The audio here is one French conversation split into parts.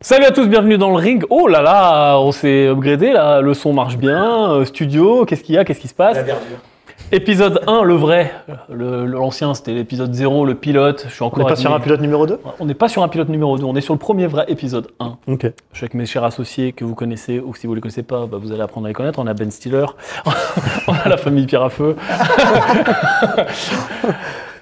Salut à tous, bienvenue dans le ring. Oh là là, on s'est upgradé là, le son marche bien, euh, studio, qu'est-ce qu'il y a, qu'est-ce qui se passe La verdure. Épisode 1, le vrai. Le- le- L'ancien, c'était l'épisode 0, le pilote. Je suis On n'est encore pas avec sur mes- un pilote numéro 2 On n'est pas sur un pilote numéro 2, on est sur le premier vrai épisode 1. Ok. Je suis avec mes chers associés que vous connaissez, ou si vous ne les connaissez pas, bah, vous allez apprendre à les connaître. On a Ben Stiller, on a la famille Pierre à Feu.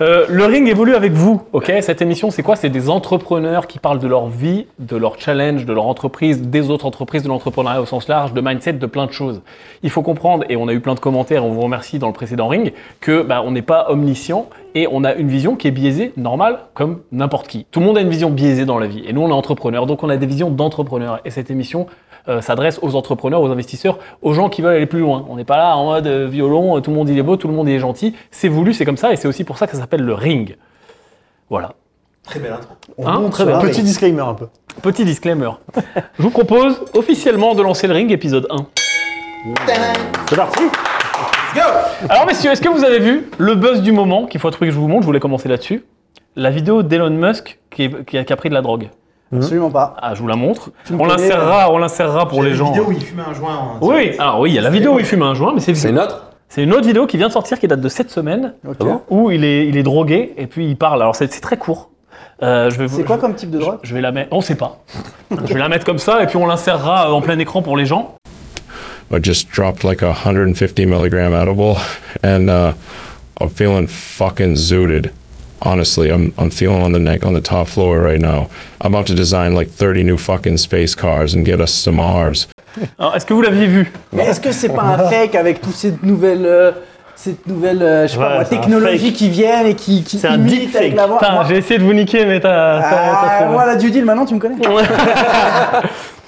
Euh, le ring évolue avec vous, ok Cette émission, c'est quoi C'est des entrepreneurs qui parlent de leur vie, de leur challenge, de leur entreprise, des autres entreprises, de l'entrepreneuriat au sens large, de mindset, de plein de choses. Il faut comprendre, et on a eu plein de commentaires, on vous remercie dans le précédent ring, que bah, on n'est pas omniscient et on a une vision qui est biaisée, normale, comme n'importe qui. Tout le monde a une vision biaisée dans la vie, et nous on est entrepreneurs, donc on a des visions d'entrepreneurs. Et cette émission euh, s'adresse aux entrepreneurs, aux investisseurs, aux gens qui veulent aller plus loin. On n'est pas là en mode euh, violon, euh, tout le monde il est beau, tout le monde il est gentil. C'est voulu, c'est comme ça, et c'est aussi pour ça que ça s'appelle le ring. Voilà. Très belle intro. On Hein, monte très sur bien. un petit disclaimer un peu. Petit disclaimer. Je vous propose officiellement de lancer le ring épisode 1. C'est parti Let's go Alors messieurs, est-ce que vous avez vu le buzz du moment qu'il faut trouver que je vous montre Je voulais commencer là-dessus. La vidéo d'Elon Musk qui, est- qui a, qui a pris de la drogue. Absolument pas. Ah, je vous la montre. Tu me On connais, l'insérera, on l'insérera pour les J'ai une gens. hein. vidéo où il fumait un joint. en direct. Oui, alors oui, il y a la vidéo où il fume un joint, mais c'est C'est vieux. notre C'est une autre vidéo qui vient de sortir, qui date de cette semaine, Ok. Ah bon où il est, il est drogué et puis il parle. Alors c'est c'est très court. Euh, je vais vous- C'est quoi je- comme type de drogue Je vais la mettre. On sait pas. je vais la mettre comme ça et puis on l'insérera euh, en plein écran pour les gens. I just dropped like a 150 milligram edible, and uh, I'm feeling fucking zooted. Honestly, I'm I'm feeling on the neck on the top floor right now. I'm about to design like 30 new fucking space cars and get us some R's. Alors, Est-ce que vous l'aviez vu Mais est-ce que c'est pas un fake avec toutes ces nouvelles, euh, cette nouvelle, euh, je sais Ouais, pas moi, c'est un technologie fake. qui viennent et qui, qui C'est un imitent deep avec fake. la voix Putain, Moi- J'ai essayé de vous niquer, mais t'as. t'as- t'as Ah, trouvé. moi, la due deal, maintenant tu me connais. Tu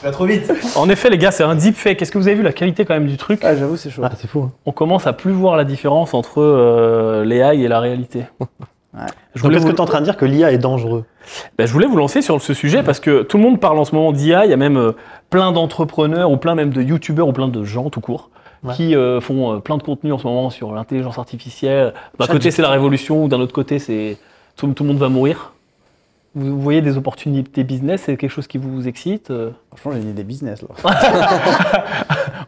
vas trop vite. En effet, les gars, c'est un deepfake. Est-ce que vous avez vu la qualité quand même du truc Ah, j'avoue, c'est chaud. c'est fou. hein. On commence à plus voir la différence entre euh, l'AI et la réalité. Je Donc voulais est-ce que vous- tu es en train de dire que l'IA est dangereux Ben, je voulais vous lancer sur ce sujet parce que tout le monde parle en ce moment d'IA. Il y a même euh, plein d'entrepreneurs ou plein même de youtubeurs ou plein de gens tout court Ouais. qui euh, font euh, plein de contenu en ce moment sur l'intelligence artificielle. D'un Chat côté, c'est la révolution, ou d'un autre côté, c'est tout, tout le monde va mourir. Vous vous voyez des opportunités business, c'est quelque chose qui vous excite euh, Franchement, j'ai dit des business là.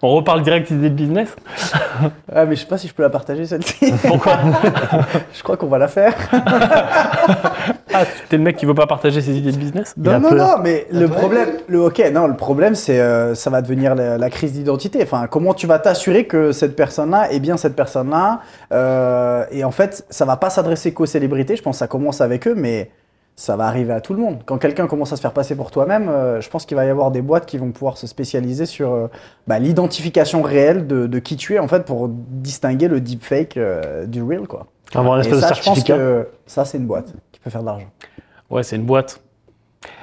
On reparle direct idée de business Ah, mais je sais pas si je peux la partager celle-ci. Pourquoi je crois qu'on va la faire. Ah, tu- t'es le mec qui veut pas partager ses idées de business Il Non, a non, peur. non, mais le peur. problème, le ok, non, le problème, c'est euh, ça va devenir la, la crise d'identité. Enfin, comment tu vas t'assurer que cette personne-là est bien cette personne-là euh, Et en fait, ça va pas s'adresser qu'aux célébrités. Je pense que ça commence avec eux, mais ça va arriver à tout le monde. Quand quelqu'un commence à se faire passer pour toi-même, euh, je pense qu'il va y avoir des boîtes qui vont pouvoir se spécialiser sur euh, bah, l'identification réelle de, de qui tu es, en fait, pour distinguer le deepfake euh, du real, quoi. Avoir une Et espèce ça, de je pense certificat. que ça, c'est une boîte qui peut faire de l'argent. Ouais, c'est une boîte.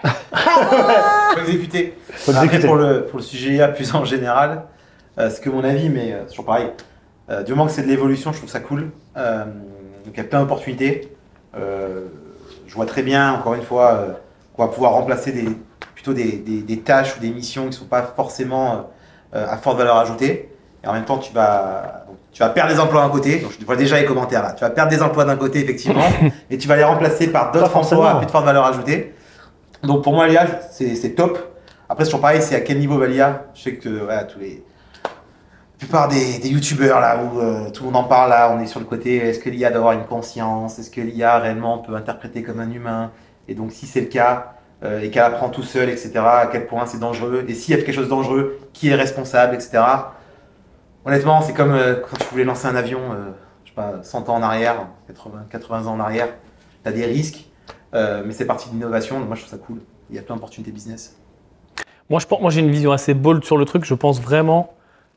Faut exécuter. Faut Après, exécuter. pour, le, pour le sujet IA plus en général, euh, c'est que mon avis, mais euh, c'est toujours pareil. Euh, du moment que c'est de l'évolution, je trouve ça cool. Euh, donc il y a plein d'opportunités. Euh, je vois très bien, encore une fois, euh, qu'on va pouvoir remplacer des, plutôt des, des- des tâches ou des missions qui ne sont pas forcément euh, euh, à forte valeur ajoutée. Et en même temps, tu vas, tu vas perdre des emplois d'un côté. Donc je vois déjà les commentaires là. Tu vas perdre des emplois d'un côté, effectivement, et tu vas les remplacer par d'autres forcément. emplois à plus de forte valeur ajoutée. Donc pour moi, l'IA, c'est c'est top. Après, c'est toujours pareil, c'est à quel niveau va l'IA Je sais que voilà, tous les. La plupart des, des youtubeurs là où euh, tout le monde en parle là, on est sur le côté est-ce que l'IA doit avoir une conscience Est-ce que l'IA réellement peut interpréter comme un humain Et donc, si c'est le cas, euh, et qu'elle apprend tout seul, etc., à quel point c'est dangereux Et s'il y a quelque chose de dangereux, qui est responsable, etc. Honnêtement, c'est comme euh, quand tu voulais lancer un avion, euh, je sais pas, 100 ans en arrière, 80, 80 ans en arrière, t'as des risques, euh, mais c'est partie de l'innovation, donc moi je trouve ça cool. Il y a plein d'opportunités business. Moi, je pense, moi, j'ai une vision assez bold sur le truc. Je pense vraiment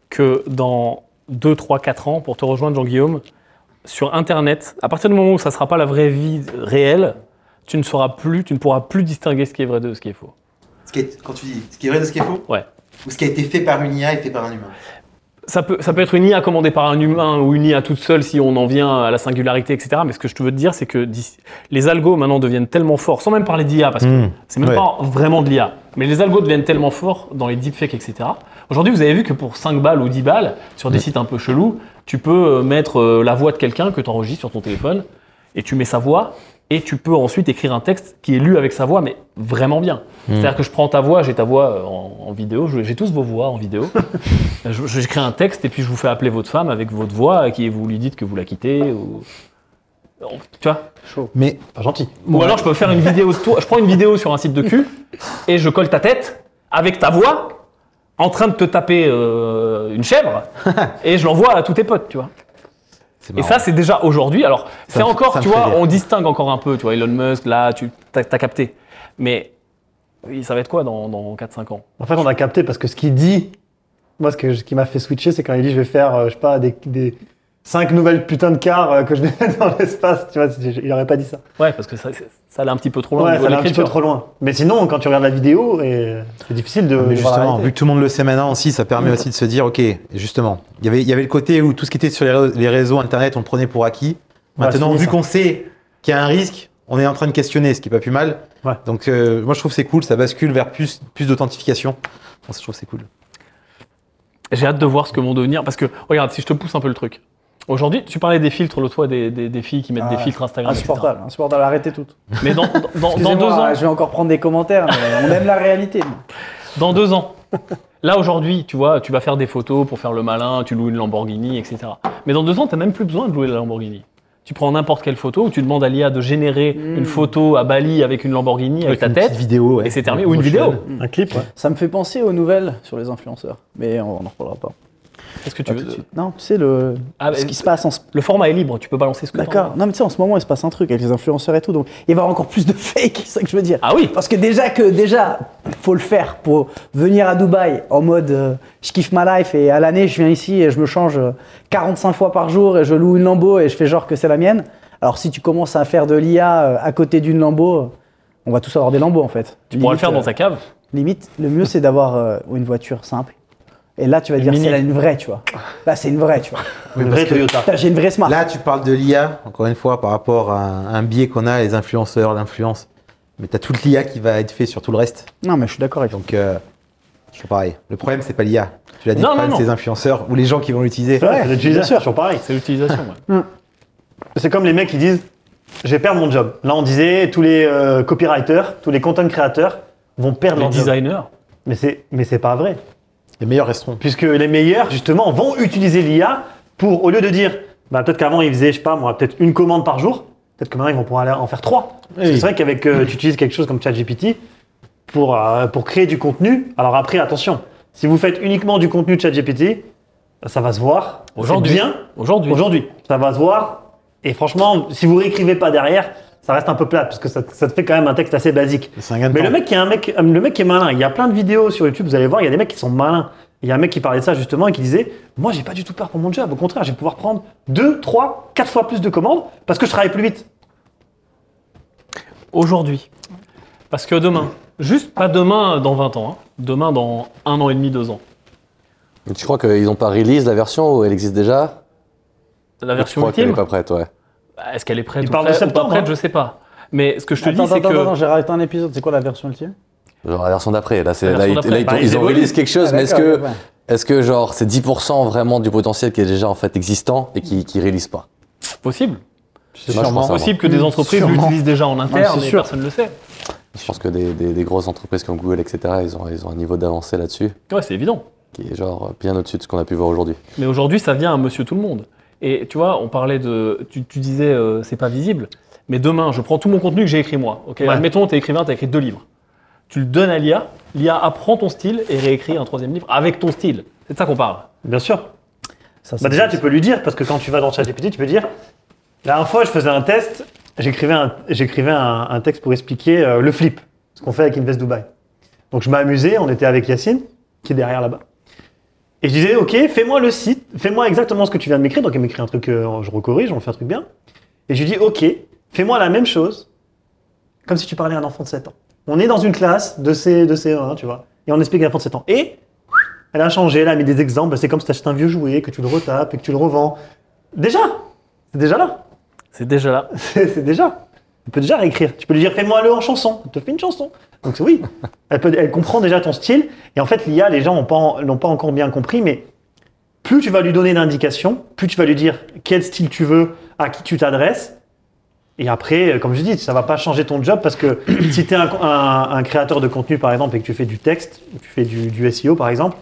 que dans 2, 3, 4 ans, pour te rejoindre, Jean-Guillaume, sur Internet, à partir du moment où ça ne sera pas la vraie vie réelle, tu ne sauras plus, tu ne pourras plus distinguer ce qui est vrai de ce qui est faux. Ce qui est- quand tu dis ce qui est vrai de ce qui est faux Ouais. Ou ce qui a été fait par une IA et fait par un humain Ça peut, ça peut être une IA commandée par un humain ou une IA toute seule si on en vient à la singularité, etc. Mais ce que je te veux te dire, c'est que d'ici- les algos maintenant deviennent tellement forts, sans même parler d'IA, parce que Mmh. c'est même Ouais. pas vraiment de l'IA, mais les algos deviennent tellement forts dans les deepfakes, etc. Aujourd'hui, vous avez vu que pour 5 balles ou 10 balles, sur des sites un peu chelous, tu peux euh, mettre euh, la voix de quelqu'un que tu enregistres sur ton téléphone et tu mets sa voix Et tu peux ensuite écrire un texte qui est lu avec sa voix, mais vraiment bien. C'est-à-dire que je prends ta voix, j'ai ta voix euh, en, en vidéo, je- j'ai tous vos voix en vidéo. Je- je- J'écris un texte et puis je vous fais appeler votre femme avec votre voix et qui vous lui dites que vous la quittez. Ou... Tu vois Mais pas gentil. Ou alors je peux faire une vidéo de toi. Je prends une vidéo sur un site de cul et je colle ta tête avec ta voix en train de te taper euh, une chèvre et je l'envoie à tous tes potes, tu vois. C'est Et marrant. ça, c'est déjà aujourd'hui. Alors, c'est me- encore, ça me tu fait vois, rire. on distingue encore un peu. Tu vois, Elon Musk, là, tu t'as t'as capté. Mais oui, ça va être quoi dans, dans 4-5 ans En fait, on a capté parce que ce qu'il dit, moi, ce, que- ce qui m'a fait switcher, c'est quand il dit je vais faire, euh, je sais pas, des, des cinq nouvelles putains de cars euh, que je vais mettre dans l'espace. Tu vois, c'est- il aurait pas dit ça. Ouais, parce que ça, c'est- ça allait un petit peu trop loin au Ouais, niveau ça de allait un petit peu l'écriture. trop loin. Mais sinon, quand tu regardes la vidéo, et c'est difficile de. Ah, voir la Mais justement, réalité. vu que tout le monde le sait maintenant aussi, ça permet aussi de se dire, ok, justement, il y avait- il y avait le côté où tout ce qui était sur les réseaux, les réseaux internet, on le prenait pour acquis. Ouais, Maintenant, fini, vu ça. qu'on sait qu'il y a un risque, on est en train de questionner, ce qui est pas plus mal. Ouais. Donc, euh, moi, je trouve que c'est cool, ça bascule vers plus, plus d'authentification. Bon, ça, je trouve que c'est cool. J'ai hâte de voir ce que vont devenir. Parce que, regarde, si je te pousse un peu le truc. Aujourd'hui, tu parlais des filtres l'autre fois, des, des- des filles qui mettent Ah des ouais. filtres Instagram. etc. Insupportable, insupportable, arrêtez tout. Mais dans, dans, dans deux ans, Je vais encore prendre des commentaires, mais on aime la réalité. nous. dans deux ans. Là aujourd'hui, tu vois, tu vas faire des photos pour faire le malin, tu loues une Lamborghini, etc. Mais dans deux ans, tu n'as même plus besoin de louer la Lamborghini. Tu prends n'importe quelle photo ou tu demandes à l'IA de générer une photo à Bali avec une Lamborghini, avec, ta une petite tête, vidéo, ouais. et c'est terminé. Ou une Motion. vidéo. Un clip, ouais. Ça me fait penser aux nouvelles sur les influenceurs, mais on en reparlera pas. Qu'est-ce que tu Pas tout veux de suite. Non, Ah, tu sais, le, Ah, ce mais- qui se passe en ce Le format est libre, tu peux balancer ce que tu D'accord. Non, mais tu sais, en ce moment, il se passe un truc avec les influenceurs et tout, donc il va y avoir encore plus de fake, c'est ça que je veux dire. Ah oui Parce que déjà, que déjà, faut le faire pour venir à Dubaï en mode euh, je kiffe ma life et à l'année, je viens ici et je me change euh, 45 fois par jour et je loue une Lambo et je fais genre que c'est la mienne. Alors si tu commences à faire de l'IA euh, à côté d'une Lambo, euh, on va tous avoir des Lambos en fait. Tu pourras le faire dans ta cave. euh, Limite, le mieux c'est d'avoir euh, une voiture simple. Et là, tu vas dire, mini. c'est là une vraie, tu vois. Là, c'est une vraie, tu vois. Une vraie Toyota. Putain, J'ai une vraie smart. Là, tu parles de l'IA, encore une fois, par rapport à un, un biais qu'on a, les influenceurs, l'influence. Mais tu as toute l'IA qui va être fait sur tout le reste. Non, mais je suis d'accord avec toi. Donc, euh, je fais pareil. Le problème, c'est pas l'IA. Tu l'as dit, Non, le problème, non, non. c'est les influenceurs ou les gens qui vont l'utiliser. C'est vrai, Ouais, c'est l'utilisation, bien sûr. c'est toujours pareil. C'est l'utilisation. ouais. C'est comme les mecs qui disent je vais perdre mon job. Là, on disait tous les euh, copywriters, tous les content créateurs vont perdre Les leur job. designers. Mais c'est mais c'est pas vrai. Les meilleurs resteront. Puisque les meilleurs, justement, vont utiliser l'IA pour, au lieu de dire, bah, peut-être qu'avant, ils faisaient, je sais pas, moi, peut-être une commande par jour, peut-être que maintenant, ils vont pouvoir aller en faire trois. Parce que C'est vrai qu'avec, euh, tu utilises quelque chose comme ChatGPT pour, euh, pour créer du contenu. Alors après, attention, si vous faites uniquement du contenu de ChatGPT, bah, ça va se voir. Aujourd'hui. C'est Bien, Aujourd'hui. aujourd'hui. Ça va se voir. Et franchement, si vous réécrivez pas derrière, ça reste un peu plate, parce que ça, ça te fait quand même un texte assez basique. C'est un gain de Mais temps. le mec, qui est un mec, euh, le mec qui est malin, il y a plein de vidéos sur YouTube, vous allez voir, il y a des mecs qui sont malins. Il y a un mec qui parlait de ça justement et qui disait Moi, j'ai pas du tout peur pour mon job. Au contraire, je vais pouvoir prendre 2, 3, 4 fois plus de commandes parce que je travaille plus vite. aujourd'hui. Parce que demain, juste pas demain dans 20 ans, hein. demain dans un an et demi, deux ans, Mais Tu crois qu'ils n'ont pas release la version ou elle existe déjà la Je version crois qu'elle ultime, n'est pas prête, ouais. bah, est-ce qu'elle est prête Il ou, parle de prête- ou septembre, pas prête, hein. je sais pas. Mais ce que je te attends, dis, c'est attends, que... attends, j'ai raté un épisode. C'est quoi la version ultime Genre la version d'après. Là, c'est- La là, version ils- d'après. là, ils, Bah, ont- ils ils ont évoluent. release quelque chose, Ah, mais est-ce d'accord, que, ouais. est-ce que genre c'est 10% vraiment du potentiel qui est déjà en fait existant et qui qui release pas Possible. C'est Moi, je pense sûrement. à- Possible que des entreprises Sûrement. l'utilisent déjà en Non, interne, c'est mais sûr. personne ne le sait. Je pense que des, des- des grosses entreprises comme Google, etc., ils ont, ils ont un niveau d'avancée là-dessus Ouais, c'est évident. qui est genre bien au-dessus de ce qu'on a pu voir aujourd'hui. Mais aujourd'hui, ça vient à monsieur tout le monde. Et tu vois, on parlait de. Tu, tu disais, euh, c'est pas visible. Mais demain, je prends tout mon contenu que j'ai écrit moi. Ok, Admettons, tu es écrivain, tu as écrit deux livres. Tu le donnes à l'IA. L'IA apprend ton style et réécrit un troisième livre avec ton style. C'est de ça qu'on parle. Bien sûr. Ça, c'est- Bah déjà, tu peux lui dire, parce que quand tu vas dans ChatGPT, tu peux dire La dernière fois, je faisais un test, j'écrivais un, j'écrivais un, un texte pour expliquer euh, le flip, ce qu'on fait avec Invest Dubai. Donc je m'amusais, on était avec Yacine, qui est derrière là-bas. Et je disais Ok, fais-moi le site, fais-moi exactement ce que tu viens de m'écrire. Donc il m'écrit un truc, euh, je recorrige, on fait un truc bien. Et je lui dis Ok, fais-moi la même chose, comme si tu parlais à un enfant de 7 ans. On est dans une classe de, C, de CE1, tu vois, et on explique à un enfant de 7 ans. Et elle a changé, elle a mis des exemples. C'est comme si tu achètes un vieux jouet, que tu le retapes et que tu le revends. Déjà C'est déjà là C'est déjà là. C'est c'est déjà Tu peux déjà réécrire. Tu peux lui dire fais-moi le en chanson. Elle te fait une chanson. Donc c'est oui, elle, peut- elle comprend déjà ton style. Et en fait, l'IA, les gens n'ont pas, en- l'ont pas encore bien compris, mais plus tu vas lui donner d'indications, plus tu vas lui dire quel style tu veux, à qui tu t'adresses, Et après, euh, comme je dis, ça va pas changer ton job parce que si tu es un, un- un créateur de contenu, par exemple, et que tu fais du texte, tu fais du, du SEO, par exemple,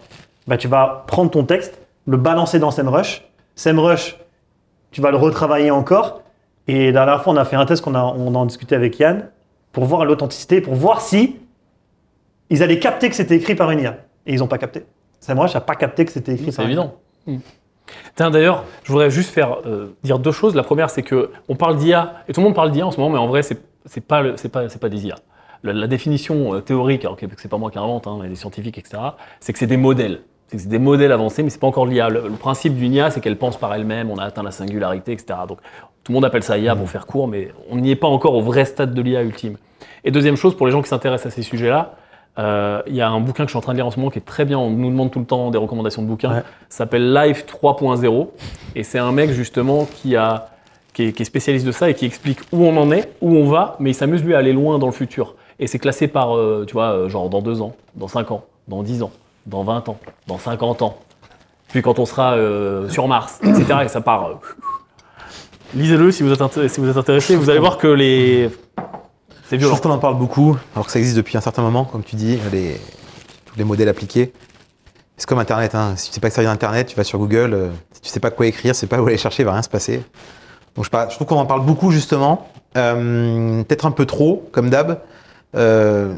bah, tu vas prendre ton texte, le balancer dans SEMrush. SEMrush, tu vas le retravailler encore. Et la dernière fois, on a fait un test qu'on a, on en discutait avec Yann pour voir l'authenticité, pour voir si ils allaient capter que c'était écrit par une IA. Et ils n'ont pas capté. SEMrush n'a pas capté que c'était écrit C'est par une IA. évident. Tiens, D'ailleurs, je voudrais juste faire euh, dire deux choses. La première, c'est que on parle d'IA et tout le monde parle d'IA en ce moment, mais en vrai, c'est c'est pas le- c'est pas c'est pas des IA. La, la définition euh, théorique, alors que c'est pas moi qui invente, hein, mais les scientifiques, etc. C'est que c'est des modèles. C'est que c'est des modèles avancés, mais c'est pas encore de l'IA. Le, le principe d'une IA, c'est qu'elle pense par elle-même. On a atteint la singularité, etc. Donc tout le monde appelle ça IA Mm. pour faire court, mais on n'y est pas encore au vrai stade de l'IA ultime. Et deuxième chose, pour les gens qui s'intéressent à ces sujets-là, euh, il y a un bouquin que je suis en train de lire en ce moment qui est très bien. On nous demande tout le temps des recommandations de bouquins. Ouais. Ça s'appelle Life 3.0. Et c'est un mec justement qui, a, qui, est, qui est spécialiste de ça et qui explique où on en est, où on va, mais il s'amuse lui à aller loin dans le futur. Et c'est classé par, euh, tu vois, euh, genre dans deux ans, dans cinq ans, dans 10 ans, dans 20 ans, dans 50 ans. Puis quand on sera euh, sur Mars, etc. Et ça part. euh, Lisez-le si vous êtes inté- si vous êtes intéressé. Vous allez voir que les. C'est Je violent. trouve qu'on en parle beaucoup, alors que ça existe depuis un certain moment, comme tu dis, les, tous les modèles appliqués. C'est comme Internet, hein. si tu ne sais pas servir Internet, tu vas sur Google, euh, si tu ne sais pas quoi écrire, si tu sais pas où aller chercher, il va rien se passer. Donc je, sais pas, je trouve qu'on en parle beaucoup justement, Euh, peut-être un peu trop, comme d'hab. Euh,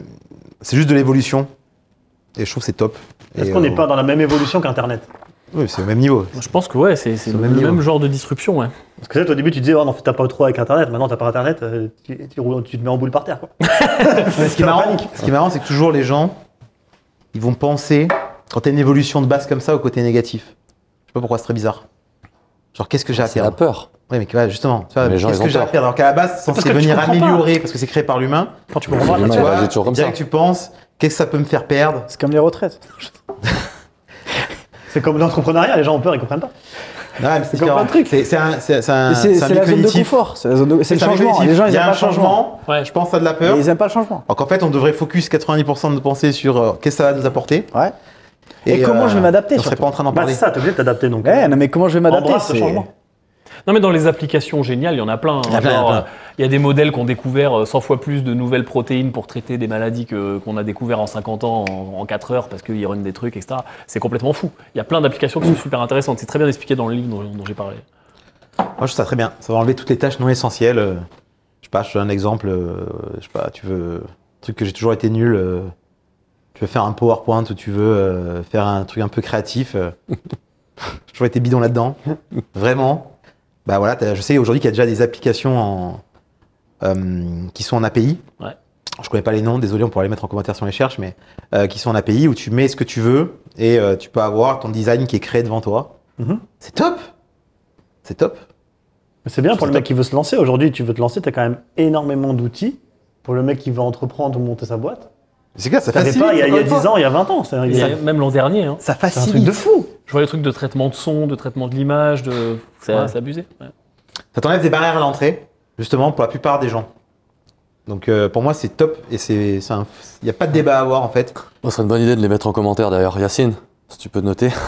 c'est juste de l'évolution, et je trouve que c'est top. Est-ce Et, qu'on n'est euh, pas dans la même évolution qu'Internet Oui, c'est au même niveau. Je pense que ouais, c'est c'est Au le même même, niveau. genre de disruption. Ouais. Parce que ça, toi, au début, tu disais, oh non, t'as pas trop avec Internet. Maintenant, t'as pas Internet, euh, tu, tu roules- tu te mets en boule par terre. Quoi. Mais ce, qui est marrant, ce qui est marrant, c'est que toujours les gens, ils vont penser, quand tu as une évolution de base comme ça, au côté négatif. Je sais pas pourquoi c'est très bizarre. Genre, qu'est-ce que j'ai à C'est la perdre peur. Oui, mais que, ouais, justement, tu vois, Mais les gens, qu'est-ce ils que ont j'ai à peur. perdre Alors qu'à la base, parce c'est censé que tu venir comprends pas. améliorer parce que c'est créé par l'humain. Quand tu comprends pas, L'humain, Tu il vois, réagit toujours comme ça. direct, tu penses, qu'est-ce que ça peut me faire perdre C'est comme les retraites. c'est comme l'entrepreneuriat, les gens ont peur, ils comprennent pas. Non, mais c'est comme différent. plein de trucs. C'est c'est un, c'est- c'est un, Mais Ah, c'est c'est un c'est la zone de mécognitif. confort, c'est la zone de- c'est le un changement. mécognitif. Les gens, ils Il y aiment a pas un le changement. changement. Ouais. Je pense à de la peur. Mais ils aiment pas le changement. Alors qu'en fait, on devrait focus 90% de nos pensées sur euh, qu'est-ce que ça va nous apporter. euh, Ouais. Et comment je vais m'adapter, On serait surtout pas en train d'en Bah, c'est parler. ça, t'es obligé de t'adapter. Donc, Ouais, non, mais comment je vais m'adapter Embrasse ce c'est- changement. Non, mais dans les applications géniales, il y en a plein. hein. Il y en a plein, il y en a Genre, plein. euh, il y a des modèles qui ont découvert euh, 100 fois plus de nouvelles protéines pour traiter des maladies que- qu'on a découvert en 50 ans, en, en 4 heures, parce qu'ils runnent des trucs, etc. C'est complètement fou. Il y a plein d'applications qui sont super intéressantes. C'est très bien expliqué dans le livre dont, dont j'ai parlé. Moi, je trouve ça très bien. Ça va enlever toutes les tâches non essentielles. euh, Je sais pas, je te donne un exemple. euh, Je sais pas, tu veux. Un truc que j'ai toujours été nul. euh, Tu veux faire un PowerPoint ou tu veux euh, faire un truc un peu créatif. euh, J'ai toujours été bidon là-dedans. Vraiment. Bah voilà, t'as- je sais aujourd'hui qu'il y a déjà des applications en, euh, qui sont en API. Ouais. Je connais pas les noms, désolé, on pourra les mettre en commentaire si on les cherche, mais euh, qui sont en API où tu mets ce que tu veux et euh, tu peux avoir ton design qui est créé devant toi. Mhm. C'est top! C'est top! Mais C'est bien pour le C'est mec qui veut se lancer. Aujourd'hui, tu veux te lancer, t'as quand même énormément d'outils pour le mec qui veut entreprendre ou monter sa boîte. C'est clair, ça T'avais facilite. pas il y a, il y a encore une 10 fois. ans, il y a 20 ans. C'est un, Et il y a- Même l'an dernier, hein. Ça c'est un truc facilite. de fou. je vois les trucs de traitement de son, de traitement de l'image, de. C'est Ouais. c'est abusé. ouais. Ça t'enlève des barrières à l'entrée, justement, pour la plupart des gens. Donc euh, pour moi, c'est top et c'est, c'est un- il n'y a pas de débat à avoir en fait. Ce serait une bonne idée de les mettre en commentaire d'ailleurs. Yacine, si tu peux te noter.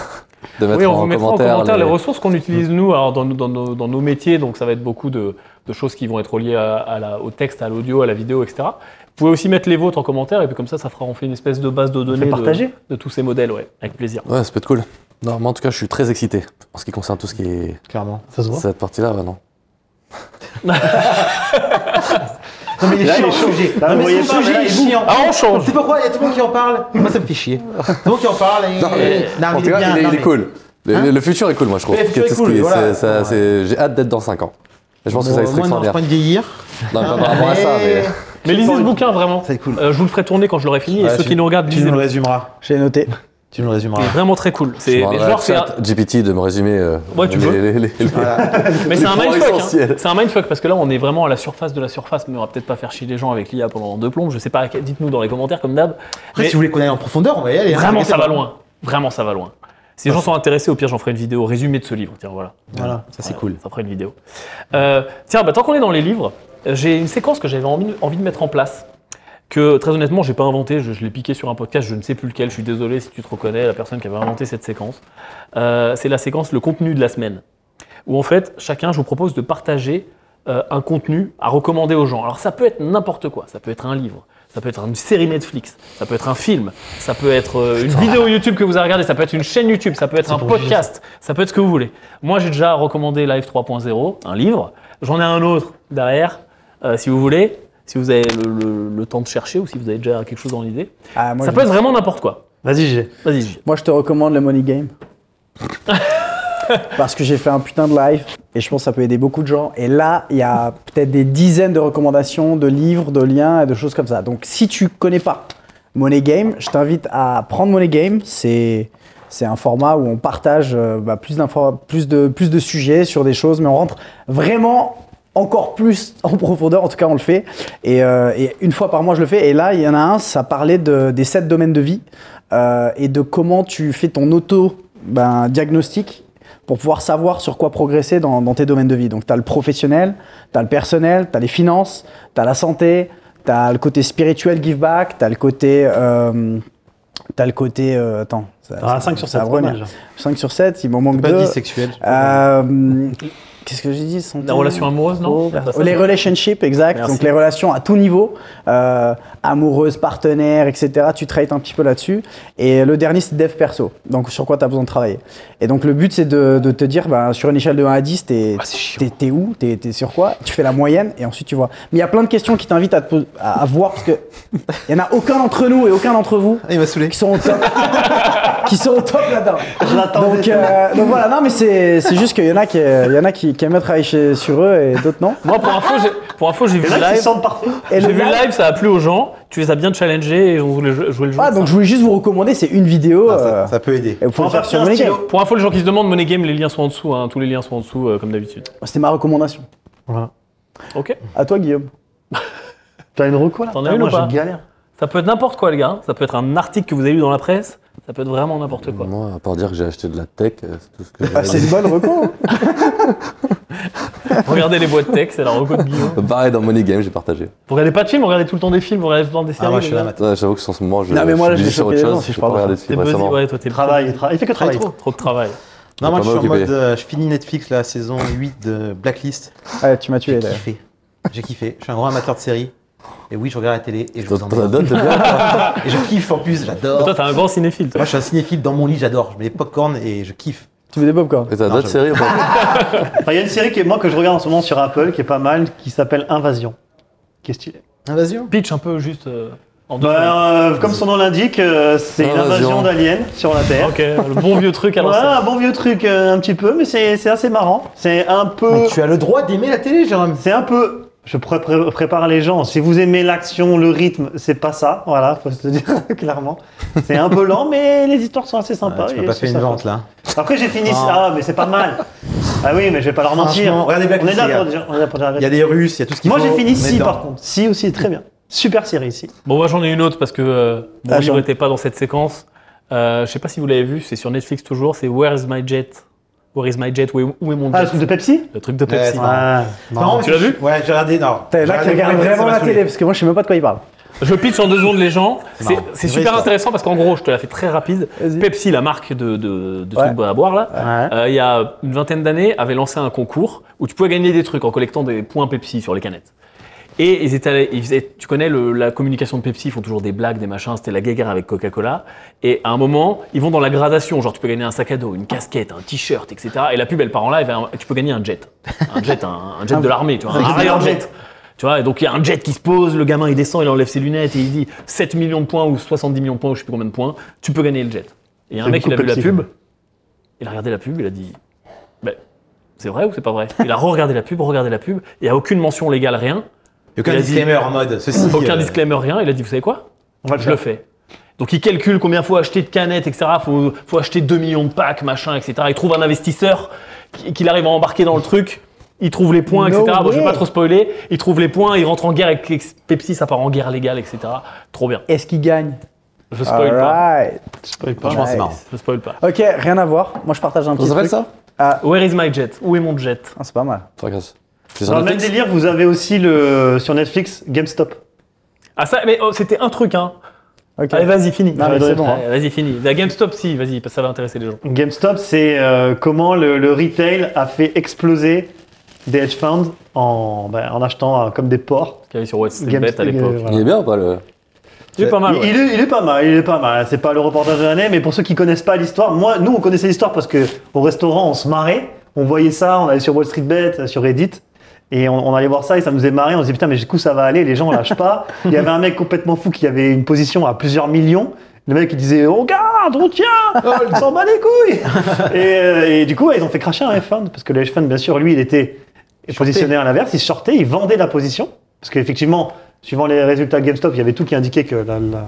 De mettre Oui, on en, vous mettra en commentaire. commentaire les, les- ressources qu'on utilise nous alors dans, nos- dans nos, dans nos métiers. Donc ça va être beaucoup de, de choses qui vont être reliées à, à la- au texte, à l'audio, à la vidéo, etc. Vous pouvez aussi mettre les vôtres en commentaire et puis comme ça, ça fera on fait une espèce de base de données fait de- partager. de, tous ces modèles, ouais, avec plaisir. Ouais, ça peut être cool. Non, mais en tout cas, je suis très excité en ce qui concerne tout ce qui est Clairement. Ça se voit. cette partie-là. ouais, non. Non mais il est Là, chiant il est le chaud. sujet. Là, Non, vous mais voyez c'est pas, le mais là, sujet, il il est chiant. Ah, on change C'est pourquoi il y a tout le monde qui en parle. Moi, ça me fait chier. Tout le monde qui en parle et. Non, mais- Eh, Non, mais en tout cas, bien, il est, non, il est mais- cool. Le, Hein le futur est cool, moi, je trouve. Mais le futur est Qu'est-ce cool, qui- voilà. c'est- ça- c'est- J'ai hâte d'être dans 5 ans. Et je pense que ça va être Moi, non, je suis en extraordinaire. train de vieillir. Non, mais pas Ah, par rapport à ça, mais. Mais lisez ce bouquin vraiment. C'est cool. Euh, je vous le ferai tourner quand je l'aurai fini. Ouais, et ceux tu- qui nous regardent, Ah, Tu nous le lisez-le. résumeras. J'ai noté. Tu nous le C'est résumeras. vraiment très cool. Je C'est mais demanderai à genre, c'est un- Chat GPT de me résumer euh, Ouais, tu les- peux. les- les- les- Voilà. mais c'est un points mindfuck. hein. essentiels. C'est un mindfuck parce que là, on est vraiment à la surface de la surface. Mais on va peut-être pas faire chier les gens avec l'IA pendant deux plombes. Je sais pas. Dites-nous dans les commentaires comme d'hab. Après, Mais- si vous voulez qu'on aille en profondeur, on va y aller. hein. Vraiment, T'inquiète ça va pas. loin. Vraiment, ça va loin. Si les gens sont intéressés, au pire, j'en ferai une vidéo résumée de ce livre. Tiens, voilà. Voilà, ça c'est Ouais, cool. Ça ferait une vidéo. Euh, tiens, bah, tant qu'on est dans les livres, euh, j'ai une séquence que j'avais envie, envie de mettre en place. Que très honnêtement, j'ai pas inventé, je, je l'ai piqué sur un podcast, je ne sais plus lequel, je suis désolé si tu te reconnais, la personne qui avait inventé cette séquence. Euh, c'est la séquence Le contenu de la semaine. Où en fait, chacun, je vous propose de partager euh, un contenu à recommander aux gens. Alors ça peut être n'importe quoi, ça peut être un livre, ça peut être une série Netflix, ça peut être un film, ça peut être euh, une vidéo YouTube que vous avez regardée, ça peut être une chaîne YouTube, ça peut être un podcast, ça peut être ce que vous voulez. Moi j'ai déjà recommandé Live 3.0, un livre, j'en ai un autre derrière, euh, si vous voulez, si vous avez le, le- le temps de chercher ou si vous avez déjà quelque chose en idée. Ah, moi, ça je- peut être vraiment n'importe quoi. Vas-y, j'ai. Vas-y, Gigi. Moi, je te recommande le Money Game. Parce que j'ai fait un putain de live et je pense que ça peut aider beaucoup de gens. Et là, il y a peut-être des dizaines de recommandations, de livres, de liens et de choses comme ça. Donc, si tu connais pas Money Game, je t'invite à prendre Money Game. C'est c'est un format où on partage euh, bah, plus, d'infos- plus, de, plus de sujets sur des choses, mais on rentre vraiment encore plus en profondeur. En tout cas, on le fait. Et, euh, et une fois par mois, je le fais. Et là, il y en a un, ça parlait de, des sept domaines de vie euh, et de comment tu fais ton ben, auto-diagnostic pour pouvoir savoir sur quoi progresser dans, dans tes domaines de vie. Donc, tu as le professionnel, tu as le personnel, tu as les finances, tu as la santé, tu as le côté spirituel give back, tu as le côté. euh, T'as le côté. euh, attends. ça- Ah, ça- 5 sur ça 7, va revenir. 5 sur 7, il m'en manque Pas 2. dit sexuel. Euh, Qu'est-ce que j'ai dit santé, La relation amoureuse, non Oh, les relationships, exact. Bah, Merci. Donc les relations à tout niveau, euh, amoureuse, partenaire, etc. Tu traites un petit peu là-dessus. Et le dernier, c'est dev perso. Donc sur quoi tu as besoin de travailler. Et donc le but, c'est de, de te dire, ben, sur une échelle de 1 à 10, t'es t'es- t'es où T'es t'es sur quoi Tu fais la moyenne et ensuite tu vois. Mais il y a plein de questions qui t'invitent à, te pos- à, à voir parce que il n'y en a aucun d'entre nous et aucun d'entre vous Ah, il m'a saoulé. qui sont au top, qui sont au top là-dedans. l'attendais, Donc, euh, donc voilà, non mais c'est c'est juste qu'il y en a qui il y en a qui, qui aiment travailler chez- sur eux et d'autres non. Moi, pour info, j'ai- pour info, j'ai vu Il y en a qui live. se sentent parfois. Et J'ai le vu le live, ça a plu aux gens. Tu les as bien challengés et on voulait jou- jouer le jeu. Ah donc je voulais juste vous recommander, c'est une vidéo. Ah, ça, euh, ça peut aider. et vous pouvez On le va faire sur faire un Money stylo. Game. Pour info, les gens qui se demandent Money Game, les liens sont en dessous. hein. Tous les liens sont en dessous, euh, comme d'habitude. C'était ma recommandation. Voilà. Ok. À toi Guillaume. T'as une reco là T'en as Ah, une Moi, ou pas je galère. Ça peut être n'importe quoi, les gars. Ça peut être un article que vous avez lu dans la presse. Ça peut être vraiment n'importe quoi. Moi, à part dire que j'ai acheté de la tech, euh, c'est tout ce que j'ai. Bah, c'est une bonne reco. hein. Regardez les boîtes tech, c'est la reco de Guillaume. Pareil, dans Money Game, j'ai partagé. Vous regardez pas de films, vous regardez tout le temps des films, vous regardez tout le temps des séries. Ah, moi, les je suis là gars. maintenant. Ouais, J'avoue que sur ce moment, je, Non, mais moi, là, je je suis suis sur choqué autre les gens, chose. si J'ai je pas parle de regardé de T'es film busy, récemment. ouais, toi t'es Travail, il travaille. Il fait que travailler. Trop, trop de travail. Non, moi, pas je suis en m'occuper. mode. euh, je finis Netflix, la saison 8 de Blacklist. Ouais, tu m'as tué J'ai là. kiffé. J'ai kiffé. Je suis un grand amateur de séries. Et oui, je regarde la télé et je T'en vous t'en as emmerde. d'autres, t'es bien Et je kiffe en plus, Mais j'adore. Toi, t'es un grand cinéphile. toi. Moi, je suis un cinéphile dans mon lit, j'adore. Je mets des popcorn et je kiffe. Tu veux des popcorn Et T'as Non, d'autres séries ou pas Enfin, Il y a une série que moi que je regarde en ce moment sur Apple qui est pas mal, qui s'appelle Invasion. Qui est stylée. Ah, hein. Invasion Pitch un peu juste euh, en deux. secondes. Bah, euh, comme son nom l'indique, euh, c'est une Invasion. invasion d'aliens sur la Terre. Ok, le bon vieux truc à l'ancienne. Voilà, un bon vieux truc euh, un petit peu, mais c'est c'est assez marrant. C'est un peu. Mais Ah, tu as le droit d'aimer la télé, Jérôme. C'est un peu. Je pré- pré- prépare les gens. Si vous aimez l'action, le rythme, c'est pas ça. Voilà, faut se le dire clairement. C'est un peu lent, mais les histoires sont assez Ah, sympas. tu et m'as pas c'est fait une sympa. vente là. Après, j'ai fini. Non. Ah, mais c'est pas mal. Ah oui, mais je vais pas leur mentir. Franchement, regardez on est Blacklist, là les pour gars. dire. on est là pour dire la Il y a vérité. des Russes, il y a tout ce qu'il Moi, faut. j'ai fini On est si dedans. par contre. Si aussi, très bien. Super série ici. Bon, moi j'en ai une autre parce que euh, mon Ah, livre j'en- n'était pas dans cette séquence. Euh, je sais pas si vous l'avez vu, c'est sur Netflix toujours, c'est Where is my jet Where is my jet Où est, où est mon jet Ah, le truc de Pepsi. Le truc de Ouais, Pepsi. c'est marrant. Ah, Non, Tu mais l'as je- Ouais, j'ai regardé. Non. T'es là J'ai qui regardé regarde Blacklist, ça vraiment m'a la saoulé. télé parce que moi je sais même pas de quoi il parle. Je pitch en deux secondes les gens. C'est- marrant. C'est Une vraie super histoire. intéressant parce qu'en gros, je te la fais très rapide. Vas-y. Pepsi, la marque de, de, de Ouais. trucs à boire là, Ouais. euh, il y a une vingtaine d'années, avait lancé un concours où tu pouvais gagner des trucs en collectant des points Pepsi sur les canettes. Et ils étaient, allés- ils faisaient- tu connais le- la communication de Pepsi, ils font toujours des blagues, des machins, c'était la guéguerre avec Coca-Cola. Et à un moment, ils vont dans la gradation, genre tu peux gagner un sac à dos, une casquette, un t-shirt, etc. Et la pub, elle part en live, et tu peux gagner un jet. Un jet, un, un jet de l'armée, tu vois, un arrière jet. Tu vois, et donc il y a un jet qui se pose, le gamin il descend, il enlève ses lunettes et il dit 7 millions de points ou 70 millions de points ou je sais plus combien de points, tu peux gagner le jet. Et il y a un C'est mec, il a vu beaucoup la Pepsi, pub, quand il a regardé la pub, il a dit Ben, c'est vrai ou c'est pas vrai Il a regardé la pub, regardé la pub, il n'y a aucune mention légale, rien, Et Aucun Il a dit- disclaimer en mode ceci. aucun euh, disclaimer, rien. Il a dit Vous savez quoi On va le Je le faire. fais. Donc il calcule combien faut acheter de canettes, etc. Faut, faut acheter 2 millions de packs, machin, etc. Il trouve un investisseur qui- qu'il arrive à embarquer dans le truc. Il trouve les points, No etc. Bon, je vais way. pas trop spoiler. Il trouve les points, il rentre en guerre avec avec Pepsi, ça part en guerre légale, etc. Trop bien. Est-ce qu'il gagne Je spoil pas. Alright. Franchement, c'est Ouais. marrant. Je spoil pas. Ok, rien à voir. Moi je partage un Ça petit s'appelle truc. ça Where is my jet Où est mon jet Ah, c'est pas mal. Fracasse. C'est Dans sur le même Netflix délire, vous avez aussi le sur Netflix GameStop. Ah ça, mais oh, c'était un truc, hein. Ok. Allez, vas-y, fini. Non, mais c'est bon. hein. Allez, Vas-y, fini. La GameStop, si, vas-y, parce que ça va intéresser les gens. GameStop, c'est euh, comment le, le retail a fait exploser des hedge funds en, ben, en achetant euh, comme des porcs. Qu'il y avait sur What's the Game Bet à Speak, euh, l'époque. voilà. Il est bien ou pas le. C'est pas mal. Il- ouais. il, est, il est pas mal, il est pas mal. C'est pas le reportage de l'année, mais pour ceux qui connaissent pas l'histoire, moi, nous, on connaissait l'histoire parce que au restaurant, on se marrait, on voyait ça, on allait sur Wall Street Bet, euh, sur Reddit, et on, on allait voir ça et ça nous faisait marrer. On se disait putain, mais du coup, ça va aller, les gens lâchent pas. Il y avait un mec complètement fou qui avait une position à plusieurs millions. Le mec il disait oh, regarde, on tient, Oh, on s'en bat les couilles. et, euh, et du coup, ouais, ils ont fait cracher un hedge fund parce que le hedge fund, bien sûr, lui, il était positionné à l'inverse. Il sortait, il vendait la position parce qu'effectivement, suivant les résultats GameStop, il y avait tout qui indiquait que la, la-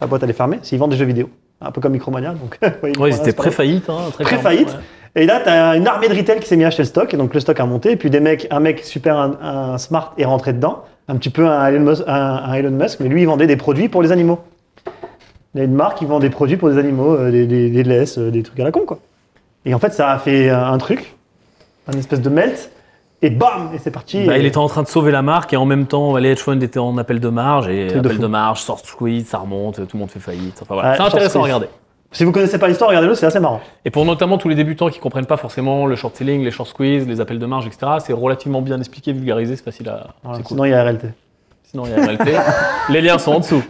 la boîte allait fermer. S'ils vendent des jeux vidéo, un peu comme Micromania. Donc, vous voyez, Ouais, ils Micromania, étaient c'est pareil. pré-faillite. hein, très clairement, Pré-faillite. ouais. Et là, tu as une armée de retail qui s'est mis à acheter le stock. Et donc, le stock a monté. Et puis, des mecs, un mec super un, un smart est rentré dedans. Un petit peu un Elon, Musk, un- un Elon Musk, mais lui, il vendait des produits pour les animaux. Il y a une marque qui vend des produits pour des animaux, euh, des, des, des laisses, euh, des trucs à la con, quoi. Et en fait, ça a fait euh, un truc, un espèce de melt. Et bam Et c'est parti. Bah, Et- il était en train de sauver la marque et en même temps, les hedge funds étaient en appel de marge et Truc de appel fou. de, marge, sort squeeze, ça remonte, tout le monde fait faillite. Enfin, voilà. Ouais, c'est short intéressant à squeeze. regarder. Si vous connaissez pas l'histoire, regardez-le, c'est assez marrant. Et pour notamment tous les débutants qui comprennent pas forcément le short selling, les short squeeze, les appels de marge, etc., c'est relativement bien expliqué, vulgarisé, c'est facile à. Voilà, c'est cool. Sinon, il y a RLT. Sinon, il y a la réalité. les liens sont en dessous.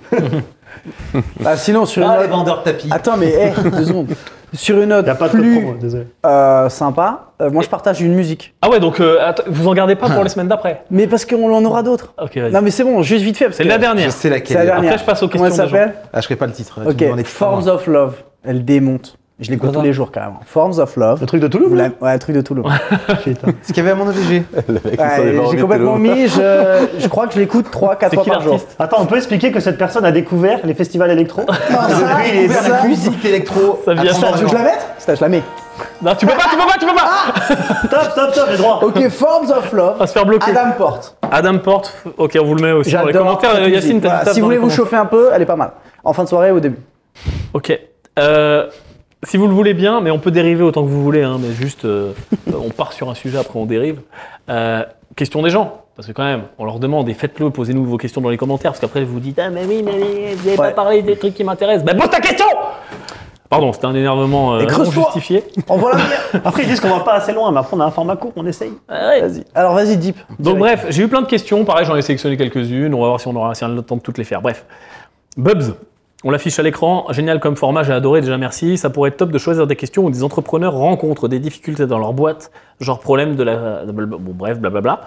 Ah, sinon, sur une Ah, les note. vendeurs de tapis. Attends, mais hey, deux secondes. Sur une Il n'y a note pas de code plus promo, désolé. euh, sympa, euh, moi je partage une musique. Ah ouais, donc euh, att- vous en gardez pas pour les semaines d'après Mais parce qu'on en aura d'autres. Ah. Ok, vas-y. Non, mais c'est bon, juste vite fait. parce C'est que- la dernière. Je sais C'est la laquelle. dernière. Après, je passe aux Comment elle questions des s'appelle Ah, je sais pas le titre. tu me demandes Ok, les titres avant. Forms of Love. Elle démonte. Je l'écoute tous les jours carrément. Forms of Love. Le truc de Toulouse Vous la- Ouais, truc de Toulouse. Putain. Ce qu'il y avait à mon OVG. Ouais, J'ai complètement mis, je, je crois que je l'écoute 3-4 C'est fois qui par jour. l'artiste Attends, on peut expliquer que cette personne a découvert les festivals électro ça, Lui, il est ça, dans les musiques. Musique électro. Ça vient à ça, Tu veux que je la mette Ça, je la mets. Non, tu peux pas, tu peux pas, tu peux pas Stop, stop, stop, j'ai droit. Ok, Forms of On va Love. se faire bloquer. Adam, Adam Porte. Porte, f- ok, on vous le met aussi dans Ah, les J'adore. commentaires. cette Euh, Yacine, musique. t'as Voilà, dit ça Si dans vous les voulez vous commentaires. chauffer un peu, elle est pas mal. En fin de soirée au début. Ok. Euh, si vous le voulez bien, mais on peut dériver autant que vous voulez, hein, mais juste, euh, on part sur un sujet, après on dérive. Euh, question des gens, parce que quand même, on leur demande, et faites-le, posez-nous vos questions dans les commentaires, parce qu'après vous dites, ah mais oui, mais oui, vous n'avez pas Ouais. parlé des trucs qui m'intéressent. Ben pose ta question Pardon, c'était un énervement euh, Et non creuse-toi justifié. Oh, On voit la mienne. Après, ils disent qu'on va pas assez loin, mais après, on a un format court, on essaye. Ah Vas-y. Alors vas-y, Deep. Donc Direct. bref, j'ai eu plein de questions, pareil j'en ai sélectionné quelques-unes, on va voir si on aura si on a le temps de toutes les faire. Bref, Bubs, on l'affiche à l'écran, génial comme format, j'ai adoré, déjà merci. Ça pourrait être top de choisir des questions où des entrepreneurs rencontrent des difficultés dans leur boîte, genre problème de la... Bon bref, blablabla.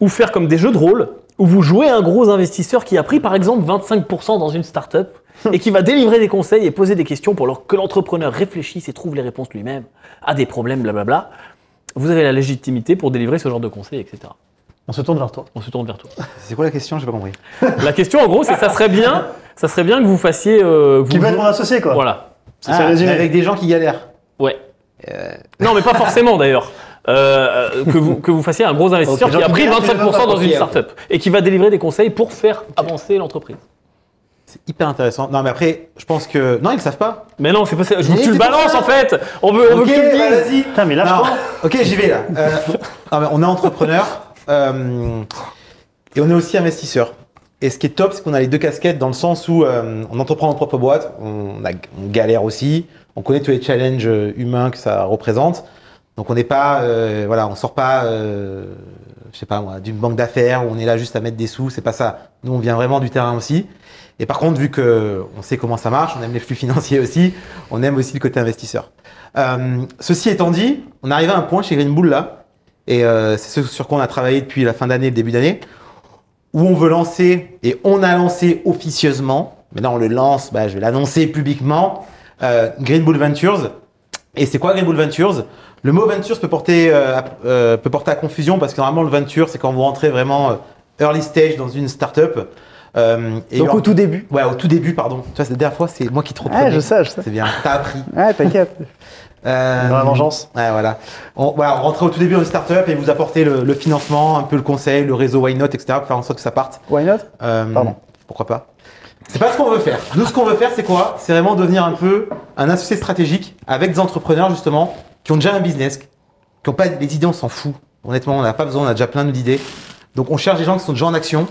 Ou faire comme des jeux de rôle, où vous jouez un gros investisseur qui a pris par exemple 25% dans une start-up et qui va délivrer des conseils et poser des questions pour leur- que l'entrepreneur réfléchisse et trouve les réponses lui-même à des problèmes, blablabla. Vous avez la légitimité pour délivrer ce genre de conseils, etc. On se tourne vers toi. On se tourne vers toi. C'est quoi la question J'ai pas compris. La question, en gros, c'est ça serait bien, ça serait bien que vous fassiez. euh, que Qui vous veut être mon associé, quoi. Voilà. C'est ça, Ah, résumé. mais Avec des gens qui galèrent. Ouais. Euh. Non, mais pas forcément d'ailleurs. Euh, euh, que, vous, que vous fassiez un gros investisseur Ok, qui a donc, pris tu veux 25% dans pas une copier, startup et qui va délivrer des conseils pour faire avancer l'entreprise. C'est hyper intéressant. Non, mais après, je pense que. Non, ils le savent pas. Mais non, c'est pas ça. Je veux Mais que tu c'est le pour balances ça. en fait. On veut, on veut Ok, que tu le bah, dises. vas-y. Putain, mais là, je Non. crois. Ok, j'y vais là. Euh, non, mais on est entrepreneur euh, et on est aussi investisseur. Et ce qui est top, c'est qu'on a les deux casquettes dans le sens où euh, on entreprend notre propre boîte, on, a- on galère aussi, on connaît tous les challenges euh, humains que ça représente. Donc on n'est pas, euh, voilà, on sort pas, euh, je sais pas moi, d'une banque d'affaires où on est là juste à mettre des sous. C'est pas ça. Nous, on vient vraiment du terrain aussi. Et par contre, vu que on sait comment ça marche, on aime les flux financiers aussi, on aime aussi le côté investisseur. Euh, ceci étant dit, on arrive à un point chez Green Bull là, et euh, c'est ce sur quoi on a travaillé depuis la fin d'année, le début d'année, où on veut lancer, et on a lancé officieusement, maintenant on le lance, bah, je vais l'annoncer publiquement, euh, Green Bull Ventures. Et c'est quoi Green Bull Ventures Le mot Ventures peut porter, euh, à- euh, peut porter à confusion parce que normalement le Venture, c'est quand vous rentrez vraiment euh, early stage dans une startup. Euh, et Donc alors- au tout début. Ouais, au tout début, pardon. Tu vois, c'est la dernière fois, c'est moi qui te reprenais. Ouais, je sais, je sais. C'est bien, t'as appris. Ouais, t'inquiète. Euh, Dans la vengeance. Ouais, voilà. On, voilà, on rentrait au tout début dans une startup et vous apportez le, le financement, un peu le conseil, le réseau Why Not, etc. pour faire en sorte que ça parte. Why not Euh, Pardon. Pourquoi pas C'est pas ce qu'on veut faire. Nous, ce qu'on veut faire, c'est quoi C'est vraiment devenir un peu un associé stratégique avec des entrepreneurs, justement, qui ont déjà un business, qui ont pas les idées, on s'en fout. Honnêtement, on n'a pas besoin, on a déjà plein d'idées. Donc, on cherche des gens qui sont déjà en action,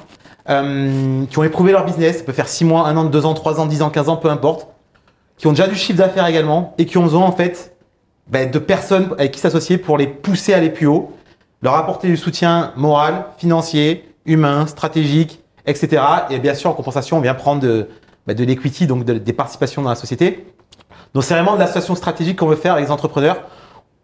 euh, qui ont éprouvé leur business. Ça peut faire 6 mois, 1 an, 2 ans, 3 ans, 10 ans, 15 ans, peu importe. Qui ont déjà du chiffre d'affaires bah, également et qui ont besoin, en fait, ben, de personnes avec qui s'associer pour les pousser à aller plus haut. leur apporter du soutien moral, financier, humain, stratégique, etc. Et bien sûr, en compensation, on vient prendre de, bah, de l'equity, donc de- des participations dans la société. Donc c'est vraiment de l'association stratégique qu'on veut faire avec les entrepreneurs.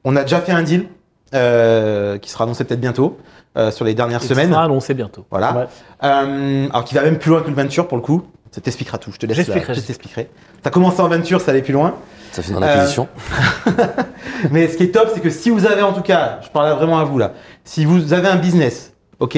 On a déjà fait un deal euh, qui sera annoncé peut-être bientôt euh, sur les dernières semaines. sera annoncé bientôt. Voilà. Ouais. Euh, alors qui va même plus loin que le venture pour le coup. Ça t'expliquera tout. Je te laisse. là. J'expliquerai, Je t'expliquerai. Ça commencé en venture, ça allait plus loin. Ça fait une Euh, acquisition. Mais ce qui est top, c'est que si vous avez en tout cas, je parle vraiment à vous là, si vous avez un business, ok,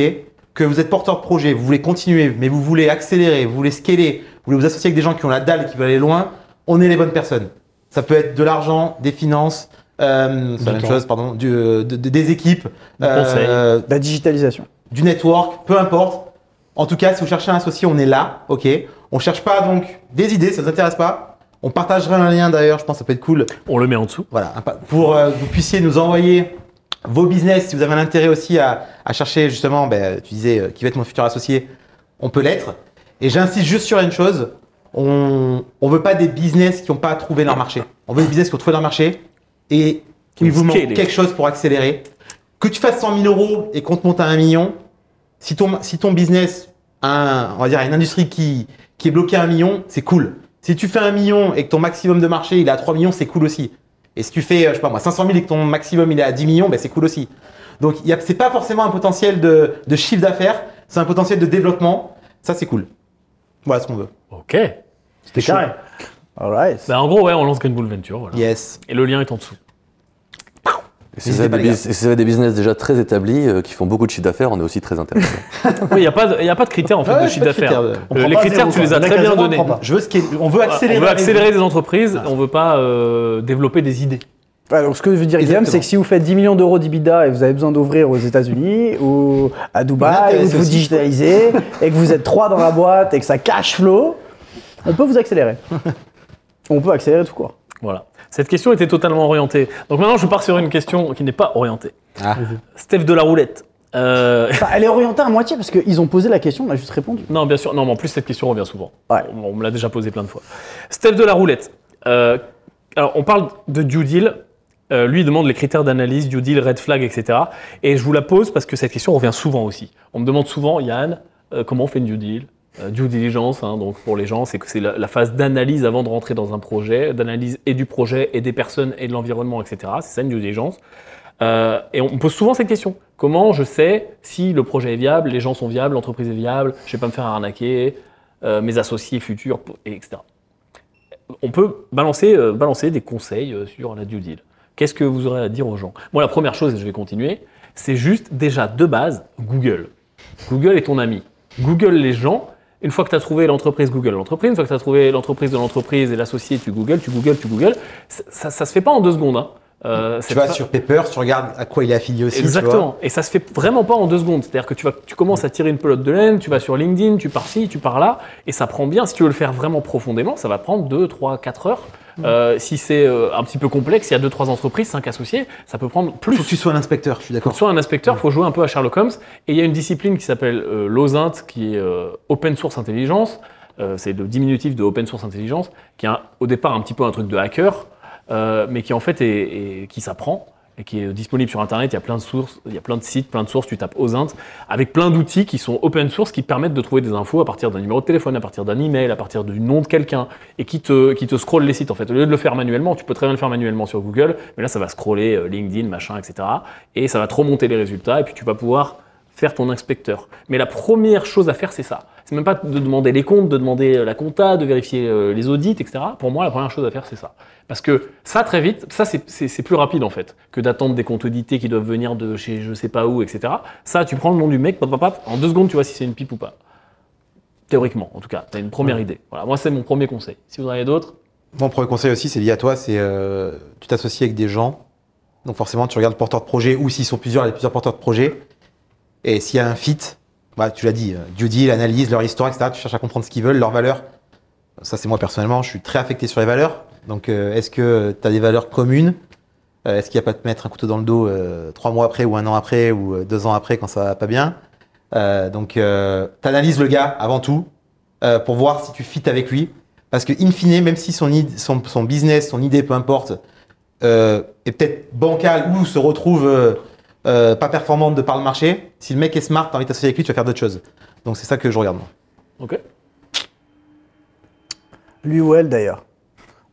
que vous êtes porteur de projet, vous voulez continuer, mais vous voulez accélérer, vous voulez scaler, vous voulez vous associer avec des gens qui ont la dalle et qui veulent aller loin, on est les bonnes personnes. Ça peut être de l'argent, des finances, euh, c'est la même temps. chose, pardon, du- euh, de- de- des équipes, euh, Du conseil. La digitalisation. du network, peu importe. En tout cas, si vous cherchez un associé, on est là, ok. On cherche pas donc des idées, ça ne vous intéresse pas. On partagera un lien d'ailleurs, je pense que ça peut être cool. On le met en dessous. Voilà, un pa- pour euh, que vous puissiez nous envoyer vos business, si vous avez un intérêt aussi à, à chercher justement, ben, tu disais, euh, qui va être mon futur associé, on peut l'être. Et j'insiste juste sur une chose, on ne veut pas des business qui n'ont pas trouvé leur marché. On veut des business qui ont trouvé leur marché et Qui où il ont vous manque scalé. quelque chose pour accélérer. Que tu fasses 100 000 euros et qu'on te monte à 1 million, si ton, si ton business a un- on va dire, une industrie qui, qui est bloquée à 1 million, c'est cool. Si tu fais 1 million et que ton maximum de marché il est à 3 millions, c'est cool aussi. Et si tu fais, euh, je sais pas moi, 500 000 et que ton maximum il est à 10 millions, ben c'est cool aussi. Donc il y a- c'est pas forcément un potentiel de, de chiffre d'affaires, c'est un potentiel de développement. Ça c'est cool. Voilà ce qu'on veut. Ok. C'était carré. Alright. Bah, en gros, ouais, on lance Green Bull Venture. Voilà. Yes. Et le lien est en dessous. Et si n'hésitez vous avez pas, des les bus- et si vous avez des business déjà très établis euh, qui font beaucoup de chiffre d'affaires, on est aussi très intéressé. Oui, il n'y a, pas de- y a pas de critères en fait Ah Ouais, de j'ai chiffre pas de d'affaires. critères de- On Euh, prend les pas critères, zéro, tu les quoi. as On a très bien quasiment, on donnés. Ah, prend pas. Je veux ce qui est- on veut accélérer. on veut la accélérer maison. des entreprises, on veut pas euh, développer des idées. Ouais, donc ce que veut dire Guillaume, Exactement. c'est que si vous faites 10 millions d'euros d'Ibida et vous avez besoin d'ouvrir aux États-Unis ou à Dubaï, L'intérêt, ou c'est que vous aussi- digitalisez et que vous êtes trois dans la boîte et que ça cash flow, on peut vous accélérer. on peut accélérer tout court. Voilà. Cette question était totalement orientée. Donc maintenant, je pars sur une question qui n'est pas orientée. Ah. Steph de la roulette. Euh, Enfin, elle est orientée à moitié parce qu'ils ont posé la question, on a juste répondu. non, bien sûr. Non, mais en plus, cette question revient souvent. Ouais. On, on me l'a déjà posée plein de fois. Steph de la roulette. Euh, alors, on parle de due deal. Euh, lui il demande les critères d'analyse, due deal, red flag, etc. Et je vous la pose parce que cette question revient souvent aussi. On me demande souvent, Yann, euh, comment on fait une due deal Euh, Due diligence, hein, donc pour les gens, c'est que c'est la, la phase d'analyse avant de rentrer dans un projet, d'analyse et du projet et des personnes et de l'environnement, etc. C'est ça une due diligence. Euh, et on me pose souvent cette question. Comment je sais si le projet est viable, les gens sont viables, l'entreprise est viable, je ne vais pas me faire arnaquer, euh, mes associés futurs, et etc. On peut balancer, euh, balancer des conseils euh, sur la due deal. Qu'est-ce que vous aurez à dire aux gens Moi, la première chose, et je vais continuer, c'est juste déjà de base Google. Google est ton ami. Google les gens. Une fois que tu as trouvé l'entreprise, Google l'entreprise. Une fois que tu as trouvé l'entreprise de l'entreprise et l'associé, tu Google, tu Google, tu Google. Ça, ça, ça se fait pas en deux secondes. hein. Euh, Tu cette vas fa- sur Paper, tu regardes à quoi il est affilié aussi. tu vois. Exactement. Et ça se fait vraiment pas en deux secondes. C'est-à-dire que tu, vas, tu commences à tirer une pelote de laine, tu vas sur LinkedIn, tu pars ci, tu pars là, et ça prend bien. Si tu veux le faire vraiment profondément, ça va prendre 2, 3, 4 heures. Mm. Euh, si c'est euh, un petit peu complexe, il y a 2-3 entreprises, 5 associés, ça peut prendre plus. Faut que tu sois l'inspecteur, je suis Pour d'accord. que tu sois un inspecteur, il faut jouer un peu à Sherlock Holmes. Et il y a une discipline qui s'appelle euh, l'OSINT, qui est euh, Open Source Intelligence. Euh, c'est le diminutif de Open Source Intelligence, qui est un- au départ un petit peu un truc de hacker, euh, mais qui en fait est, est- qui s'apprend et qui est disponible sur Internet. Il y a plein de sources, il y a plein de sites, plein de sources. Tu tapes OSINT avec plein d'outils qui sont open source, qui te permettent de trouver des infos à partir d'un numéro de téléphone, à partir d'un email, à partir du nom de quelqu'un, et qui te, qui te scrolle les sites. En fait, au lieu de le faire manuellement, tu peux très bien le faire manuellement sur Google, mais là, ça va scroller euh, LinkedIn, machin, etc. Et ça va te remonter les résultats, et puis tu vas pouvoir faire ton inspecteur. Mais la première chose à faire, c'est ça. C'est même pas de demander les comptes, de demander euh, la compta, de vérifier euh, les audits, etc. Pour moi, la première chose à faire, c'est ça. Parce que ça, très vite, ça, c'est- c'est c'est plus rapide, en fait, que d'attendre des comptes audités qui doivent venir de chez je sais pas où, etc. Ça, tu prends le nom du mec, pop, pop, pop, en deux secondes, tu vois si c'est une pipe ou pas. Théoriquement, en tout cas, tu as une première idée. Voilà, moi, c'est mon premier conseil. Si vous en avez d'autres, Mon premier conseil aussi, c'est lié à toi, c'est euh, tu t'associes avec des gens. Donc forcément, tu regardes le porteur de projet ou s'ils sont plusieurs, il y a plusieurs porteurs de projet. Et s'il y a un fit, bah, tu l'as dit, euh, due deal, analyse, leur histoire, etc. Tu cherches à comprendre ce qu'ils veulent, leurs valeurs. Ça, c'est moi personnellement, je suis très affecté sur les valeurs. Donc euh, est-ce que tu as des valeurs communes Euh, Est-ce qu'il n'y a pas de te mettre un couteau dans le dos euh, trois mois après ou un an après ou euh, deux ans après quand ça va pas bien Euh, Donc tu analyses le gars avant tout euh, pour voir si tu fit avec lui. Parce que, in fine, même si son, id- son, son business, son idée, peu importe, euh, est peut-être bancale ou se retrouve euh, euh, pas performante de par le marché. Si le mec est smart, t'as envie de t'associer avec lui, tu vas faire d'autres choses. Donc c'est ça que je regarde. moi. Ok. Lui ou elle d'ailleurs.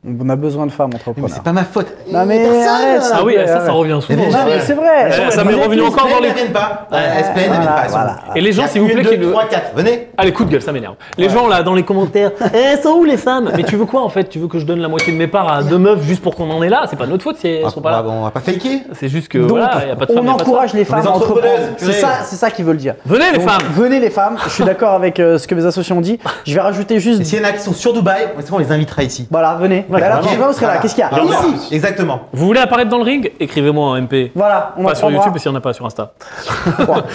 On a besoin de femmes Mais entrepreneurs. c'est pas ma faute. Non mais arrête. s'il Ah te oui, plaît, ça, ça arrête. revient souvent. Mais Non mais Eh, c'est vrai. ça m'est Vous êtes revenu tous- encore dans les. ne viennent pas. Ouais, Ouais, SPN, ne viennent voilà, pas. elles sont- voilà. Et les gens, s'il vous plaît, qui 2, nous. 3, 4, venez. Allez, coup de gueule, ça m'énerve. Les gens là dans les commentaires, eh, sont où les femmes Mais tu veux quoi en fait Tu veux que je donne la moitié de mes parts à deux meufs juste pour qu'on en est là C'est pas de notre faute si elles Ah, sont pas bah, là. bon, on va pas faker. C'est juste que Donc, voilà, y a pas de femmes. on y a pas de encourage les femmes à entreprendre. entrepreneuses, C'est purée. ça, c'est ça qu'ils veulent dire. femmes. Venez les Donc, femmes Venez les femmes. Je suis d'accord avec euh, ce que mes associés ont dit. Je vais rajouter Et juste. s'il y en a qui sont sur Dubaï, on- on les invitera ici. Voilà, venez. Ouais, Bah, là, carrément. tu sais pas, on serait là. Voilà. Qu'est-ce qu'il y a Voilà. Ici. Exactement. Vous voulez apparaître dans le ring Écrivez-moi un MP. Voilà, on en Pas sur prendra. YouTube, mais s'il n'y en a pas sur Insta.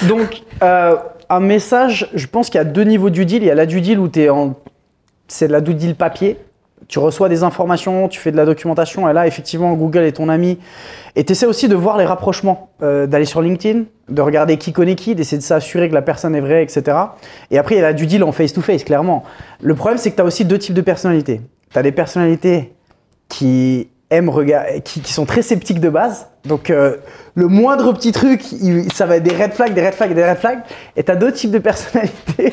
Donc, euh, un message, je pense qu'il y a deux niveaux du deal. Il y a la du deal où tu es en. C'est de la du deal papier. Tu reçois des informations, tu fais de la documentation, et là, effectivement, Google est ton ami. Et tu essaies aussi de voir les rapprochements, euh, d'aller sur LinkedIn, de regarder qui connaît qui, d'essayer de s'assurer que la personne est vraie, etc. Et après, il y a la du deal en face-to-face, clairement. Le problème, c'est que tu as aussi deux types de personnalités. Tu as des personnalités qui aiment rega- qui, qui sont très sceptiques de base. Donc euh, le moindre petit truc, il- ça va être des red flags, des red flags, des red flags. Et t'as deux types de personnalités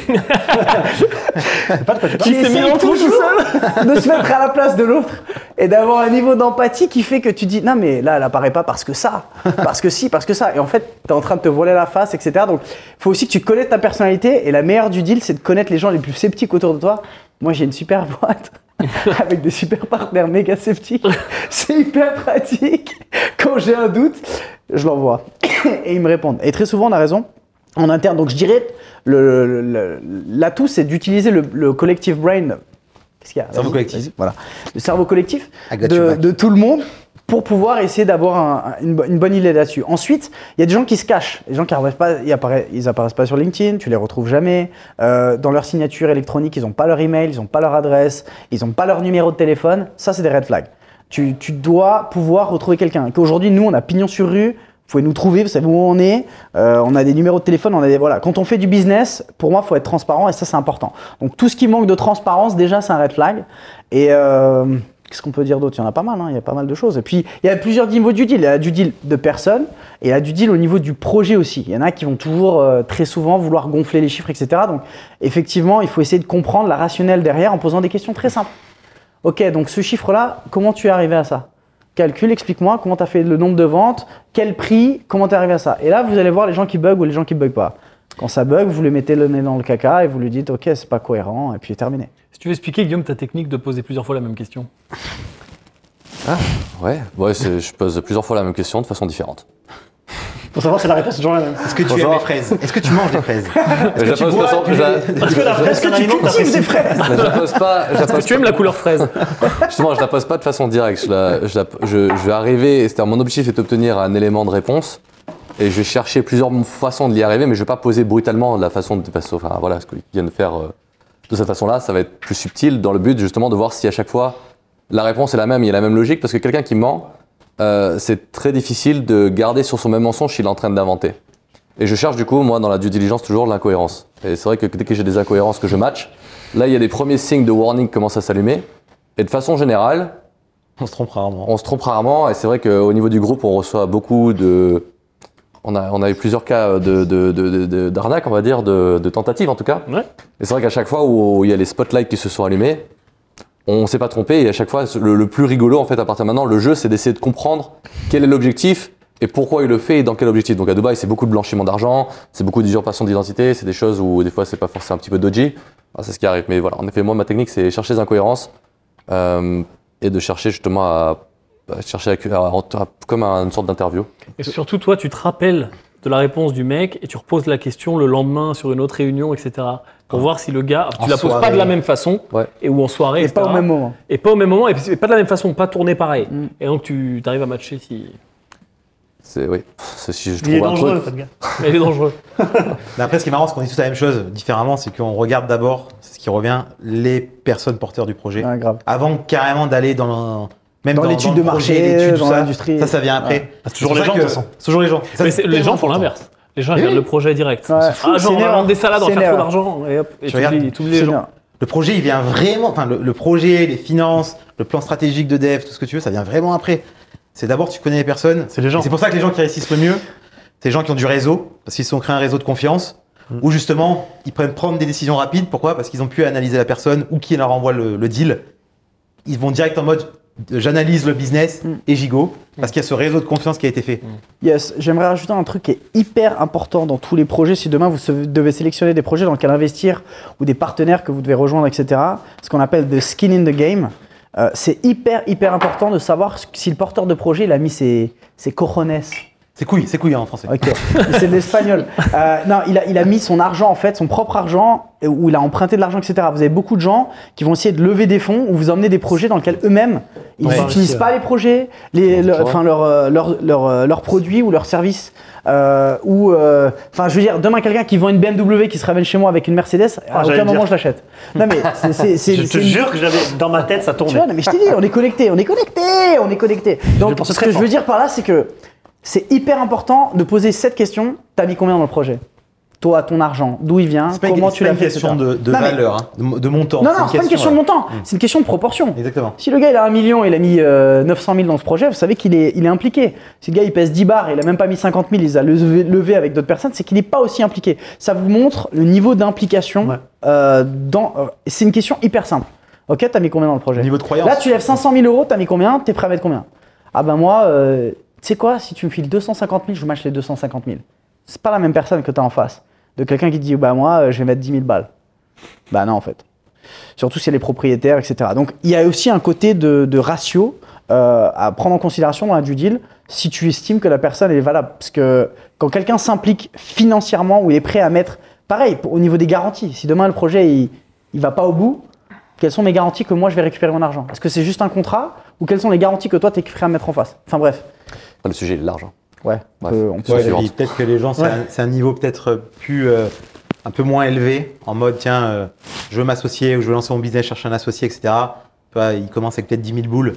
s'est qui mis essayent dans le trou toujours de se mettre à la place de l'autre et d'avoir un niveau d'empathie qui fait que tu dis non mais là elle apparaît pas parce que ça, parce que si, parce que ça. Et en fait t'es en train de te voler la face, etc. Donc faut aussi que tu connaisses ta personnalité. Et la meilleure du deal, c'est de connaître les gens les plus sceptiques autour de toi. Moi j'ai une super boîte avec des super partenaires méga sceptiques. C'est hyper pratique. Quand j'ai un doute, je l'envoie et ils me répondent. Et très souvent, on a raison en interne. Donc je dirais, le- le- le- l'atout, c'est d'utiliser le, le collective brain. Qu'est-ce qu'il y a Cerveau Vas-y, collectif. vas-y, Voilà. Le cerveau collectif I got your de, back. de tout le monde pour pouvoir essayer d'avoir un- une, bo- une bonne idée là-dessus. Ensuite, il y a des gens qui se cachent, des gens qui n'apparaissent pas, ils apparaissent, ils apparaissent pas sur LinkedIn, tu les retrouves jamais. Euh, dans leur signature électronique, ils n'ont pas leur email, ils n'ont pas leur adresse, ils n'ont pas leur numéro de téléphone. Ça, c'est des red flags. Tu, tu dois pouvoir retrouver quelqu'un. Et Qu'aujourd'hui, nous, on a pignon sur rue. Vous pouvez nous trouver, vous savez où on est. euh, on a des numéros de téléphone, on a des voilà. Quand on fait du business, pour moi, faut être transparent et ça, c'est important. Donc tout ce qui manque de transparence, déjà, c'est un red flag. Et euh, qu'est-ce qu'on peut dire d'autre Il y en a pas mal. hein, il y a pas mal de choses. Et puis il y a plusieurs niveaux du deal. Il y a du deal de personnes et il y a du deal au niveau du projet aussi. Il y en a qui vont toujours euh, très souvent vouloir gonfler les chiffres, etc. Donc effectivement, il faut essayer de comprendre la rationnelle derrière en posant des questions très simples. Ok, donc ce chiffre-là, comment tu es arrivé à ça Calcul, explique-moi comment tu as fait le nombre de ventes, quel prix, comment tu es arrivé à ça. Et là, vous allez voir les gens qui bug ou les gens qui bug pas. Quand ça bug, vous les mettez le nez dans le caca et vous lui dites ok, c'est pas cohérent, et puis terminé. Si tu veux expliquer, Guillaume, ta technique de poser plusieurs fois la même question. Ouais, ouais c'est- je pose plusieurs fois la même question de façon différente. Pour savoir si la réponse est toujours la même. Est-ce que tu Bonjour. aimes les fraises Est-ce que tu manges les fraises Je la pose de façon. je la- Est-ce que la Est-ce que tu cultives des fraises je la pose pas. Je la Parce pose que tu aimes la couleur fraise. Justement, je la pose pas de façon directe. Je, la- je, la- je- je vais arriver. C'est-à-dire, mon objectif est d'obtenir un élément de réponse. Et je vais chercher plusieurs façons de l'y arriver, mais je vais pas poser brutalement de la façon de. parce que, Enfin, voilà, ce qu'il vient de faire euh, de cette façon-là, ça va être plus subtil dans le but justement de voir si à chaque fois la réponse est la même, il y a la même logique, parce que quelqu'un qui ment, euh, c'est très difficile de garder sur son même mensonge s'il est en train d'inventer. Et je cherche du coup, moi, dans la due diligence, toujours l'incohérence. Et c'est vrai que dès que j'ai des incohérences que je match, là, il y a des premiers signes de warning qui commencent à s'allumer. Et de façon générale, On se trompe rarement. on se trompe rarement. Et c'est vrai qu'au niveau du groupe, on reçoit beaucoup de. On a, on a eu plusieurs cas de, de, de- de- de- d'arnaque, on va dire, de, de tentatives en tout cas. Ouais. Et c'est vrai qu'à chaque fois où il y a les spotlights qui se sont allumés, on s'est pas trompé. Et à chaque fois, le, le plus rigolo, en fait, à partir de maintenant, le jeu, c'est d'essayer de comprendre quel est l'objectif et pourquoi il le fait et dans quel objectif. Donc à Dubaï, c'est beaucoup de blanchiment d'argent, c'est beaucoup d'usurpation d'identité, c'est des choses où des fois, c'est pas forcément un petit peu dodgy. Alors, c'est ce qui arrive. Mais voilà, en effet, moi, ma technique, c'est chercher des incohérences euh, et de chercher justement à. à chercher à- à- à- comme à une sorte d'interview. Et surtout, toi, tu te rappelles de la réponse du mec et tu reposes la question le lendemain sur une autre réunion, etc. Ah. Pour voir si le gars, tu En la poses pas soirée. de la même façon Ouais. et ou en soirée, Et etc. pas au même moment. Et pas au même moment et puis- et pas de la même façon, pas tourné pareil. Mm. Et donc tu arrives à matcher si. C'est oui. C'est si je Il est trouve un truc. dangereux, ce gars. Elle est dangereuse. Mais après, ce qui est marrant, c'est qu'on dit tous la même chose différemment, c'est qu'on regarde d'abord, c'est ce qui revient, les personnes porteurs du projet. Ah, grave. Avant carrément d'aller dans même Dans l'étude de le projet, marché, l'étude, dans tout ça. l'industrie. Ça, ça vient après. C'est toujours pour les ça gens, que- de toute façon. C'est toujours les gens. Ça, Mais c'est c'est- les tellement gens font important. l'inverse. Les gens ils regardent le projet direct. Ouais, Ah, fou, c'est genre, on une va erreur. vendre des salades, on va C'est une faire trop erreur. d'argent. Et hop, et Tu tu oublies, regardes- tu oublies les C'est gens. bien. Le projet, il vient vraiment. Enfin, le, le projet, les finances, le plan stratégique de dev, tout ce que tu veux, ça vient vraiment après. C'est d'abord, tu connais les personnes. C'est les gens. Et C'est pour ça que les gens qui réussissent le mieux, c'est les gens qui ont du réseau, parce qu'ils se sont créés un réseau de confiance, Mm. où justement, ils peuvent prendre des décisions rapides. Pourquoi Parce qu'ils ont pu analyser la personne ou qui leur envoie le, le deal. Ils vont direct en mode j'analyse le business Mm. et gigot, parce qu'il y a ce réseau de confiance qui a été fait. Mm. Yes, j'aimerais rajouter un truc qui est hyper important dans tous les projets. Si demain vous se- devez sélectionner des projets dans lesquels investir ou des partenaires que vous devez rejoindre, etc., ce qu'on appelle the skin in the game, euh, c'est hyper, hyper important de savoir si le porteur de projet il a mis ses, ses cojones. C'est couille, c'est couille hein, en français. Ok, c'est de l'espagnol. Euh, non, il a, il a mis son argent, en fait, son propre argent, et où il a emprunté de l'argent, etc. Vous avez beaucoup de gens qui vont essayer de lever des fonds ou vous emmener des projets dans lesquels eux-mêmes, ils Ouais. n'utilisent pas les projets, les, le- enfin, leurs euh, leurs- leurs, euh, leurs produits ou leurs services. Euh, ou, euh, enfin, je veux dire, demain, quelqu'un qui vend une BMW qui se ramène chez moi avec une Mercedes, Ah, à j'allais aucun moment dire. je l'achète. Non, mais c'est- c'est. c'est- Je te c'est- jure que j'avais dans ma tête ça tu tournait. vois, non, mais je t'ai dit, on est connecté, on est connecté, on est connecté. le Donc, pense ce très que je fort. veux dire par là, c'est que c'est hyper important de poser cette question. T'as mis combien dans le projet Toi, ton argent, d'où il vient, C'est pas, une- comment c'est tu pas l'as une fait question etc. de, de Non, mais- valeur, hein, de, de montant. Non, non, c'est pas une question de euh, montant, c'est une question de proportion. Exactement. Si le gars il a un million, il a mis euh, 900 000 dans ce projet, vous savez qu'il est, il est impliqué. Si le gars il pèse 10 bars, il a même pas mis 50 000, il les a levé, levé avec d'autres personnes, c'est qu'il n'est pas aussi impliqué. Ça vous montre le niveau d'implication. Ouais. euh, dans. euh, c'est une question hyper simple. Ok, t'as mis combien dans le projet Niveau de croyance. Là, tu lèves 500 000 euros, t'as mis combien T'es prêt à mettre combien Ah ben moi, euh, tu sais quoi Si tu me files 250 000, je match les 250 000. C'est pas la même personne que t'as en face. De quelqu'un qui te dit, bah moi, euh, je vais mettre 10 000 balles. Bah non, en fait. Surtout si elle est propriétaire, etc. Donc il y a aussi un côté de, de ratio euh, à prendre en considération dans la due deal si tu estimes que la personne elle est valable. Parce que quand quelqu'un s'implique financièrement ou il est prêt à mettre, pareil, pour- au niveau des garanties, si demain le projet il, il va pas au bout, quelles sont mes garanties que moi je vais récupérer mon argent Est-ce que c'est juste un contrat ou quelles sont les garanties que toi tu es prêt à mettre en face Enfin bref. Le sujet il est large. hein. Ouais, on Bref. peut- on peut- Ouais, Ouais, suivante. puis peut-être que les gens, c'est un- c'est un, niveau peut-être plus, euh, un peu moins élevé, en mode tiens, euh, je veux m'associer ou je veux lancer mon business, chercher un associé, etc. Tu vois, ils commencent avec peut-être 10 000 boules.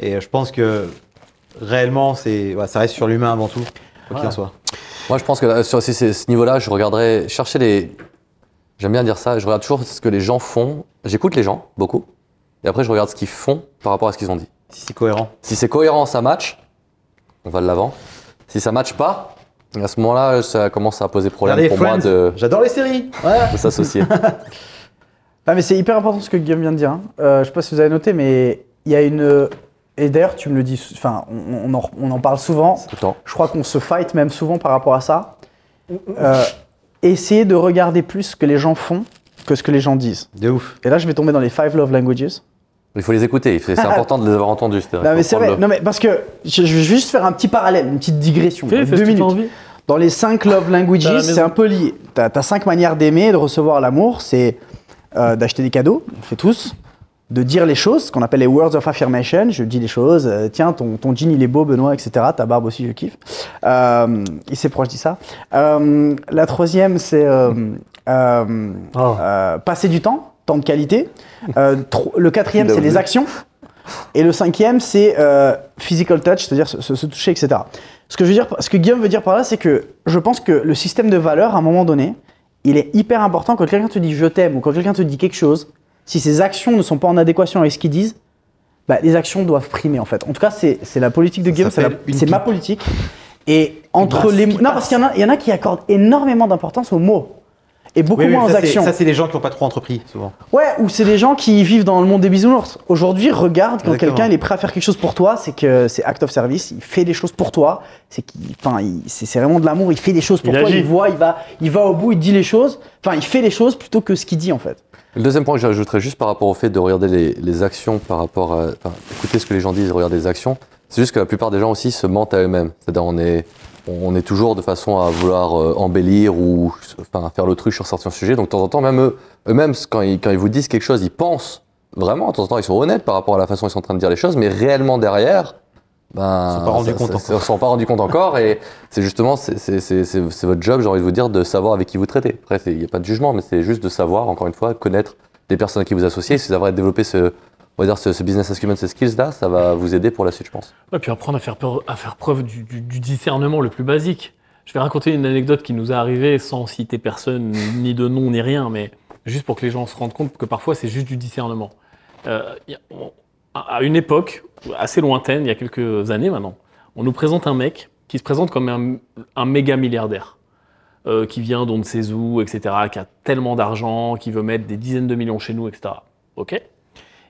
Et euh, je pense que réellement, c'est, ouais, ça reste sur l'humain avant tout, quoi qu'il en soit. Moi, je pense que là, sur si c'est ce niveau-là, je regarderais, chercher les. J'aime bien dire ça, je regarde toujours ce que les gens font. J'écoute les gens, beaucoup. Et après, je regarde ce qu'ils font par rapport à ce qu'ils ont dit. Si c'est cohérent. Si c'est cohérent, ça match, on va de l'avant. Si ça match pas, à ce moment-là, ça commence à poser problème Regardez pour moi Friends, de, j'adore les séries. Voilà. de s'associer. Ah, mais c'est hyper important ce que Guillaume vient de dire. hein. Euh, je sais pas si vous avez noté, mais il y a une. euh, Et d'ailleurs, tu me le dis, sou- enfin, on, on en, on en parle souvent. Tout le temps. Je crois qu'on se fight même souvent par rapport à ça. Euh, essayez de regarder plus ce que les gens font que ce que les gens disent. De ouf. Et là, je vais tomber dans les five love languages. Il faut les écouter, c'est c'est important de les avoir entendus. c'est-à-dire Non, qu'il mais faut c'est vrai. prendre Non, mais parce que je, je vais juste faire un petit parallèle, une petite digression. Fais, fais deux ce que t'as minutes. envie. Dans les cinq Ah, love T'as la languages, maison. c'est un peu lié. T'as as cinq manières d'aimer et de recevoir l'amour. C'est euh, d'acheter des cadeaux, on le fait tous. De dire les choses, ce qu'on appelle les words of affirmation. Je dis les choses. euh, Tiens, ton, ton jean, il est beau, Benoît, etc. Ta barbe aussi, je kiffe. Euh, il sait pourquoi je dis ça. Euh, la troisième, c'est euh, euh, Oh. euh, passer du temps, temps de qualité. Euh, tro- le quatrième, c'est les actions. Et le cinquième, c'est euh, physical touch, c'est-à-dire se, se- se toucher, etc. Ce que, je veux dire, ce que Guillaume veut dire par là, c'est que je pense que le système de valeurs, à un moment donné, il est hyper important quand quelqu'un te dit je t'aime ou quand quelqu'un te dit quelque chose, si ses actions ne sont pas en adéquation avec ce qu'ils disent, bah, les actions doivent primer en fait. En tout cas, c'est c'est la politique de Guillaume, c'est la- s'appelle une c'est ma pipe. politique. Et entre passe, les qui mots. Non, parce qu'il y, en a- il y en a qui accordent énormément d'importance aux mots et beaucoup Oui, oui, moins mais aux ça, c'est, actions. ça, c'est les gens qui n'ont pas trop entrepris, souvent. Ouais, ou c'est des gens qui vivent dans le monde des bisounours. Aujourd'hui, regarde quand Exactement. quelqu'un il est prêt à faire quelque chose pour toi, c'est que c'est act of service, il fait des choses pour toi, c'est qu'il enfin il- c'est c'est vraiment de l'amour, il fait des choses pour Il toi, agit. il voit, il va il va au bout, il dit les choses, enfin il fait les choses plutôt que ce qu'il dit en fait. Le deuxième point que j'ajouterais juste par rapport au fait de regarder les, les actions par rapport à. Enfin, écouter ce que les gens disent, regarder les actions. C'est juste que la plupart des gens aussi se mentent à eux-mêmes. C'est-à-dire, on est, on est toujours de façon à vouloir euh, embellir ou enfin, faire l'autruche sur certains sujets. Donc, de temps en temps, même eux- eux-mêmes, quand ils, quand ils vous disent quelque chose, ils pensent vraiment. De temps en temps, ils sont honnêtes par rapport à la façon dont ils sont en train de dire les choses, mais réellement derrière. Ben, Ils sont pas rendus compte Ils ne sont pas rendus compte encore. Et c'est justement, c'est- c'est c'est- c'est- c'est votre job, j'ai envie de vous dire, de savoir avec qui vous traitez. Après, c'est- il n'y a pas de jugement, mais c'est juste de savoir, encore une fois, connaître les personnes à qui vous associez. Si vous avez développé ce, on va dire, ce, ce business acumen, ces skills-là, ça va vous aider pour la suite, je pense. Ouais, puis apprendre à faire, peur- à faire preuve du, du- du discernement le plus basique. Je vais raconter une anecdote qui nous est arrivée sans citer personne, ni de nom, ni rien, mais juste pour que les gens se rendent compte que parfois c'est juste du discernement. Euh, y a- on- à à une époque assez lointaine, il y a quelques années maintenant, on nous présente un mec qui se présente comme un, un méga milliardaire, euh, qui vient d'on ne sait où, etc., qui a tellement d'argent, qui veut mettre des dizaines de millions chez nous, etc. OK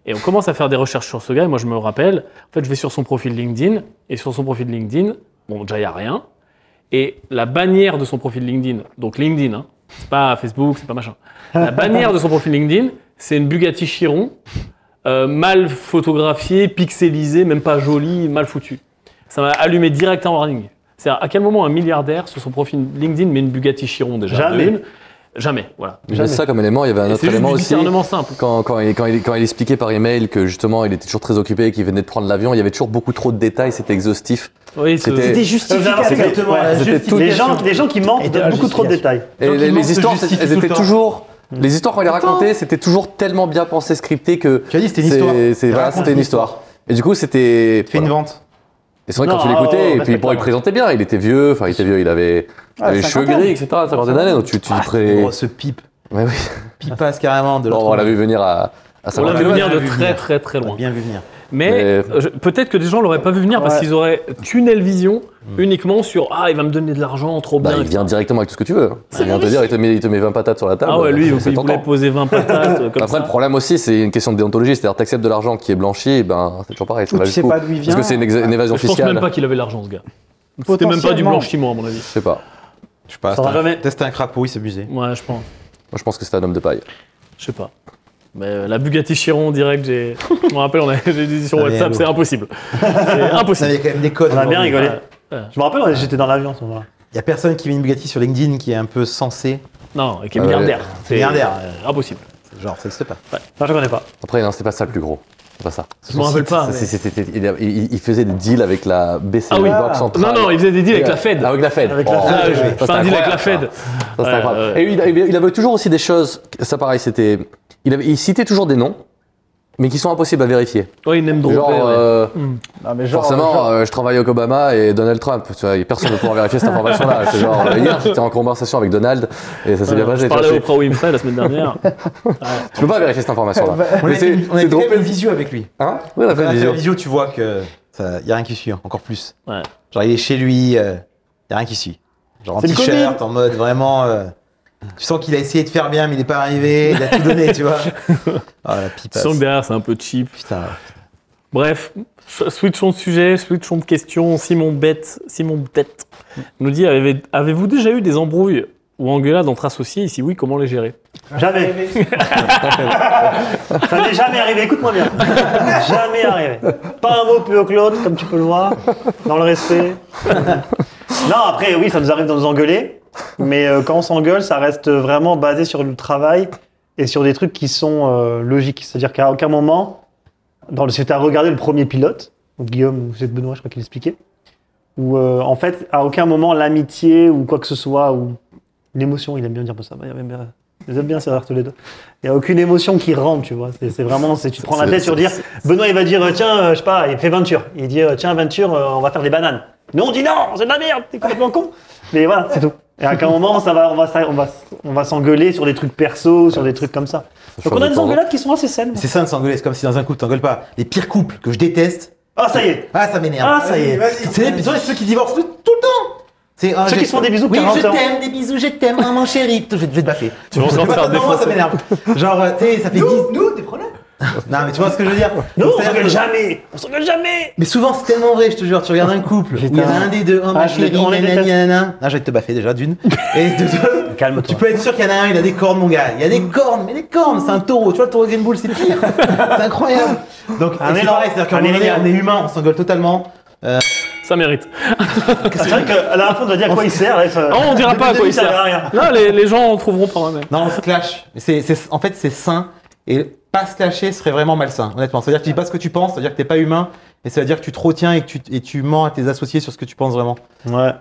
Et on commence à faire des recherches sur ce gars, et moi je me rappelle, en fait, je vais sur son profil LinkedIn, et sur son profil LinkedIn, bon, déjà, il n'y a rien. Et la bannière de son profil LinkedIn, donc LinkedIn, hein, c'est pas Facebook, c'est pas machin. La bannière de son profil LinkedIn, c'est une Bugatti Chiron, euh, mal photographiée, pixelisée, même pas jolie, mal foutue. Ça m'a allumé direct un warning. C'est-à-dire, à quel moment un milliardaire sur son profil LinkedIn met une Bugatti Chiron déjà Jamais. de une Jamais, voilà. Mais ça comme élément, il y avait un Et autre C'est juste élément du aussi. discernement simple. Quand, quand, il, quand, il, quand il expliquait par email que justement il était toujours très occupé et qu'il venait de prendre l'avion, il y avait toujours beaucoup trop de détails, c'était exhaustif. Oui, ce- C'était- C'était c'est justificatif. exactement la C'était tout- Les gens, les gens qui mentent Et de donnent la beaucoup trop de justification. détails. Et Donc, les, il les manque de histoires, justice elles tout le étaient temps. toujours. Les histoires, quand il les racontait, c'était toujours tellement bien pensé, scripté que. Tu as dit, c'était une c'est- histoire. c'est- voilà, raconte c'était une une histoire. Et du coup, c'était. Fais une vente. Et c'est vrai, que quand Non, tu ah, l'écoutais, ouais, et puis bon, il respectable. présentait bien, il était vieux, enfin, il était vieux, il avait, il avait les cheveux cinquantaine. gris, etc., cinquantaine d'années, donc tu, tu dis très. Oh, ce pipe. Ouais, oui. Pipasse carrément de l'autre. Bon, on l'a vu venir à, à on l'a 50 vu venir on l'a de vu très venir. très très On l'a loin. bien vu venir. Mais, Mais- euh, je- peut-être que des gens l'auraient pas vu venir parce Ouais. qu'ils auraient tunnel vision uniquement sur ah il va me donner de l'argent trop Bah, bien. il vient directement avec tout ce que tu veux. hein. Il vient te dire, il te, met, il te met 20 patates sur la table. ah ouais lui il, c'est il voulait tentant. poser 20 patates euh, comme Après, ça. le problème aussi, c'est une question de déontologie. C'est-à-dire, t'acceptes de l'argent qui est blanchi, et ben, c'est toujours pareil. ça Ou va tu sais jusqu'où. pas d'où il Parce vient. que c'est une, exa- une évasion Je pense fiscale. même pas qu'il avait l'argent ce gars. C'était même pas du Potentiellement. blanchiment à mon avis. Je sais pas. Je sais pas. Ça va c'était un- jamais. peut-être c'était un crapaud, il s'amusait. Ouais je pense. Moi, je pense que c'est un homme de paille. Je sais pas. Mais euh, la Bugatti Chiron direct j'ai. Je me rappelle on avait j'ai dit sur Allez, WhatsApp allô. c'est impossible. C'est Ça impossible. avait quand même des codes. On a bien aujourd'hui. rigolé. Ouais. Je me rappelle, on- j'étais dans l'avion à ce moment-là. Il y a personne qui met une Bugatti sur LinkedIn qui est un peu sensé. Non et qui est Ah ouais. milliardaire. C'est Milliardaire. euh, impossible. Genre, ça existe pas. Non, je connais pas. Après, non, c'est pas ça le plus gros. C'est pas ça. Je me rappelle pas. Ça, mais- c'est- c'était- il, a- il- il faisait des deals avec la BCE, Ah oui. Banque Centrale. Non non il faisait des deals avec la Fed. Ah, avec la Fed. Avec la Oh, Fed, Ah, ça, oui, ouais. je c'est fais un deal avec la incroyable, ça. Fed. Ça, c'est Ouais, incroyable. ouais. Et il avait, il avait toujours aussi des choses, ça pareil, c'était. Il, avait- il citait toujours des noms, mais qui sont impossibles à vérifier. Ouais, Oh, il n'aime Genre, dropper, ouais. euh, Non, mais genre, forcément, genre- euh, je travaille avec Obama et Donald Trump. Tu vois, et personne ne pourra vérifier cette information-là. C'est genre, euh, hier, j'étais en conversation avec Donald et ça s'est bien Je passé. Tu, vois, parlais à c'est- Oprah Winfrey la semaine dernière. tu peux pas vérifier cette information-là. On Mais a fait c'est une- on a c'est fait quand drôle. même une visio avec lui. Hein Oui, Quand on on a fait une a fait la vidéo. visio, tu vois que ça, y a rien qui suit, hein, encore plus. Ouais. Genre, il est chez lui, euh, y a rien qui suit. Genre en C'est le t-shirt, en mode vraiment. euh, tu sens qu'il a essayé de faire bien, mais il n'est pas arrivé, il a tout donné, tu vois. Ah, la pipasse. Sans que derrière, c'est un peu cheap. Putain. Bref, s- switchons de sujet, switchons de question. Simon Bête, Simon Bête nous dit avez- avez-vous déjà eu des embrouilles ou engueulades entre associés Et si oui, comment les gérer Jamais. ça n'est jamais arrivé, écoute-moi bien. jamais arrivé. Pas un mot plus haut que l'autre, comme tu peux le voir, dans le respect. non, après, oui, ça nous arrive de nous engueuler, mais euh, quand on s'engueule, ça reste vraiment basé sur le travail et sur des trucs qui sont euh, logiques. C'est-à-dire qu'à aucun moment, dans le, c'était à regarder le premier pilote, donc Guillaume ou c'est Benoît, je crois qu'il expliquait, où euh, en fait, à aucun moment, l'amitié ou quoi que ce soit, ou l'émotion, il aime bien dire ça, il aime bien, ils aiment bien César Toledo. Il n'y a aucune émotion qui rentre, tu vois. C'est c'est vraiment, c'est- tu te prends la C'est- tête sur c'est- dire, Benoît, il va dire, euh, tiens, euh, je sais pas, il fait Venture. Il dit, euh, tiens, Venture, euh, on va faire des bananes. Nous, on dit non, c'est de la merde, t'es complètement con. Mais voilà, c'est tout. Et à quel moment, ça va, on va, s'a- on va, on va s'engueuler sur des trucs perso, sur des trucs comme ça. Donc on a des engueulades qui sont assez saines. hein. C'est ça de s'engueuler, c'est comme si dans un couple t'engueules pas. Les pires couples que je déteste, Ah, ça y est. ah ça m'énerve. Ah, ça y est. C'est les- c'est ceux qui divorcent tout tout le temps. C'est, ah, Ceux j'ai- qui se font des bisous Oui, 40 je ans. t'aime, des bisous, je t'aime, ah, mon chéri. Putain, Je vais je vais te baffer. Tu vas encore Je sais te pas, faire non, moi, ça défoncer. m'énerve. Genre, euh, tu sais, ça fait 10. nous, des problèmes Non, mais tu vois ce que je veux dire Nous, Donc, on c'est-à-dire s'engueule que- jamais. On s'engueule jamais. Mais souvent, c'est tellement vrai, je te jure. Tu regardes un couple, où il y en a un des deux, oh ma Ah, je les- chérie, on les nanani, déteste. nanana. Ah, je vais te baffer déjà d'une. Et de deux, Calme-toi. tu peux être sûr qu'il y en a un, il a des cornes, mon gars. Il y a des cornes, mais des cornes, c'est un taureau. Tu vois, le taureau Green Bull, c'est pire. C'est incroyable. Donc, Un et c'est élan. pareil, c'est-à-dire qu'à un Un moment donné, élan. on est humain, on s'engueule totalement. Ça mérite. C'est vrai qu'à la fin, on doit dire à quoi il sert. là, ça- Oh, on dira Début pas à quoi il 2000, ça sert. sert à rien. Là, les, les gens en trouveront hein. par eux-mêmes. Non, on se clash. Mais c'est- c'est- en fait, c'est sain. Et pas se clasher serait vraiment malsain, honnêtement. C'est-à-dire que tu dis pas ce que tu penses, c'est-à-dire que t'es pas humain. Et ça veut dire que tu te retiens et que tu, et tu mens à tes associés sur ce que tu penses vraiment. Ouais. Moi,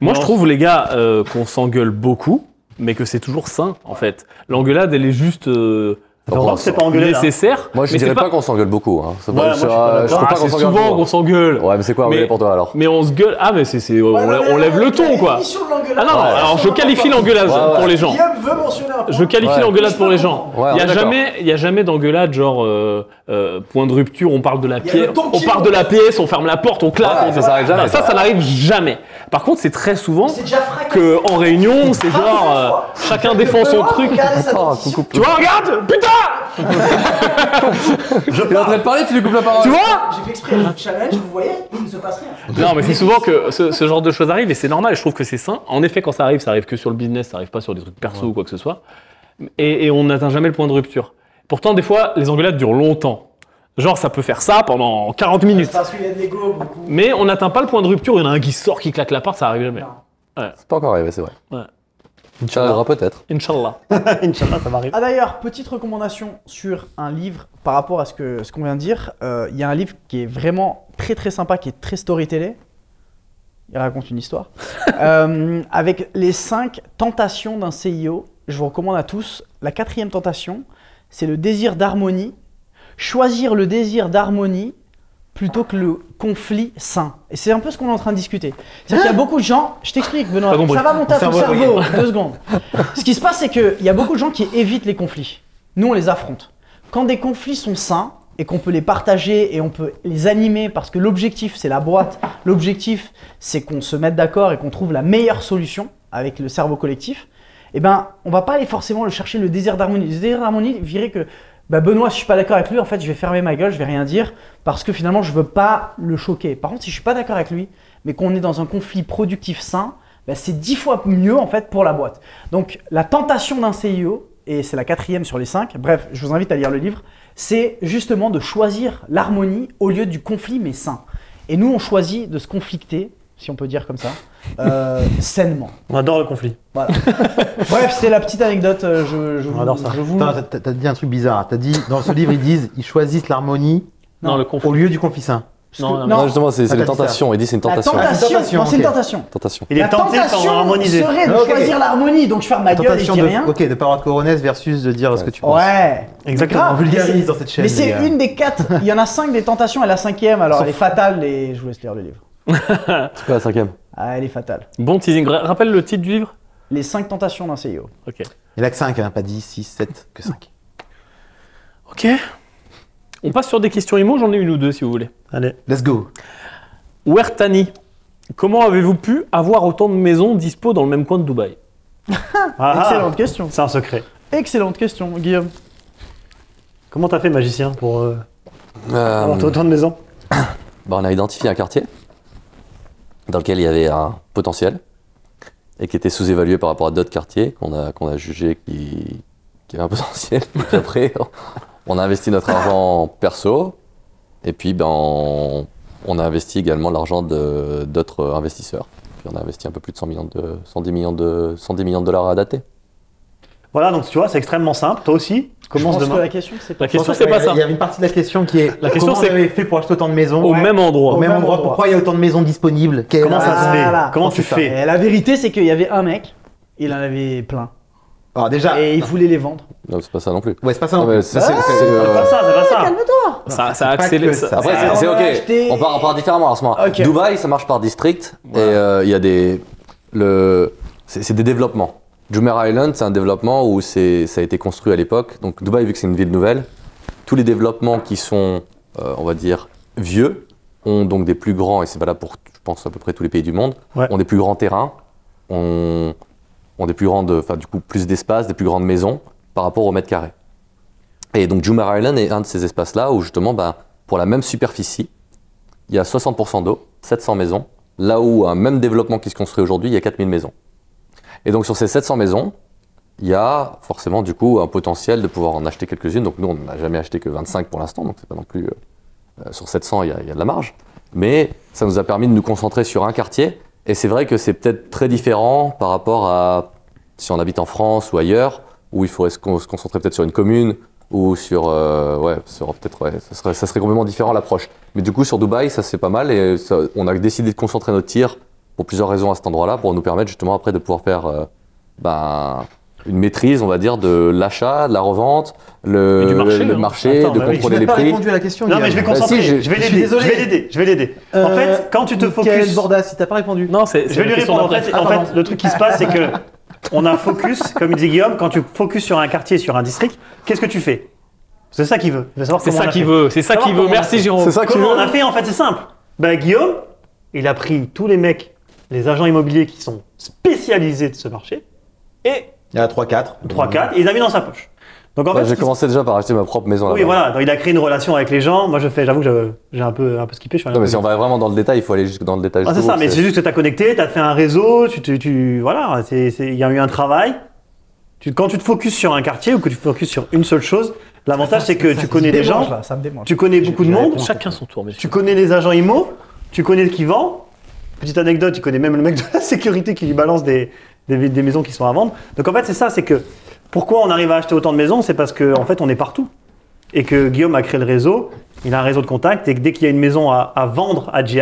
Non. je trouve, les gars, euh, qu'on s'engueule beaucoup, mais que c'est toujours sain, en fait. L'engueulade, elle est juste. euh, Ça fait longtemps que c'est pas engueulé. là. nécessaire. Moi, je mais dirais c'est pas, qu'on s'engueule beaucoup. Hein. C'est Voilà, pas, moi, je suis pas je, Ah, trouve pas qu'on c'est s'engueule souvent qu'on beaucoup. s'engueule. Ouais, mais c'est quoi Mais- engueuler pour toi alors Mais on se gueule. Ah, mais c'est, c'est- on, Ouais, non, mais on lève la le ton, quoi. définition de l'engueulade. Ah non, Ouais. alors je qualifie l'engueulade Ouais, ouais. pour les gens. Guillaume veut mentionner un point. Je qualifie Ouais. l'engueulade pour les gens. Ouais, Il on y est a d'accord. jamais, il y a jamais d'engueulade genre euh, euh, point de rupture. On parle de la y a pièce, le ton on qui parle monte. de la pièce, on ferme la porte, on claque. Ouais, on- ça, ça arrive jamais, Non, Ça, ça. ça n'arrive jamais. Par contre, c'est très souvent C'est déjà fracassé. que en réunion, c'est Ah, genre c'est euh, fort. chacun défend son Benoît, truc. regardez sa Attends, dentition. Tu vois, regarde, putain, Il est en train de parler, tu lui coupes la parole. tu vois. J'ai fait exprès, le challenge, vous voyez, il ne se passe rien. Non, mais c'est souvent que ce, ce genre de choses arrive et c'est normal. Je trouve que c'est sain. En effet, quand ça arrive, ça arrive que sur le business, ça arrive pas sur des trucs perso ou quoi que ce soit. Et, et on n'atteint jamais le point de rupture. Pourtant, des fois, les engueulades durent longtemps. Genre, ça peut faire ça pendant 40 minutes. Parce qu'il y a de l'ego, beaucoup. Mais on n'atteint pas le point de rupture. Il y en a un qui sort, qui claque la porte, ça arrive jamais. C'est pas encore arrivé, c'est vrai. Ouais. Tu arriveras peut-être. Inch'Allah. Inch'Allah, ça m'arrive. Ah d'ailleurs, petite recommandation sur un livre par rapport à ce que ce qu'on vient de dire. Euh, Il y a un livre qui est vraiment très très sympa, qui est très storytellé. Il raconte une histoire. Euh, avec les cinq tentations d'un CIO, je vous recommande à tous. La quatrième tentation, c'est le désir d'harmonie. Choisir le désir d'harmonie plutôt que le conflit sain. Et c'est un peu ce qu'on est en train de discuter. C'est-à-dire qu'il y a beaucoup de gens, je t'explique Benoît, Pas compris. ça va monter à ton Cerveau, cerveau, deux secondes. Ce qui se passe, c'est qu'il y a beaucoup de gens qui évitent les conflits. Nous, on les affronte. Quand des conflits sont sains et qu'on peut les partager et on peut les animer parce que l'objectif, c'est la boîte, l'objectif, c'est qu'on se mette d'accord et qu'on trouve la meilleure solution avec le cerveau collectif, eh ben, on va pas aller forcément le chercher le désir d'harmonie. Le désir d'harmonie virait que bah Benoît, si je suis pas d'accord avec lui, en fait, je vais fermer ma gueule, je vais rien dire parce que finalement, je veux pas le choquer. Par contre, si je suis pas d'accord avec lui, mais qu'on est dans un conflit productif sain, bah, c'est dix fois mieux en fait pour la boîte. Donc, la tentation d'un CIO, et c'est la quatrième sur les cinq, bref, je vous invite à lire le livre, c'est justement de choisir l'harmonie au lieu du conflit mais sain. Et nous, on choisit de se conflicter, si on peut dire comme ça, euh, sainement. On adore le conflit. Voilà. Bref, c'est la petite anecdote. euh, Je, je, On adore ça. je vous. Attends, t'as- T'as dit un truc bizarre. T'as dit, dans ce livre, ils disent, ils choisissent l'harmonie Non, Non. le conflit. au lieu du conflit sain. Non, non, Non. Non, justement, c'est c'est Ah, les t'as dit ça. tentations. Il dit c'est une La tentation. tentation, Ah, c'est une non, c'est une tentation, tentation. ok. Tentation. Il est tenté par harmoniser. serait de Ok. choisir l'harmonie, donc je ferme ma gueule et je Tentation dis de, rien. ok, de parole de coronesse versus de dire ce que tu penses. Ouais. Exactement. Grave. On vulgarise Mais dans cette chaîne. Mais c'est les gars. une des quatre. Il y en a cinq des tentations et la cinquième, alors elle est fatale. Et je vous laisse lire le livre. C'est quoi la cinquième Ah, elle est fatale. Bon teasing. Ra- Rappelle le titre du livre. Les cinq tentations d'un E CEO. Ok. Il n'y en a que 5, pas 10, 6, 7, que 5. Ok. On passe sur des questions IMO. J'en ai une ou deux si vous voulez. Allez. Let's go. Wertani. Comment avez-vous pu avoir autant de maisons dispo dans le même coin de Dubaï Ah, Excellente ah, question. c'est un secret. Excellente question, Guillaume. Comment t'as fait, magicien, pour euh, Euh, avoir autant de maisons bah, On a identifié un quartier dans lequel il y avait un potentiel et qui était sous-évalué par rapport à d'autres quartiers qu'on a, qu'on a jugé qui, qui avait un potentiel. Puis après, on a investi notre argent perso et puis ben, on, on a investi également l'argent de- d'autres investisseurs. Puis on a investi un peu plus de 100 millions de, 110, millions de, 110 millions de dollars à dater. Voilà, donc tu vois, c'est extrêmement simple. Toi aussi, Je commence pense que demain. la question, c'est pas. La question c'est pas ça. Il y avait une partie de la question qui est La question, comment c'est- vous avez fait pour acheter autant de maisons Au même endroit. au même endroit Pourquoi il y a autant de maisons disponibles Quelle- Comment ça se fait Voilà. Comment Oh, tu c'est ça. fais Et la vérité, c'est qu'il y avait un mec, il en avait plein. Alors Ah, Ah. déjà, Et il voulait les vendre. Non, c'est pas ça non plus. ouais, c'est pas ça. Non, non plus. mais Ah, bah, ça, c'est- c'est, C'est euh, pas ça, c'est pas ça. Ça, ça a pas accéléré. que ça- ça. Après, ça- c'est- Ah, on c'est a ok. acheté- On part, on part différemment à ce moment. Ok. Dubaï, ça marche par district. Et euh, il y a des. Le, c'est c'est des développements. Jumeirah Island, c'est un développement où c'est- ça a été construit à l'époque. Donc, Dubaï, vu que c'est une ville nouvelle, tous les développements qui sont, euh, on va dire, vieux, ont donc des plus grands, et c'est valable pour, je pense, à peu près tous les pays du monde, Ouais. ont des plus grands terrains, ont, ont des plus grandes, enfin, du coup, plus d'espace, des plus grandes maisons par rapport au mètre carré. Et donc Jumeirah Island est un de ces espaces-là où justement, ben, pour la même superficie, il y a 60% d'eau, 700 maisons, là où un même développement qui se construit aujourd'hui, il y a 4000 maisons. Et donc sur ces 700 maisons, il y a forcément du coup un potentiel de pouvoir en acheter quelques-unes. Donc nous, on n'a jamais acheté que 25 pour l'instant, donc c'est pas non plus... euh, euh, sur 700, il y, a, il y a de la marge. Mais ça nous a permis de nous concentrer sur un quartier. Et c'est vrai que c'est peut-être très différent par rapport à si on habite en France ou ailleurs, où il faudrait se con- se concentrer peut-être sur une commune, ou sur euh, ouais sur peut-être ouais ça serait, ça serait complètement différent l'approche mais du coup sur Dubaï ça c'est pas mal et ça- on a décidé de concentrer notre tir pour plusieurs raisons à cet endroit-là pour nous permettre justement après de pouvoir faire euh, ben, une maîtrise, on va dire, de l'achat, de la revente, le Et du marché, le hein. marché, Attends, de bah oui, contrôler les pas prix. répondu à la question. Non, Guillaume. mais je vais Bah, si, concentrer. j'ai- je vais je suis l'aider. Je désolé. vais l'aider. Je vais l'aider. en Euh, fait, quand tu te Quel focuses. Bordas, si t'as pas répondu. Non, c'est Je c'est vais la lui question répondre. En d'après. fait, en fait, le truc qui se passe, c'est que on a focus, comme il disait Guillaume, quand tu focus sur un quartier, sur un district, qu'est-ce que tu fais C'est ça qu'il veut. Il veut savoir C'est comment ça on a qu'il fait. veut, c'est ça Savoir qu'il veut. comment on a Merci fait. Jérôme. ça Comment on a fait en fait C'est simple. Bah, Guillaume, il a pris tous les mecs, les agents immobiliers qui sont spécialisés de ce marché, et Il y a 3-4. 3-4, et il les a mis dans sa poche. Donc en Bah, fait, ce j'ai qui se commencé déjà par acheter ma propre maison là-bas. Oui, voilà. Donc, il a créé une relation avec les gens. Moi, je fais, j'avoue que je- j'ai un peu, un peu skippé. Je suis allé Non, un mais peu si on vite. va vraiment dans le détail, il faut aller jusque dans le détail. Ah, c'est jusqu'au ça. bout, Mais c'est juste que t'as connecté, t'as fait un réseau, tu, tu, tu- voilà, c'est- c'est- il y a eu un travail. Tu, quand tu te focuses sur un quartier ou que tu te focuses sur une seule chose, l'avantage c'est que tu connais des des gens, Là, ça me démange. tu connais beaucoup de j'ai monde, Chacun son tour, messieurs. tu connais les agents IMO, tu connais qui vend. Petite anecdote, tu connais même le mec de la sécurité qui lui balance des, des, des maisons qui sont à vendre. Donc en fait, c'est ça, c'est que pourquoi on arrive à acheter autant de maisons, c'est parce qu'en en fait, on est partout. Et que Guillaume a créé le réseau, il a un réseau de contacts, et que dès qu'il y a une maison à, à vendre à GI,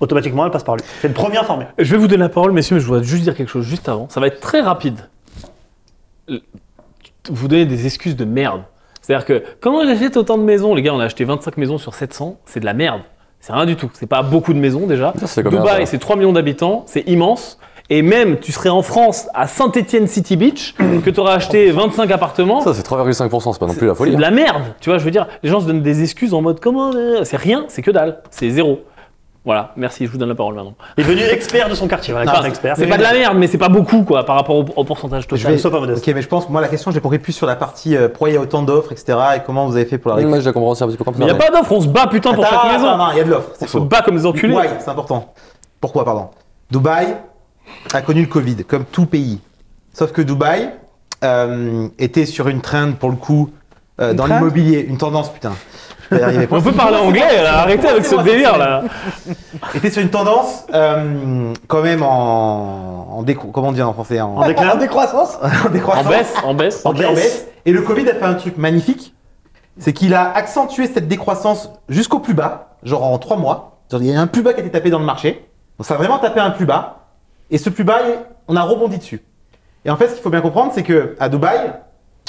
automatiquement, elle passe par lui. C'est le premier informé. Je vais vous donner la parole, messieurs, mais je voudrais juste dire quelque chose juste avant. Ça va être très rapide. Le- Vous donnez des excuses de merde. C'est-à-dire que, comment j'achète autant de maisons Les gars, on a acheté 25 maisons sur 700, c'est de la merde. C'est rien du tout. C'est pas beaucoup de maisons déjà. Ça, c'est combien, Dubaï, ça c'est 3 millions d'habitants, c'est immense. Et même, tu serais en France, à Saint-Etienne City Beach, que tu aurais acheté 25 appartements. Ça, c'est 3,5%, c'est pas non plus la C'est folie. hein. de la merde, tu vois, je veux dire, les gens se donnent des excuses en mode comment euh, c'est rien, c'est que dalle, c'est zéro. Voilà, merci, je vous donne la parole maintenant. Il est devenu expert de son quartier. Voilà, Enfin, carte expert. c'est pas de la merde, mais c'est pas beaucoup quoi par rapport au, au pourcentage Je total. vais... sois pas modeste. Ok, mais je pense, moi, la question, j'ai compris plus sur la partie euh, pourquoi il y a autant d'offres, etc. et comment vous avez fait pour la Moi, récupérer. je la comprends aussi un petit peu comme ça. Mais y a pas d'offre, on se bat putain pour chaque maison. Non, non, il y a de l'offre. on c'est se faux. bat comme des enculés. Why, c'est important. Pourquoi, pardon Dubaï a connu le Covid, comme tout pays. Sauf que Dubaï euh, était sur une trend, pour le coup, euh, dans trend l'immobilier, une tendance, putain. Je vais y arriver. On peut parler anglais, là, arrêtez avec ce moi, c'est délire moi. là. était sur une tendance, euh, quand même, en, en décro- Comment on dit en français En, En déclin. En décroissance en En décroissance. baisse, en baisse. En baisse. Et le Covid a fait un truc magnifique, c'est qu'il a accentué cette décroissance jusqu'au plus bas, genre en trois mois. Genre, il y a un plus bas qui a été tapé dans le marché. Donc ça a vraiment tapé un plus bas. Et ce plus bas, il- on a rebondi dessus. Et en fait, ce qu'il faut bien comprendre, c'est que à Dubaï,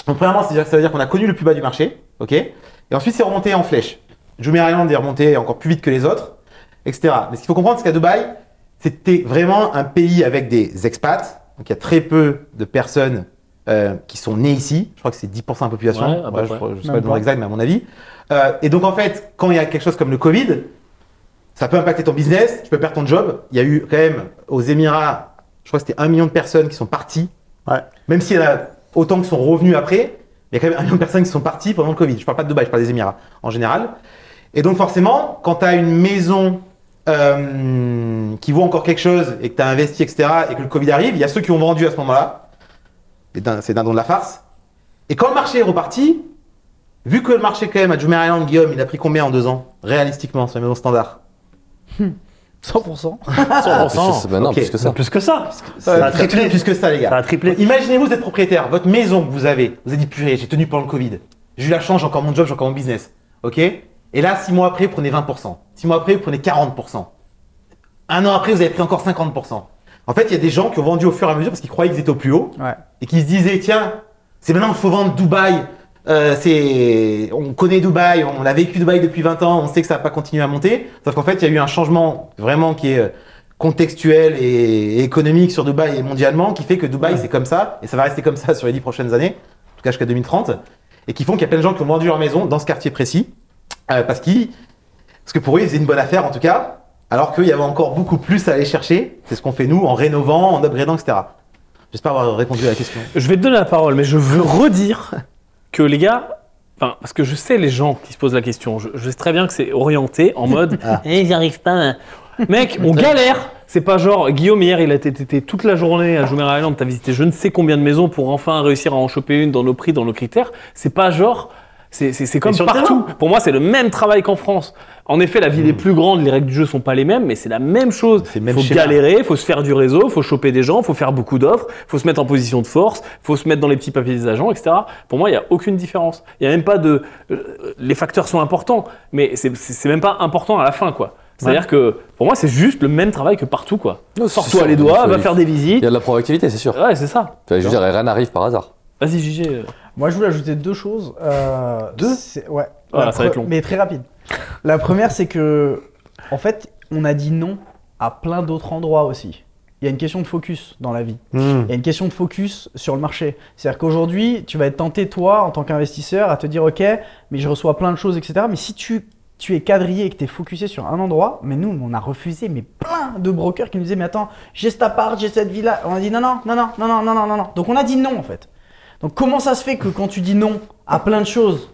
donc, premièrement, c'est-à-dire- ça veut dire qu'on a connu le plus bas du marché, ok Et ensuite, c'est remonté en flèche. Jumeirah Island est remonté encore plus vite que les autres, etc. Mais ce qu'il faut comprendre, c'est qu'à Dubaï, c'était vraiment un pays avec des expats. Donc, il y a très peu de personnes euh, qui sont nées ici. Je crois que c'est 10% de la population. Ouais, à peu je près. crois- je sais Même pas le nombre pas. exact, mais à mon avis. Euh, et donc, en fait, quand il y a quelque chose comme le Covid, ça peut impacter ton business, tu peux perdre ton job. Il y a eu quand même aux Émirats, je crois que c'était un million de personnes qui sont parties. Ouais. Même s'il y en a autant qui sont revenus après, il y a quand même un million de personnes qui sont parties pendant le Covid. Je parle pas de Dubaï, je parle des Émirats en général. Et donc forcément, quand tu as une maison euh, qui vaut encore quelque chose et que tu as investi, etc., et que le Covid arrive, il y a ceux qui ont vendu à ce moment-là. Et din- C'est dindon de la farce. Et quand le marché est reparti, vu que le marché quand même à Jumeirah Island, Guillaume, il a pris combien en deux ans Réalistiquement, sur la maison standard 100%. d'offres. Non, Ok. plus que ça. Non, plus que ça. Ça a a triplé triplé. plus que ça, les gars. Ça a triplé. Imaginez-vous, vous êtes propriétaire, votre maison que vous avez, vous avez dit purée, j'ai tenu pendant le Covid. Je la change, j'ai encore mon job, j'ai encore mon business. Ok Et là, six mois après, vous prenez 20%. Six mois après, vous prenez 40%. Un an après, vous avez pris encore 50%. En fait, il y a des gens qui ont vendu au fur et à mesure parce qu'ils croyaient qu'ils étaient au plus haut Ouais. et qui se disaient tiens, c'est maintenant qu'il faut vendre Dubaï. Euh, c'est, on connaît Dubaï, on a vécu Dubaï depuis 20 ans, on sait que ça va pas continuer à monter. Sauf qu'en fait, il y a eu un changement vraiment qui est euh, contextuel et économique sur Dubaï et mondialement qui fait que Dubaï c'est comme ça et ça va rester comme ça sur les 10 prochaines années, en tout cas jusqu'à 2030, et qui font qu'il y a plein de gens qui ont vendu leur maison dans ce quartier précis euh, parce qu'ils parce que pour eux, ils faisaient une bonne affaire en tout cas, alors qu'il y avait encore beaucoup plus à aller chercher. C'est ce qu'on fait nous en rénovant, en upgradant, etc. J'espère avoir répondu à la question. Je vais te donner la parole, mais je veux redire que les gars, enfin, parce que je sais les gens qui se posent la question, je, je sais très bien que c'est orienté en mode Ah. Eh, ils n'y arrivent pas. hein. Mec, on galère C'est pas genre, Guillaume, hier, il a été été toute la journée à Jumeirah Island, t'as visité je ne sais combien de maisons pour enfin réussir à en choper une dans nos prix, dans nos critères. C'est pas genre. C'est c'est- c'est comme sur le partout. Pour moi, c'est le même travail qu'en France. En effet, la ville est plus grande, les règles du jeu sont pas les mêmes, mais c'est la même chose. C'est le Il même faut schéma. galérer il faut se faire du réseau, faut choper des gens, faut faire beaucoup d'offres, faut se mettre en position de force, faut se mettre dans les petits papiers des agents, etc. Pour moi, il n'y a aucune différence. Il n'y a même pas de. euh, Les facteurs sont importants, mais c'est- c'est c'est même pas important à la fin, quoi. C'est-à-dire que pour moi, c'est juste le même travail que partout, quoi. c'est Sors-toi sûr, les il doigts, faut- va il faire faut- des Il visites. y a de la proactivité, c'est sûr. Ouais, c'est ça. Enfin, je veux dire, rien n'arrive par hasard. Vas-y, Gigi. euh, Moi, je voulais ajouter deux choses. Euh, Deux c'est- Ouais. Voilà, La Ah, ça va être pre- long. Mais très rapide. La première, c'est que, en fait, on a dit non à plein d'autres endroits aussi. Il y a une question de focus dans la vie. Hmm. Il y a une question de focus sur le marché. C'est-à-dire qu'aujourd'hui, tu vas être tenté, toi, en tant qu'investisseur, à te dire, OK, mais je reçois plein de choses, etc. Mais si tu, tu es quadrillé et que tu es focusé sur un endroit, mais nous, on a refusé mais plein de brokers qui nous disaient, mais attends, j'ai cet appart, j'ai cette villa. On a dit, non, non, non, non, non, non, non, non, non, non. Donc on a dit non, en fait. Donc comment ça se fait que quand tu dis non à plein de choses,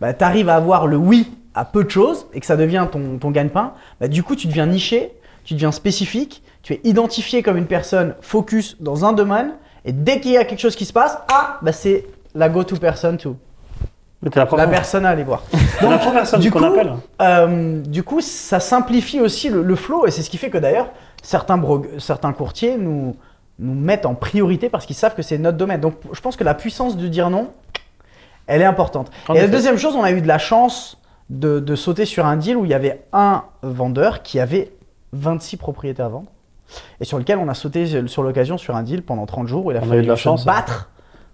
bah, tu arrives à avoir le oui à peu de choses et que ça devient ton, ton gagne-pain bah, Du coup, tu deviens niché, tu deviens spécifique, tu es identifié comme une personne focus dans un domaine et dès qu'il y a quelque chose qui se passe, ah, bah, c'est la go-to person to. Mais t'es la La première, personne à aller voir. t'es la première personne du qu'on coup, appelle. Euh, du coup, ça simplifie aussi le, le flow et c'est ce qui fait que d'ailleurs, certains, bro- certains courtiers nous, nous mettent en priorité parce qu'ils savent que c'est notre domaine. Donc je pense que la puissance de dire non, elle est importante. En et la effet. deuxième chose, on a eu de la chance de, de sauter sur un deal où il y avait un vendeur qui avait 26 propriétés à vendre et sur lequel on a sauté sur l'occasion sur un deal pendant 30 jours où il a On a fallu eu de la se chance, hein. battre.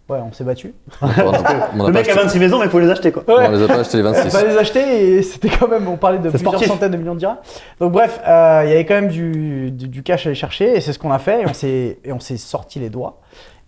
Ouais, on s'est battu. On a- on a Le pas mec a acheté- 26 maisons, mais il faut les acheter quoi. on les a pas acheté les Il 26. fallait les acheter et c'était quand même, on parlait de C'est plusieurs sportif. centaines de millions de dirhams. Donc bref, euh, il y avait quand même du, du, du cash à aller chercher et c'est ce qu'on a fait et on s'est et on s'est sorti les doigts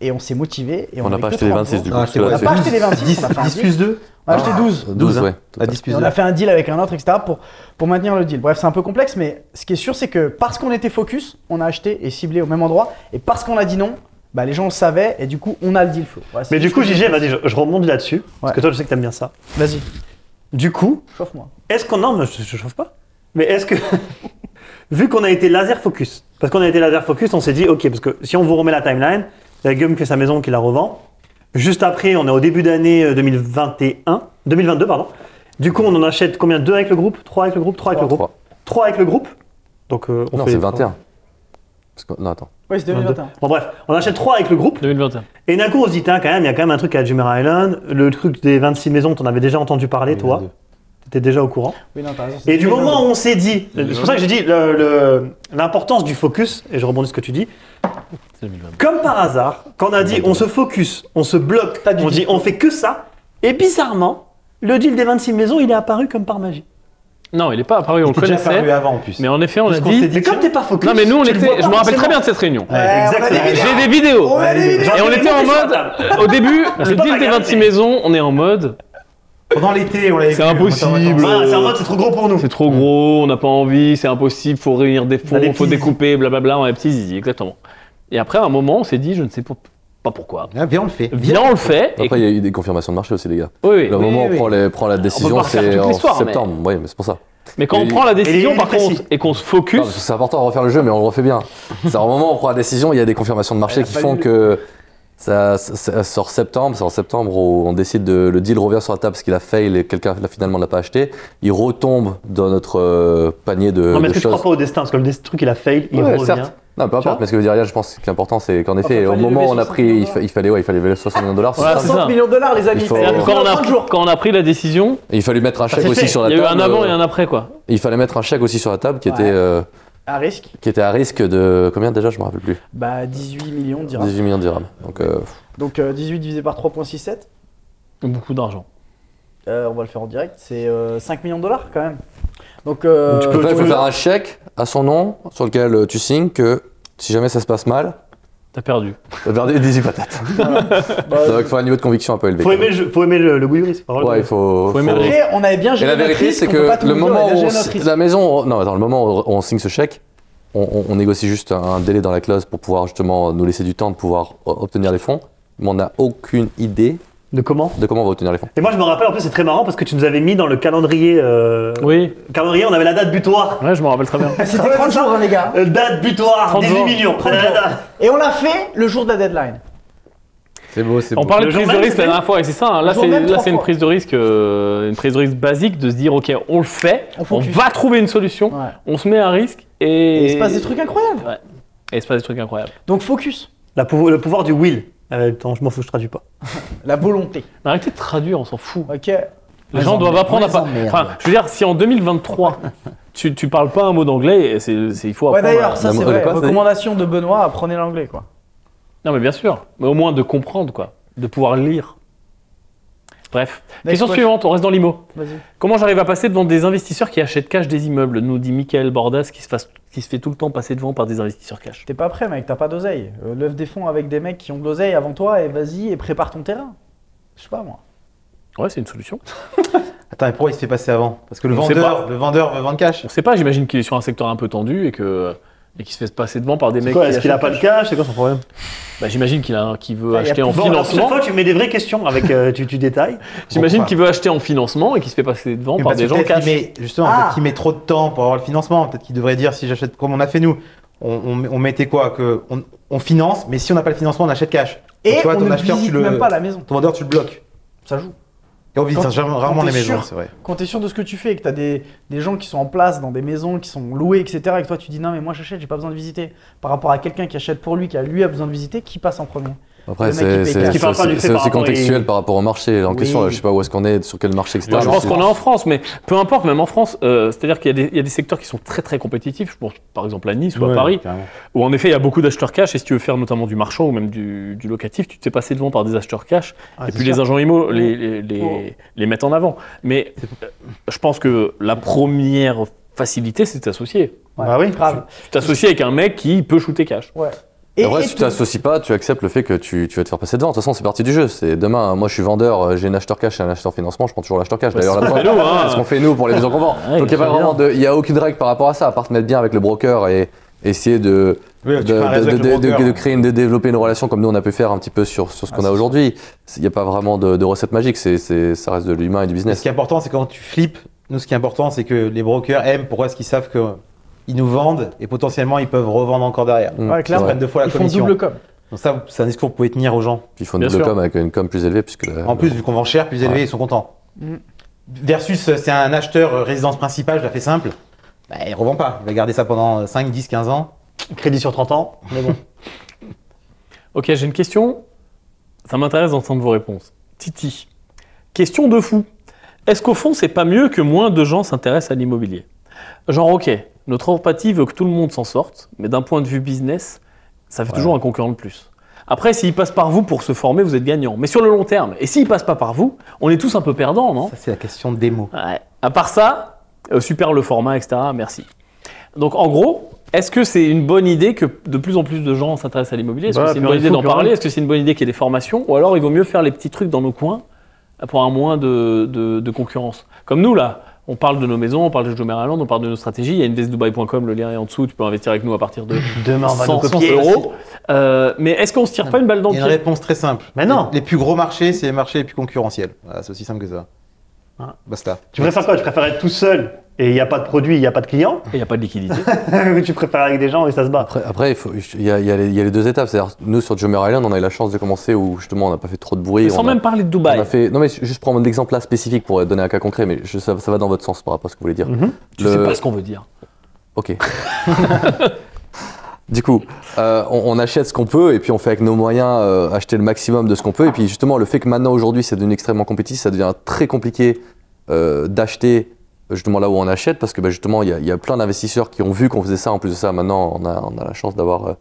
et on s'est motivé. et On n'a avait pas que acheté les 30 26 jours. du coup. On Ah, c'est parce que là, n'a Ouais, pas acheté les 26, 10, on a fait un 10 deal. plus 2 On a acheté 12. 12, ouais. à 10 plus Et 2. Ah, hein. on a fait un deal avec un autre, etc. pour, pour maintenir le deal. Bref, c'est un peu complexe, mais ce qui est sûr, c'est que parce qu'on était focus, on a acheté et ciblé au même endroit et parce qu'on a dit non, bah, les gens le savaient et du coup, on a le deal flow. Voilà, c'est Mais du juste coup, que- Gigi, vas-y, je, je rebondis là-dessus. Parce Ouais. que toi, je sais que t'aimes bien ça. Vas-y, Du coup, chauffe-moi. Est-ce qu'on. Non, mais je, je chauffe pas. Mais est-ce que. vu qu'on a été laser focus, parce qu'on a été laser focus, on s'est dit, ok, parce que si on vous remet la timeline, il y a Guillaume qui a sa maison qui la revend. Juste après, on est au début d'année euh, 2021, 2022, pardon. Du coup, on en achète combien Deux avec le groupe Trois avec le groupe Trois avec le groupe Trois. Trois avec le groupe Donc, euh, on Non, fait- c'est 21. Parce que- Non, attends. Oui, c'est 22. 2021. Bon, bref, on achète trois avec le groupe. 2021. Et d'un coup, on se dit, tiens, quand même, il y a quand même un truc à Jumeirah Island. Le truc des 26 maisons, t'en avais déjà entendu parler, toi. T'étais déjà au courant. Oui, non, t'as raison, c'est Et du 2022. moment où on s'est dit, c'est pour ça que j'ai dit le- le- l'importance du focus, et je rebondis sur ce que tu dis, C'est 2022. comme par hasard, quand on a dit on se focus, on se bloque, du on dit discours. on fait que ça, et bizarrement, le deal des 26 maisons, il est apparu comme par magie. Non, il est pas apparu, on le T'es déjà paru connaissait. avant en plus. Mais en effet, on a Puisqu'on dit. s'est dit- Mais comme t'es pas focus, Non, mais nous, on tu le vois était. pas Je me rappelle très forcément. Eh, bien de cette réunion. Ouais, Ouais, on a des exactement. vidéos. J'ai des vidéos. On a des vidéos. Et on était en J'en ai mode, noté au début, le pas deal des regardé. 26 maisons, on est en mode, Pendant l'été, on l'avait c'est vu, on s'en impossible. attend. Ouais, Bah, c'est en mode c'est trop gros pour nous. C'est trop gros, on n'a pas envie, c'est impossible, faut réunir des fonds, On a des faut petits découper, blablabla, on a des petits zizi, exactement. Et après, à un moment, on s'est dit, je ne sais pour- pas pourquoi. Ah, viens, on le fait. Viens, on le fait. et- Après, il y a eu des confirmations de marché aussi, les gars. Oui, Le oui. moment oui. où on prend, les- prend la décision, pas refaire c'est toute en l'histoire, mais- septembre. Oui, mais c'est pour ça. Mais quand Et- on prend la décision, et- par et- contre, et qu'on se Non, parce que focus, C'est important de refaire le jeu, mais on le refait bien. C'est au moment où on prend la décision, il y a des confirmations de marché qui font que ça, ça- ça sort septembre. C'est en septembre où on décide de. Le deal revient sur la table parce qu'il a fail et quelqu'un là, finalement l'a pas acheté. Il retombe dans notre euh, panier de, Non, mais de est-ce que tu choses. crois pas au destin Parce que le des- truc, il a fail, il Ouais, revient. certes. Non, Tu peu vois importe, mais ce que je veux dire, hier, je pense que l'important, c'est qu'en Enfin, effet, au fallait moment où lever on a 60 pris, millions il, fa- dollars. il fallait, ouais, il fallait lever 60 millions de dollars. c'est Voilà, ça. c'est ça. 60 millions de dollars, les amis. Il faut- c'est-à-dire quand on, a, en 30 jours. quand on a pris la décision, Et il fallait mettre un Ça, chèque c'est aussi fait. sur la il y a table. eu un avant et euh, un après, quoi. Il fallait mettre un chèque aussi sur la table qui Ouais. était euh, À risque qui était à risque de combien déjà, je me rappelle plus. Bah 18 millions de dirhams. 18 millions de dirhams. Donc euh, Donc euh, 18 divisé par 3.67, Beaucoup d'argent. euh, on va le faire en direct, c'est euh, 5 millions de dollars quand même. Donc, euh, Donc tu Donc là, il faut Euh, faire un chèque à son nom sur lequel euh, tu signes que si jamais ça se passe mal, T'as perdu. t'as perdu 18 patates. bah, Donc il faut un niveau de conviction un peu élevé. Faut aimer, le jeu- faut aimer le, le goût du risque. Faut avoir Ouais, le il goût. faut. Faut aimer le après, on avait bien Et géré la notre vérité, risque, c'est on peut que pas tout le nous dire, moment on a où on géré notre s- risque. la maison, non, attends, le moment où on signe ce chèque, on, on- on négocie juste un délai dans la clause pour pouvoir justement nous laisser du temps de pouvoir euh, obtenir les fonds. Mais on n'a aucune idée De comment de comment on va obtenir les fonds. Et moi, je me rappelle, en plus, c'est très marrant parce que tu nous avais mis dans le calendrier. euh, Oui, Calendrier, on avait la date butoir. ouais, je me rappelle très bien. C'était 30 jours, hein, les gars. Euh, Date butoir, 30 18 jours. millions. 30 jours. Et on l'a fait le jour de la deadline. C'est beau, c'est On parlait Le de prise jour de même, risque la c'était- dernière fois et c'est ça. hein. Là, Le jour c'est même, là, trois c'est une fois. prise de risque, euh, une prise de risque basique de se dire ok, on le fait, On on, focus. va trouver une solution, Ouais. on se met à risque et, Et il se passe des trucs incroyables. Ouais. Et il se passe des trucs incroyables. Donc focus, La pou- le pouvoir du will. Euh, attends, je m'en fous, je traduis pas. la volonté. Mais Arrêtez de traduire, on s'en fout. Ok. Les gens doivent apprendre à pas. Enfin, je veux dire, si en 2023 tu, tu parles pas un mot d'anglais, et c'est, c'est- il Oh, faut apprendre. Ouais, à- d'ailleurs, ça c'est D'amour- vrai. quoi, ça dit Recommandation de Benoît, apprenez l'anglais, quoi. Non, mais bien sûr. Mais au moins de comprendre, quoi. De pouvoir lire. Bref. Next Question question. suivante, on reste dans l'IMO. Vas-y. Comment j'arrive à passer devant des investisseurs qui achètent cash des immeubles Nous dit Michael Bordas qui se, fasse- qui se fait tout le temps passer devant par des investisseurs cash. T'es pas prêt, mec, t'as pas d'oseille. Euh, lève des fonds avec des mecs qui ont de l'oseille avant toi et vas-y et prépare ton terrain. Je sais pas, moi. Ouais, c'est une solution. Attends, mais pourquoi il se fait passer avant Parce que le On sait vendeur, pas. le vendeur veut vendre cash. On sait pas, j'imagine qu'il est sur un secteur un peu tendu et que. Et qui se fait passer devant par des C'est mecs. quoi qui Est-ce qu'il a achètent pas de cash C'est quoi son problème cash. Bah, J'imagine qu'il a un- qu'il veut Ah, il y a acheter plus en de Bon, la prochaine financement. fois, tu mets des vraies questions avec. euh, tu, tu détailles. J'imagine Bon, qu'il veut acheter en financement et qu'il se fait passer devant Mais par parce des que gens Eh ben, peut-être cash. qu'il met- justement, Ah. peut-être qu'il met trop de temps pour avoir le financement. Peut-être qu'il devrait dire si j'achète comme on a fait nous. On, on- on mettait quoi que on, on finance, mais si on n'a pas le financement, on achète cash. Et Donc, toi, on ton ne acheteur, tu visite le- même pas la maison. Ton vendeur, tu le bloques. Ça joue. Et on visite Quand- rarement- rarement quand les t'es maisons, sûr. c'est vrai. Quand t'es sûr de ce que tu fais et que t'as des, des gens qui sont en place dans des maisons, qui sont louées, etc., et que toi tu dis non, mais moi j'achète, j'ai pas besoin de visiter. Par rapport à quelqu'un qui achète pour lui, qui a lui a besoin de visiter, qui passe en premier Après, Le mec, il c'est paye c'est- cash. Qui parle pas du c'est- fait c'est par aussi rapport- contextuel il- par rapport au marché. En question, là, je sais pas où est-ce qu'on est, sur quel marché, etc. Moi, je mais pense c'est- qu'on est en France, mais peu importe, même en France, euh, c'est-à-dire qu'il y, a des- il y a des secteurs qui sont très très compétitifs, je pense par exemple à Nice ou à Ouais, Paris, carrément. où en effet il y a beaucoup d'acheteurs cash, et si tu veux faire notamment du marchand ou même du, du locatif, tu te fais passer devant par des acheteurs cash, Ah, et c'est puis sûr. les agents IMO les, les, les, les mettent en avant. Mais euh, je pense que la première facilité, c'est de t'associer. Bah oui. Grave. Tu t'associes avec un mec qui peut shooter cash. Ouais. Et en vrai, si tu t'associes pas, tu acceptes le fait que tu, tu vas te faire passer devant. De toute façon, c'est partie du jeu. C'est demain, moi je suis vendeur, euh, j'ai un acheteur cash et un acheteur financement, je prends toujours l'acheteur cash. Bah, D'ailleurs, c'est ce la qu'on preuve, fait nous, hein. c'est ce qu'on fait nous pour les maisons qu'on vend. Ouais, Donc il y bien a pas sûr, vraiment de, il y a aucune règle par rapport à ça, à part te mettre bien avec le broker et essayer de, Oui, de, tu fais un réseau de- avec de- le de- broker. hein. hein. de créer une, de développer une relation comme nous on a pu faire un petit peu sur, sur ce Ah, qu'on a aujourd'hui. Il n'y a pas vraiment de, de recette magique, c'est, c'est- ça reste de l'humain et du Mais ce business. qui est important, c'est quand tu flippes, nous, ce qui est important, c'est que les brokers aiment. Pourquoi est-ce qu'ils savent qu'ils nous vendent et potentiellement ils peuvent revendre encore derrière Mmh, Ouais, c'est clairement. Ils prennent vrai. deux fois la Ils font commission. double com. Donc, ça, c'est un discours que vous pouvez tenir aux gens. Puis ils font Bien une double sûr. com avec une com plus élevée puisque la- En plus, vu qu'on vend cher, plus élevé, Ah, bah. Ouais. ils sont contents. Mm. Versus, euh, c'est un acheteur euh, résidence principale, je la fais simple. Bah, il revend pas. Il va garder ça pendant euh, 5, 10, 15 ans. Crédit sur 30 ans. Mais bon. Ok, j'ai une question. Ça m'intéresse d'entendre vos réponses. Titi, question de fou. Est-ce qu'au fond, c'est pas mieux que moins de gens s'intéressent à l'immobilier Genre, ok, notre empathie veut que tout le monde s'en sorte, mais d'un point de vue business, ça fait toujours un concurrent de plus. Après, s'il passe par vous pour se former, vous êtes gagnant. Mais sur le long terme, et s'il passe pas par vous, on est tous un peu perdants, non Ça, c'est la question des mots. Ouais. À part ça, euh, super le format, etc. Merci. Donc en gros, est-ce que c'est une bonne idée que de plus en plus de gens s'intéressent à l'immobilier Est-ce Bah, que c'est une pour bonne les idée fous, d'en quand parler même. Est-ce que c'est une bonne idée qu'il y ait des formations Ou alors il vaut mieux faire les petits trucs dans nos coins euh, pour un moins de, de- de concurrence Comme nous là, on parle de nos maisons, on parle de Joe Maryland, on parle de nos stratégies. Il y a investdubai.com, le lien est en dessous, tu peux investir avec nous à partir de Demain, on va nous 100 copier. euros. Euh, mais est-ce qu'on se tire pas une balle dans Il le y a une pied réponse très simple. Mais non. Les, les plus gros marchés, c'est les marchés les plus concurrentiels. Voilà, c'est aussi simple que ça. Ah. Basta. Tu préfères quoi Tu préfères être tout seul et il n'y a pas de produit, il n'y a pas de client Il n'y a pas de liquidité. Ou tu préfères avec des gens et ça se bat Après, après, il, faut- il y a, il y a les, il y a les deux étapes. C'est-à-dire, nous, sur Jummer Island, on a eu la chance de commencer où justement on n'a pas fait trop de bruit. Sans on a- même parler de on Dubaï. a fait, non mais juste prendre l'exemple là spécifique pour donner un cas concret, mais je- ça, ça va dans votre sens par rapport à ce que vous voulez dire. Mhm. Tu sais Le- pas ce qu'on veut dire. Ok. du coup, euh, on, on achète ce qu'on peut et puis on fait avec nos moyens euh, acheter le maximum de ce qu'on peut. Et puis justement, le fait que maintenant aujourd'hui c'est devenu extrêmement compétitif, ça devient très compliqué euh, d'acheter justement là où on achète parce que bah, justement il y, a- il y a plein d'investisseurs qui ont vu qu'on faisait ça. En plus de ça, maintenant on a, on a la chance d'avoir euh,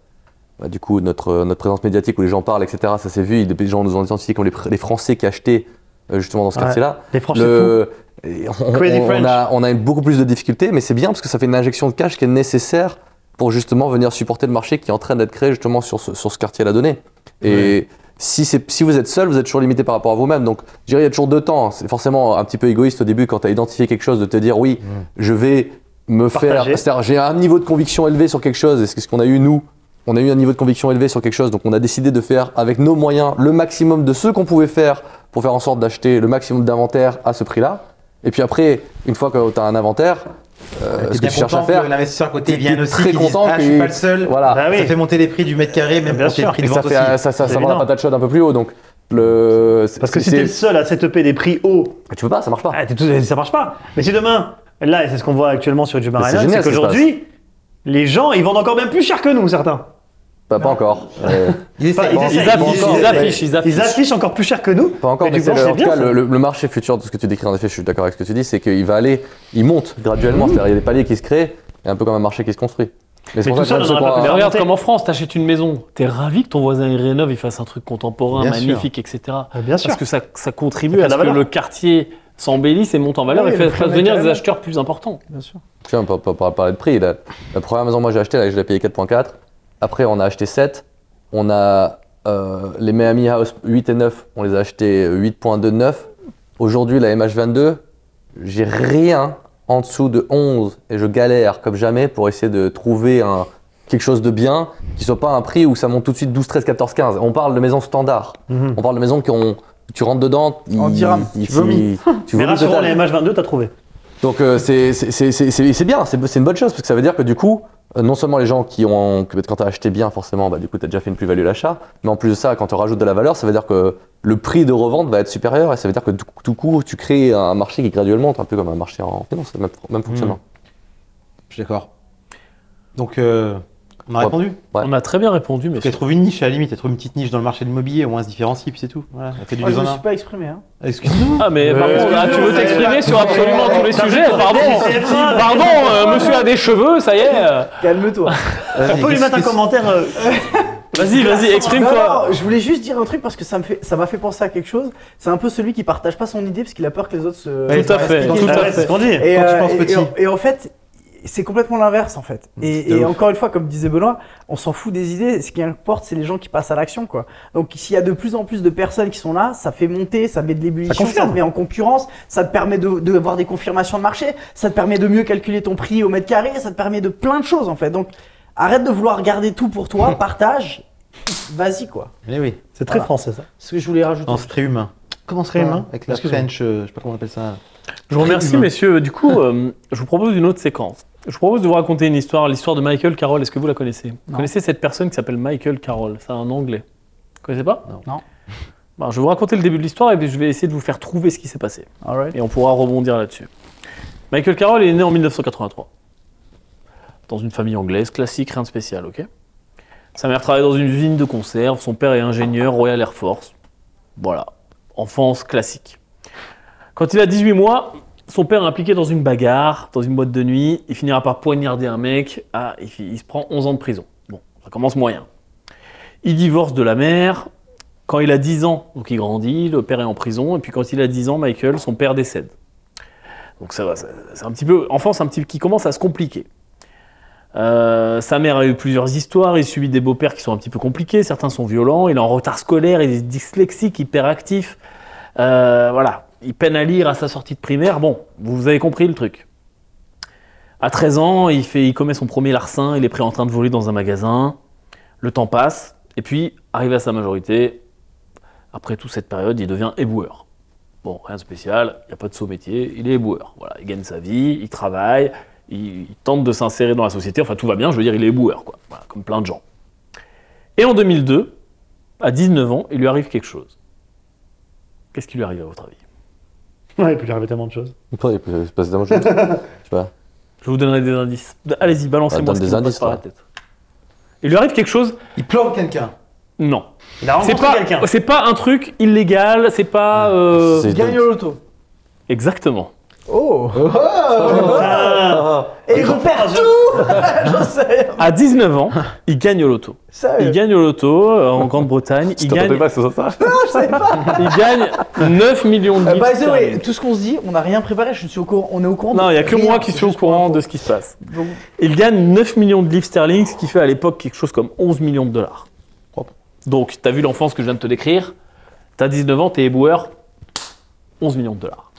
bah, du coup notre, euh, notre présence médiatique où les gens parlent, etc. Ça s'est vu, des gens nous ont identifiés comme les, pr- les Français qui achetaient euh, justement dans ce Ouais. quartier-là. Les franchis fous. Le- et on, Crazy on- on French. a, on a eu beaucoup plus de difficultés, mais c'est bien parce que ça fait une injection de cash qui est nécessaire pour justement venir supporter le marché qui est en train d'être créé justement sur ce, sur ce quartier-là donné. Et si, c'est- si vous êtes seul, vous êtes toujours limité par rapport à vous-même. Donc, je dirais, il y a toujours deux temps. C'est forcément un petit peu égoïste au début quand tu as identifié quelque chose de te dire oui, je vais me faire. Partager. C'est-à-dire, j'ai un niveau de conviction élevé sur quelque chose. Et c'est ce qu'on a eu, nous. On a eu un niveau de conviction élevé sur quelque chose. Donc, on a décidé de faire avec nos moyens le maximum de ce qu'on pouvait faire pour faire en sorte d'acheter le maximum d'inventaire à ce prix-là. Et puis après, une fois que tu as un inventaire, euh, T'es ce que bien tu cherches content à faire, que l'investisseur à côté t'es- vienne t'es aussi. très qu'ils disent, content ah, je suis que- pas le seul. voilà. Bah oui. Ça fait monter les prix du mètre carré, même Bien monter sûr. les prix Et de ça vente fait, euh, aussi. ça, ça, ça C'est rend la évident. patate chaude un peu plus haut. Donc, le, Parce que si c'est- t'es le seul à s'étoper des prix hauts, tu peux pas, ça marche pas. ah, t'es tout- ça marche pas. Mais si demain, là, et c'est ce qu'on voit actuellement sur du Mais c'est Marianne, c'est génial ce qui se qu'aujourd'hui, les gens, ils vendent encore même plus cher que nous, certains. Pas, pas encore. Euh, Il Enfin, essaye. ils Ils essayent, affichent, essayent. ils affichent, ils affichent. Ils affichent encore plus cher que nous. pas encore, Mais mais, du c'est coup, le, c'est en tout bien, cas, ça. le, le- le marché futur de ce que tu décris, en effet, je suis d'accord avec ce que tu dis, c'est qu'il va aller, il monte Mmh. graduellement. C'est-à-dire, il y a des paliers qui se créent, et un peu comme un marché qui se construit. Mais Mais tout ça, même on ceux en a qui pas ont pu un- faire. Mais regarde, remonter. comme en France, t'achètes une maison, t'es ravi que ton voisin il rénove, il fasse un truc contemporain, Bien sûr. magnifique, etc. Ah, bien sûr. Parce que ça, ça contribue Ça fait à de ce la que valeur. le quartier s'embellisse et monte en valeur Oui, et le fasse prix au fasse mètre venir des carré. acheteurs plus importants. Bien sûr. Tu vois, on peut- on peut parler de prix. La, la première maison, moi, j'ai acheté, là, je l'ai payé 4.4. Après, on a acheté 7. On a euh, les Miami House 8 et 9, on les a achetés 8.29. Aujourd'hui, la MH22, j'ai rien en dessous de 11 et je galère comme jamais pour essayer de trouver un, quelque chose de bien qui soit pas un prix où ça monte tout de suite 12, 13, 14, 15. On parle de maisons standards. Mhm. On parle de maisons qui ont. Tu rentres dedans, En il- dirham, il- tu vomis. tu Mais vomis rassurant, total. les MH22, t'as trouvé. Donc euh, c'est c'est- c'est- c'est- c'est- c'est bien, c'est c'est une bonne chose, parce que ça veut dire que du coup, euh, non seulement les gens qui ont... que Quand tu as acheté bien, forcément, bah, du coup, tu as déjà fait une plus-value à l'achat, mais en plus de ça, quand tu rajoutes de la valeur, ça veut dire que le prix de revente va être supérieur, et ça veut dire que du coup, tout coup, tu crées un marché qui graduellement, monte, un peu comme un marché en finance, c'est le même, même fonctionnement. Je suis d'accord. Donc, euh, on a Ouais. répondu. Ouais. On a très bien répondu, mais Tu as trouvé une niche à la limite, tu as trouvé une petite niche dans le marché de l'immobilier, au moins on se différencie, puis c'est tout. Voilà, on a fait du Moi, je deux me en suis un. pas exprimé. Hein. Excuse-nous. Ah mais par Euh, contre, là, tu veux excusez-moi, t'exprimer sur absolument tous les T'as sujets, fait ton pardon. CFA, là. Pardon, euh, monsieur a des cheveux, ça y est. euh, Calme-toi. On peut lui mettre un commentaire. euh, Vas-y, vas-y, Non, exprime-toi. non, je voulais juste dire un truc parce que ça me fait, ça m'a fait penser à quelque chose. C'est un peu celui qui partage pas son idée parce qu'il a peur que les autres se. Ouais, Tout à fait, Expliquer. tout ah à ouais, c'est ce fait. qu'on dit. Et, Quand tu euh, penses et- petit. Mm, et en- et en fait, c'est complètement l'inverse en fait. Et, c'est et ouf. encore une fois, comme disait Benoît, on s'en fout des idées. Ce qui importe, c'est les gens qui passent à l'action, quoi. Donc s'il y a de plus en plus de personnes qui sont là, ça fait monter, ça met de Ça l'ébullition, ça, confirme. te met en concurrence, ça te permet de d'avoir des confirmations de marché, ça te permet de mieux calculer ton prix au mètre carré, ça te permet de plein de choses en fait. Donc arrête de vouloir garder tout pour toi, partage, vas-y quoi. Mais Eh oui, C'est très Voilà. français, ça. Ce que je voulais rajouter. non, c'est très humain. Comment serait humain Avec la Excuse-moi. French, euh, je sais pas comment on appelle ça. Je vous remercie, messieurs. Du coup, euh, je vous propose une autre séquence. Je vous propose de vous raconter une histoire, l'histoire de Michael Carroll. Est-ce que vous la connaissez Vous connaissez cette personne qui s'appelle Michael Carroll C'est un Anglais. Vous connaissez pas Non. Non. Bon, je vais vous raconter le début de l'histoire et puis je vais essayer de vous faire trouver ce qui s'est passé. Et on pourra rebondir là-dessus. Michael Carroll est né en 1983. Dans une famille anglaise, classique, rien de spécial, ok Sa mère travaille dans une usine de conserve, son père est ingénieur Royal Air Force. Voilà, enfance classique. Quand il a 18 mois, son père est impliqué dans une bagarre, dans une boîte de nuit, il finira par poignarder un mec, ah, il, fi- il se prend 11 ans de prison. Bon, ça commence moyen. Il divorce de la mère, quand il a 10 ans, donc il grandit, le père est en prison, et puis quand il a 10 ans, Michael, son père décède. Donc ça va, ça- c'est un petit peu, enfance un petit qui commence à se compliquer. Euh, sa mère a eu plusieurs histoires, il subit des beaux-pères qui sont un petit peu compliqués, certains sont violents, il est en retard scolaire, il est dyslexique, hyperactif, Euh, voilà, il peine à lire à sa sortie de primaire, bon, vous avez compris le truc. À 13 ans, il, fait, il commet son premier larcin, il est pris en train de voler dans un magasin, le temps passe, et puis, arrivé à sa majorité, après toute cette période, il devient éboueur. Bon, rien de spécial, il n'y a pas de saut métier, il est éboueur. Voilà, il gagne sa vie, il travaille, il, il tente de s'insérer dans la société, enfin tout va bien, je veux dire, il est éboueur, quoi, Voilà, comme plein de gens. Et en 2002, à 19 ans, il lui arrive quelque chose. Qu'est-ce qui lui arrive à votre avis Ouais, il peut lui arriver tellement de choses. Mm. Après, il peut se passer tellement de choses. Je sais pas. Je vous donnerai des indices. Allez-y, balancez-moi Bah, donne ce qui des vous passe indices, par la là. tête. Il lui arrive quelque chose Il plante quelqu'un. Non. Il a C'est rencontré pas, quelqu'un. c'est pas un truc illégal, c'est pas... euh, C'est- Gagne l'auto. Exactement. Oh. Ah, Et je perds tout. J'en sais rien. À 19 ans, il gagne au loto. Sérieux. Il gagne au loto euh, en Grande-Bretagne. Il gagne, pas que ce soit ça je savais pas. il gagne 9 millions de Euh, livres by the way, sterling. tout ce qu'on se dit, on n'a rien préparé. Je suis au courant. On est au courant. Non, de il n'y a que rien, moi qui suis au juste pour courant info. de ce qui se passe. Donc, Il gagne 9 millions de livres sterling, ce qui fait à l'époque quelque chose comme 11 millions de dollars. Propre. Donc, tu as vu l'enfance que je viens de te décrire. Tu as 19 ans, tu es éboueur, 11 millions de dollars.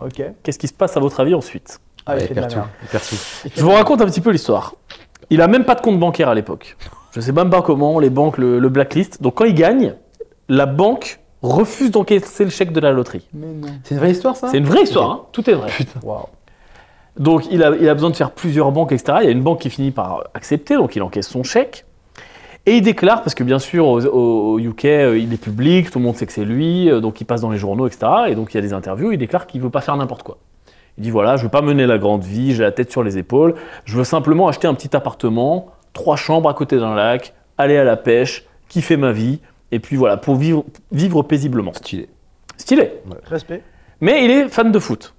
Ok. Qu'est-ce qui se passe à votre avis ensuite Ah, il Ouais, fait de la perdu, merde. perdu. Je vous raconte un petit peu l'histoire. Il a même pas de compte bancaire à l'époque. Je sais même pas comment les banques le, le blacklist. Donc quand il gagne, la banque refuse d'encaisser le chèque de la loterie. Mais non. C'est une vraie histoire ça C'est une vraie histoire, hein. tout est vrai. Waouh. Donc il a, il a besoin de faire plusieurs banques, etc. Il y a une banque qui finit par accepter, donc il encaisse son chèque. Et il déclare, parce que bien sûr au, au- au UK euh, il est public, tout le monde sait que c'est lui, euh, donc il passe dans les journaux, etc. Et donc il y a des interviews, il déclare qu'il veut pas faire n'importe quoi. Il dit voilà, je veux pas mener la grande vie, j'ai la tête sur les épaules, je veux simplement acheter un petit appartement, trois chambres à côté d'un lac, aller à la pêche, kiffer ma vie, et puis voilà, pour vivre, vivre paisiblement. Stylé. Stylé. Euh, Respect. Mais il est fan de foot.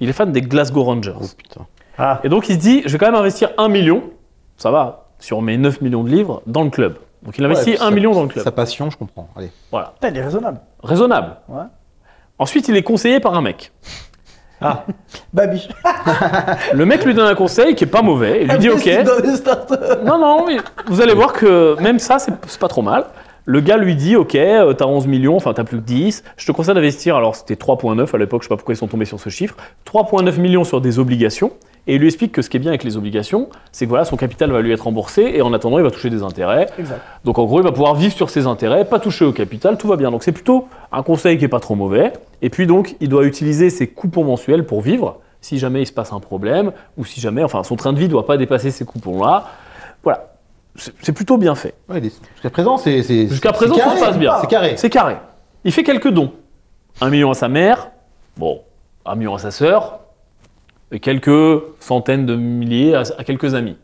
Il est fan des Glasgow Rangers. Oh putain. Ah, Et donc il se dit, je vais quand même investir 1 million, ça va, sur mes 9 millions de livres, dans le club. Donc il investit Ouais, 1 ça- million dans le club. Sa passion, je comprends. Allez. Putain, il est raisonnable. Raisonnable. Ouais. Ensuite, il est conseillé par un mec. Babi. Le mec lui donne un conseil qui est pas mauvais. Il lui dit OK. Dans les startups. Non, non, mais vous allez voir que même ça, c'est c'est pas trop mal. Le gars lui dit Ok, euh, t'as 11 millions, enfin t'as plus que 10. Je te conseille d'investir. Alors c'était 3,9 à l'époque, je sais pas pourquoi ils sont tombés sur ce chiffre. 3,9 millions sur des obligations. Et il lui explique que ce qui est bien avec les obligations, c'est que voilà, son capital va lui être remboursé et en attendant, il va toucher des intérêts. Exact. Donc en gros, il va pouvoir vivre sur ses intérêts, pas toucher au capital, tout va bien. Donc c'est plutôt un conseil qui est pas trop mauvais. Et puis donc, il doit utiliser ses coupons mensuels pour vivre, si jamais il se passe un problème, ou si jamais, enfin, son train de vie ne doit pas dépasser ces coupons-là. Voilà, c'est c'est plutôt bien fait. Ouais, il est- Jusqu'à présent, c'est. c'est- Jusqu'à c'est présent, ça carré. se passe bien. C'est carré. C'est carré. Il fait quelques dons. Un million à sa mère, bon, un million à sa sœur, et quelques centaines de milliers à, à quelques amis.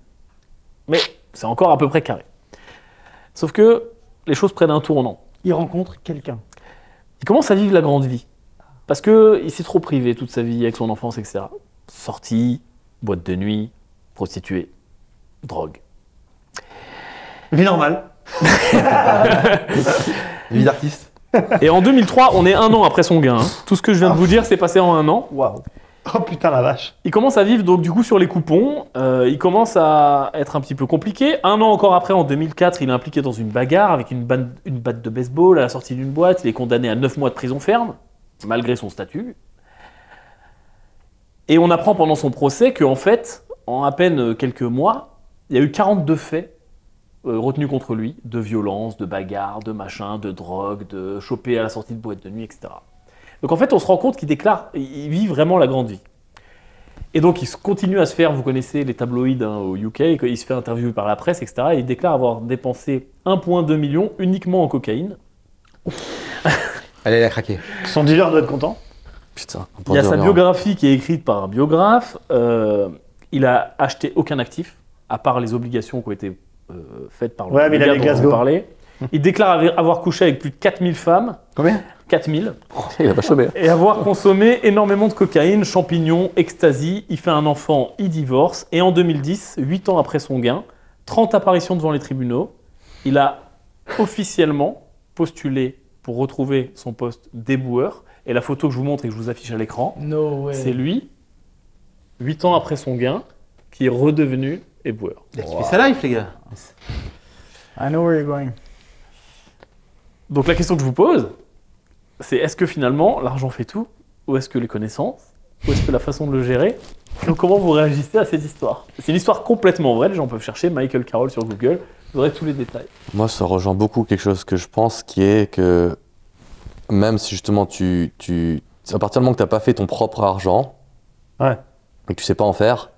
Mais c'est encore à peu près carré. Sauf que les choses prennent un tournant. Il rencontre quelqu'un. Il commence à vivre la grande vie. Parce que il s'est trop privé toute sa vie avec son enfance, etc. Sortie, boîte de nuit, prostituée, drogue. vie normale. Vie d'artiste. Et en 2003, on est un an après son gain. hein. Tout ce que je viens de vous dire s'est passé en un an. Waouh. Oh putain, la vache. Il commence à vivre donc du coup sur les coupons. Euh, il commence à être un petit peu compliqué. Un an encore après, en 2004, il est impliqué dans une bagarre avec une, ban- une batte de baseball à la sortie d'une boîte. Il est condamné à 9 mois de prison ferme, malgré son statut. Et on apprend pendant son procès qu'en fait, en à peine quelques mois, il y a eu 42 faits euh, retenus contre lui de violence, de bagarre, de machin, de drogue, de choper à la sortie de boîte de nuit, etc. Donc en fait, on se rend compte qu'il déclare, il vit vraiment la grande vie. Et donc, il se continue à se faire, vous connaissez les tabloïds hein, au UK, quand il se fait interviewer par la presse, etc. Et il déclare avoir dépensé 1,2 million uniquement en cocaïne. Allez, elle a craqué. Son dealer doit être content. Putain. Il y a sa biographie qui est écrite par un biographe. Euh, il a acheté aucun actif, à part les obligations qui ont été euh, faites par le Ouais, mais il gars a les dont on Glasgow. parlait. Il déclare avoir- avoir couché avec plus de 4000 femmes. Combien 4000. Il a pas chômé. Et avoir consommé énormément de cocaïne, champignons, ecstasy, il fait un enfant, il divorce. Et en 2010, 8 ans après son gain, 30 apparitions devant les tribunaux, il a officiellement postulé pour retrouver son poste d'éboueur. Et la photo que je vous montre et que je vous affiche à l'écran, No way. c'est lui, 8 ans après son gain, qui est redevenu éboueur. Il fait sa life, les gars. I know where you're going. Donc la question que je vous pose, c'est est-ce que finalement l'argent fait tout Ou est-ce que les connaissances Ou est-ce que la façon de le gérer Donc comment vous réagissez à cette histoire C'est une histoire complètement vraie, les gens peuvent chercher Michael Carroll sur Google, vous aurez tous les détails. Moi, ça rejoint beaucoup quelque chose que je pense qui est que même si justement tu. tu à partir du moment que tu n'as pas fait ton propre argent Ouais. et que tu sais pas en faire,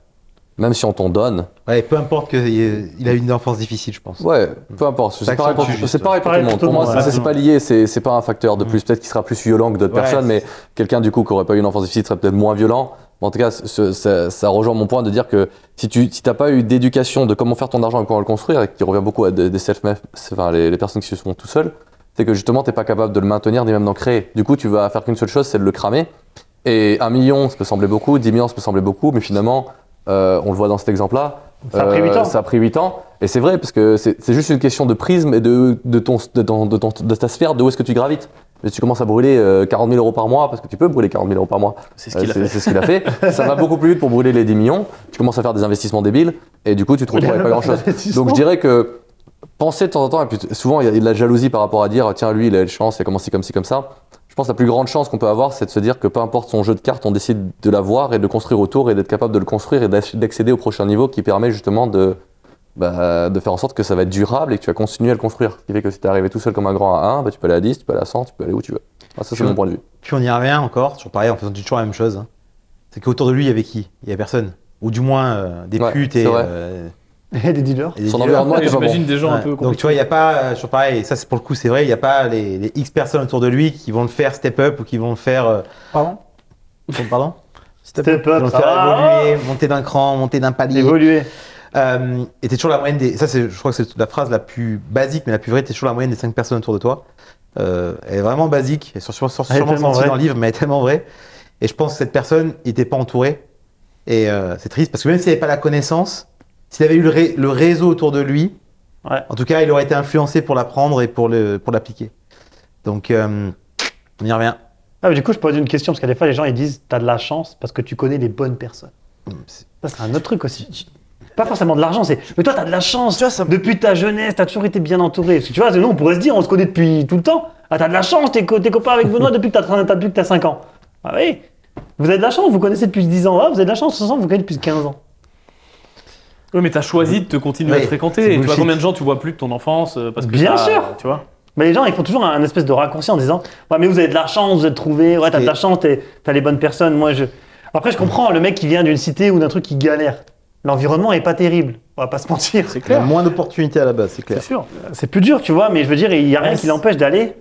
même si on t'en donne, Ouais, peu importe qu'il ait il a eu une enfance difficile, je pense. ouais, peu importe. T'as C'est pareil, que ça pour, dessus, juste. c'est pareil pour tout Pareil le monde. pour Pour tout moi, le monde, ça, ouais. c'est pas lié, c'est c'est pas un facteur de plus. Mm. Peut-être qu'il sera plus violent que d'autres Ouais, personnes, mais quelqu'un du coup qui aurait pas eu une enfance difficile serait peut-être moins violent. Mais En tout cas, ce- ça, ça rejoint mon point de dire que si tu si t'as pas eu d'éducation de comment faire ton argent et comment le construire, et qui revient beaucoup à des, des self-made, c'est- enfin les, les personnes qui se font tout seuls, c'est que justement t'es pas capable de le maintenir ni même d'en créer. Du coup, tu vas faire qu'une seule chose, c'est de le cramer. Et un million, ça peut sembler beaucoup, 10 millions, ça peut sembler beaucoup, mais finalement, euh, on le voit dans cet exemple-là. Ça a pris euh, huit ans. Ça a pris 8 ans. Et c'est vrai, parce que c'est c'est juste une question de prisme et de, de, ton, de, ton- de ton- de ta sphère, de où est-ce que tu gravites. Mais si tu commences à brûler euh, 40 000 euros par mois, parce que tu peux brûler 40 000 euros par mois, C'est ce euh, qu'il a c'est fait. c'est ce qu'il a fait. ça va beaucoup plus vite pour brûler les 10 millions. Tu commences à faire des investissements débiles et du coup, tu te retrouves avec pas grand-chose. Donc je dirais que penser de temps en temps, et puis t- souvent il y a de la jalousie par rapport à dire tiens, lui il a eu de chance, il a commencé comme ci, comme ça. Je pense que la plus grande chance qu'on peut avoir, c'est de se dire que peu importe son jeu de cartes, on décide de l'avoir et de le construire autour et d'être capable de le construire et d'ac- d'accéder au prochain niveau qui permet justement de, bah, de faire en sorte que ça va être durable et que tu vas continuer à le construire. Ce qui fait que si t'es arrivé tout seul comme un grand à 1, bah, tu peux aller à 10, tu peux aller à 100, tu peux aller où tu veux. Ah, ça, c'est Sure. mon point de vue. Puis on y revient encore, toujours pareil, en faisant toujours la même chose. hein. C'est qu'autour de lui, il y avait qui Il y avait personne. Ou du moins euh, des Ouais, putes c'est et, vrai. euh, Et des dealers. et des Son dealers. environnement était pas bon. J'imagine des gens un Ouais. peu Donc tu vois, il n'y a pas, euh, toujours pareil, et ça c'est pour le coup, c'est vrai, il n'y a pas les, les X personnes autour de lui qui vont le faire step up ou qui vont le faire. euh, Pardon pardon C'était Step Qui vont up, le ça faire va. Ah évoluer, monter d'un cran, monter d'un palier. Évoluer. Euh, et t'es toujours la moyenne des. Ça, c'est, je crois que c'est la phrase la plus basique, mais la plus vraie. T'es toujours la moyenne des cinq personnes autour de toi. Euh, elle est vraiment basique. Elle est sur- sur- sur- Elle est sûrement tellement sentie vraie. dans le livre, mais elle est tellement vraie. Et je pense que cette personne, il n'était pas entouré. Et euh, c'est triste parce que même s'il n'avait pas la connaissance, s'il avait eu le, ré- le réseau autour de lui, Ouais. en tout cas, il aurait été influencé pour l'apprendre et pour le pour l'appliquer. Donc, euh, on y revient. Ah, mais du coup, je pose une question, parce qu'à des fois, les gens, ils disent, t'as de la chance parce que tu connais les bonnes personnes. C'est- Ça, c'est un autre truc aussi. Pas forcément de l'argent, c'est, mais toi, t'as de la chance. Tu vois, ça me- Depuis ta jeunesse, t'as toujours été bien entouré. Parce que tu vois, nous, on pourrait se dire, on se connaît depuis tout le temps. Ah, t'as de la chance, t'es, co- t'es copain avec Benoît depuis que t'as, 30 depuis que t'as 5 ans. Ah oui. Vous avez de la chance, vous connaissez depuis 10 ans. Ah, vous avez de la chance, 60 ans, vous connaissez depuis 15 ans. Oui, mais t'as choisi de te continuer Oui, à fréquenter. c'est Et tu vois bullshit. combien de gens tu vois plus de ton enfance euh, parce que Bien t'as- sûr. Tu vois Mais les gens, ils font toujours un, un espèce de raccourci en disant Ouais, mais vous avez de la chance, vous êtes trouvé, ouais, t'as de la chance, t'es- t'as les bonnes personnes. Moi, je. Après, je comprends, le mec qui vient d'une cité ou d'un truc qui galère. L'environnement est pas terrible, on va pas se mentir. C'est Il y a clair. moins d'opportunités à la base, c'est clair. C'est sûr. C'est plus dur, tu vois, mais je veux dire, il y a rien qui l'empêche d'aller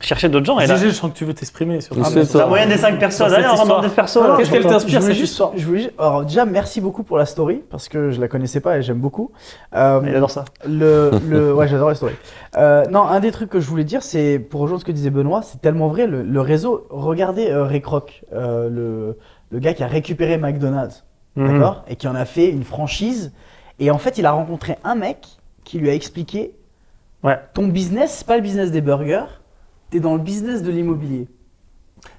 chercher d'autres gens. Et là, Gégé, je sens que tu veux t'exprimer sur Mais Ah, c'est mais- ça. la moyenne des 5 personnes, Dans allez, cette on rentre dans histoire. des personnes. Qu'est-ce qu'elle Je t'inspire voulais cette juste, histoire je voulais juste- alors déjà merci beaucoup pour la story parce que je la connaissais pas et j'aime beaucoup. Euh, Il adore ça. le, le, ouais, j'adore la story. Euh, non, un des trucs que je voulais dire, c'est pour rejoindre ce que disait Benoît, c'est tellement vrai. Le, le réseau, regardez euh, Ray Kroc, euh, le, le gars qui a récupéré McDonald's, Mhm. d'accord, et qui en a fait une franchise. Et en fait, il a rencontré un mec qui lui a expliqué Ouais. ton business, c'est pas le business des burgers, t'es dans le business de l'immobilier.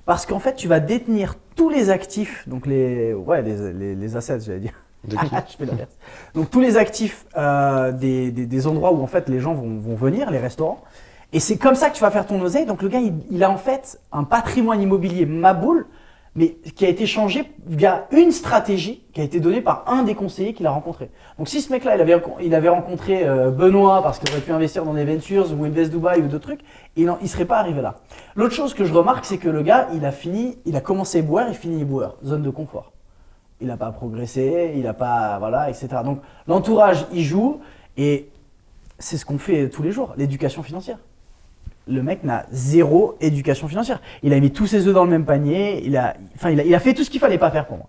Parce qu'en fait, tu vas détenir tous les actifs, donc les, ouais, les, les, les assets, j'allais dire. Je fais l'inverse. Donc tous les actifs euh, des, des- des endroits où en fait les gens vont, vont venir, les restaurants. Et c'est comme ça que tu vas faire ton oseille. Donc le gars, il, il a en fait un patrimoine immobilier maboule, mais qui a été changé via une stratégie qui a été donnée par un des conseillers qu'il a rencontré. Donc si ce mec-là, il avait, il avait rencontré euh, Benoît parce qu'il aurait pu investir dans des ventures ou Invest Dubai ou d'autres trucs, il ne serait pas arrivé là. L'autre chose que je remarque, c'est que le gars, il a fini, il a commencé boire, il finit boire, zone de confort il n'a pas progressé, il n'a pas, voilà, etc. Donc l'entourage y joue et c'est ce qu'on fait tous les jours, l'éducation financière. Le mec n'a zéro éducation financière. Il a mis tous ses œufs dans le même panier, il a, enfin, il a, il a fait tout ce qu'il fallait pas faire pour moi.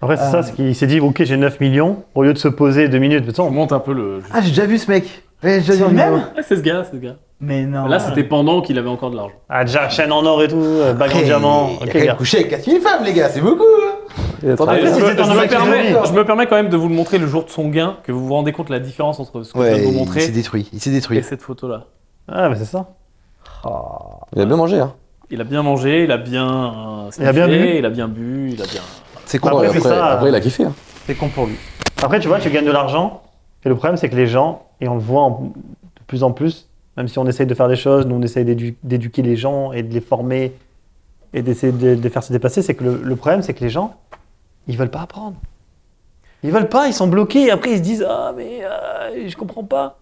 Après, c'est Euh. ça, c'est qu'il s'est dit Ok, j'ai 9 millions, au lieu de se poser 2 minutes. Mais On attends, monte un peu le. Ah, j'ai déjà vu ce mec. Ouais, j'ai déjà C'est vu le même Ah, c'est ce gars, c'est ce gars. Mais non. Là, c'était pendant qu'il avait encore de l'argent. ah, déjà, chaîne en or et tout, euh, bague en Après, diamant. Il Ok, a gars. couché avec 4000 femmes, les gars, c'est beaucoup. hein. Il a Je, travaillé. me- si c'est je un me homme permets, accidenté. je me permets quand même de vous le montrer le jour de son gain, que vous vous rendez compte la différence entre ce que je viens de vous il s'est montrer détruit. Il s'est et détruit. cette photo-là. Ah, mais c'est ça. Il a bien mangé, hein. Il a bien mangé, il a bien euh, Il a bien sniffé, bu. il a bien bu, il a bien. C'est con. Après, Ouais, c'est Après, ça. après, il a kiffé. hein. C'est con pour lui. Après, tu vois, tu gagnes de l'argent. Et le problème, c'est que les gens, et on le voit en- de plus en plus, même si on essaye de faire des choses, nous, on essaye d'édu- d'éduquer les gens et de les former et d'essayer de, de les faire se dépasser, c'est que le, le problème, c'est que les gens, ils veulent pas apprendre. Ils veulent pas, ils sont bloqués. Et après, ils se disent Ah, mais euh, je comprends pas.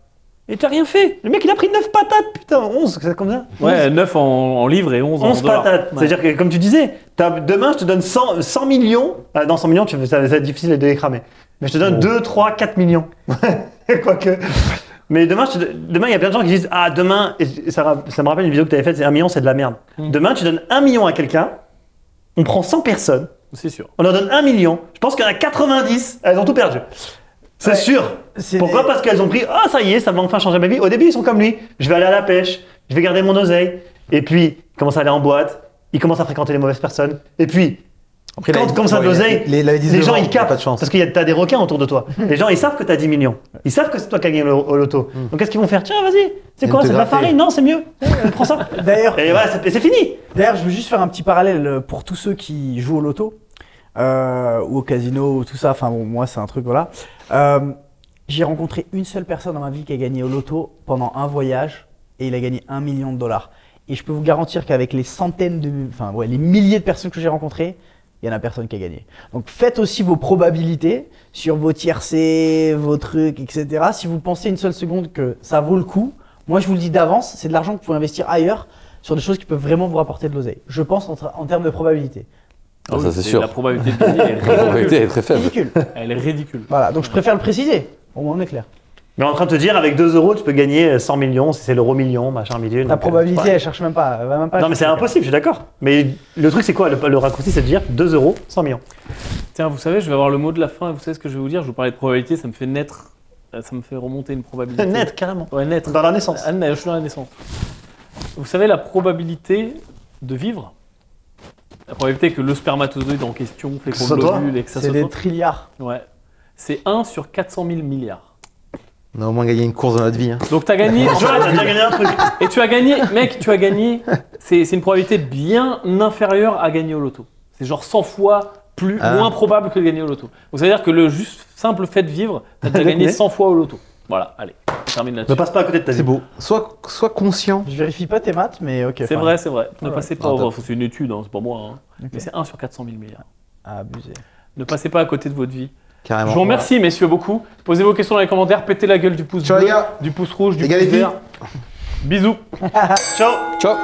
Mais t'as rien fait. Le mec, il a pris 9 patates, putain, 11, c'est comme ça Ouais, 9 en, en livres et 11 en 11 dollars. patates. Ouais. C'est-à-dire que, comme tu disais, t'as- demain, je te donne 100, 100 millions. Ah, dans 100 millions, tu, ça, ça va être difficile de les cramer. Mais je te donne 2, 3, 4 millions. Quoique. Mais demain, je te- demain, il y a plein de gens qui disent Ah, demain, et ça, ra- ça me rappelle une vidéo que tu avais faite, c'est 1 million, c'est de la merde. Hmm. Demain, tu donnes 1 million à quelqu'un, on prend 100 personnes, C'est sûr. on leur donne 1 million. Je pense qu'il y en a 90, elles ont tout perdu. C'est Ouais. sûr. C'est- Pourquoi Parce qu'elles ont pris Ah, ça y est, ça m'a enfin changé ma vie. Au début, ils sont comme lui. Je vais aller à la pêche, je vais garder mon oseille. Et puis, ils commencent à aller en boîte, ils commencent à fréquenter les mauvaises personnes. Et puis, Après, il quand a- comme ça ouais, de l'oseille, il a- il a les 19 gens ans, ils il a capent. pas de chance. Parce que t'as des requins autour de toi. les gens ils savent que t'as 10 millions. Ils savent que c'est toi qui as gagné le- au loto. Donc qu'est-ce qu'ils vont faire Tiens, vas-y, c'est Ils quoi vont te C'est de la gratter. farine Non, c'est mieux. Eh, Prends ça. D'ailleurs, Et voilà, c'est- c'est fini. D'ailleurs, je veux juste faire un petit parallèle euh, pour tous ceux qui jouent au loto euh, ou au casino ou tout ça. Enfin bon, moi c'est un truc voilà. Euh, J'ai rencontré une seule personne dans ma vie qui a gagné au loto pendant un voyage et il a gagné un million de dollars. Et je peux vous garantir qu'avec les centaines de, enfin ouais, les milliers de personnes que j'ai rencontrées, il y en a personne qui a gagné. Donc faites aussi vos probabilités sur vos tiercés, vos trucs, etc. Si vous pensez une seule seconde que ça vaut le coup, moi je vous le dis d'avance, c'est de l'argent que vous pouvez investir ailleurs sur des choses qui peuvent vraiment vous rapporter de l'oseille. Je pense en, tra- en termes de probabilité. Ah, ça, oui, c'est sûr. La probabilité de gagner est La probabilité ridicule. est très faible. Ridicule. Elle est ridicule. voilà, donc je préfère le préciser. Au moins on est clair. Mais on est en train de te dire, avec 2 euros, tu peux gagner 100 millions, si c'est l'euro million, machin million. La Donc, euh, probabilité, ouais. elle cherche même pas. elle va même pas Non mais c'est chercher. impossible, je suis d'accord. Mais le truc c'est quoi le, le raccourci c'est de dire 2 euros, 100 millions. Tiens, vous savez, je vais avoir le mot de la fin. Vous savez ce que je vais vous dire Je vous parlais de probabilité, ça me fait naître. euh, Ça me fait remonter une probabilité. Net, carrément. Ouais, naître. Dans la naissance. Ah, na- je suis dans la naissance. Vous savez la probabilité de vivre La probabilité que le spermatozoïde en question fait Que ce qu'on soit toi l'ovule et que ça C'est soit des toi trilliards. Ouais. C'est 1 sur 400 000 milliards. On a au moins gagné une course dans notre vie. hein. Donc t'as gagné. Tu vois, t'as déjà gagné un truc. et tu as gagné, mec, tu as gagné. C'est c'est une probabilité bien inférieure à gagner au loto. C'est genre 100 fois plus, Ah. moins probable que de gagner au loto. Donc ça veut dire que le juste simple fait de vivre, t'as déjà gagné Mais- 100 fois au loto. Voilà, allez, on termine Ne là-dessus. passe pas à côté de ta vie. C'est beau. Sois, sois conscient. Je vérifie pas tes maths, mais ok. C'est fine. vrai, c'est vrai. Ne Ouais. passez pas Ah, au top. enfin, C'est une étude, hein, c'est pas moi. hein. Ok. Mais c'est 1 sur 400 000 milliards. Ah, abusé. Ne passez pas à côté de votre vie. Ah, Carrément. Je vous remercie, messieurs, beaucoup. Posez vos questions dans les commentaires. Pétez la gueule du pouce Ciao, bleu, les gars. du pouce rouge, du Les gars, les pouce filles. vert. Bisous. Ciao. Ciao.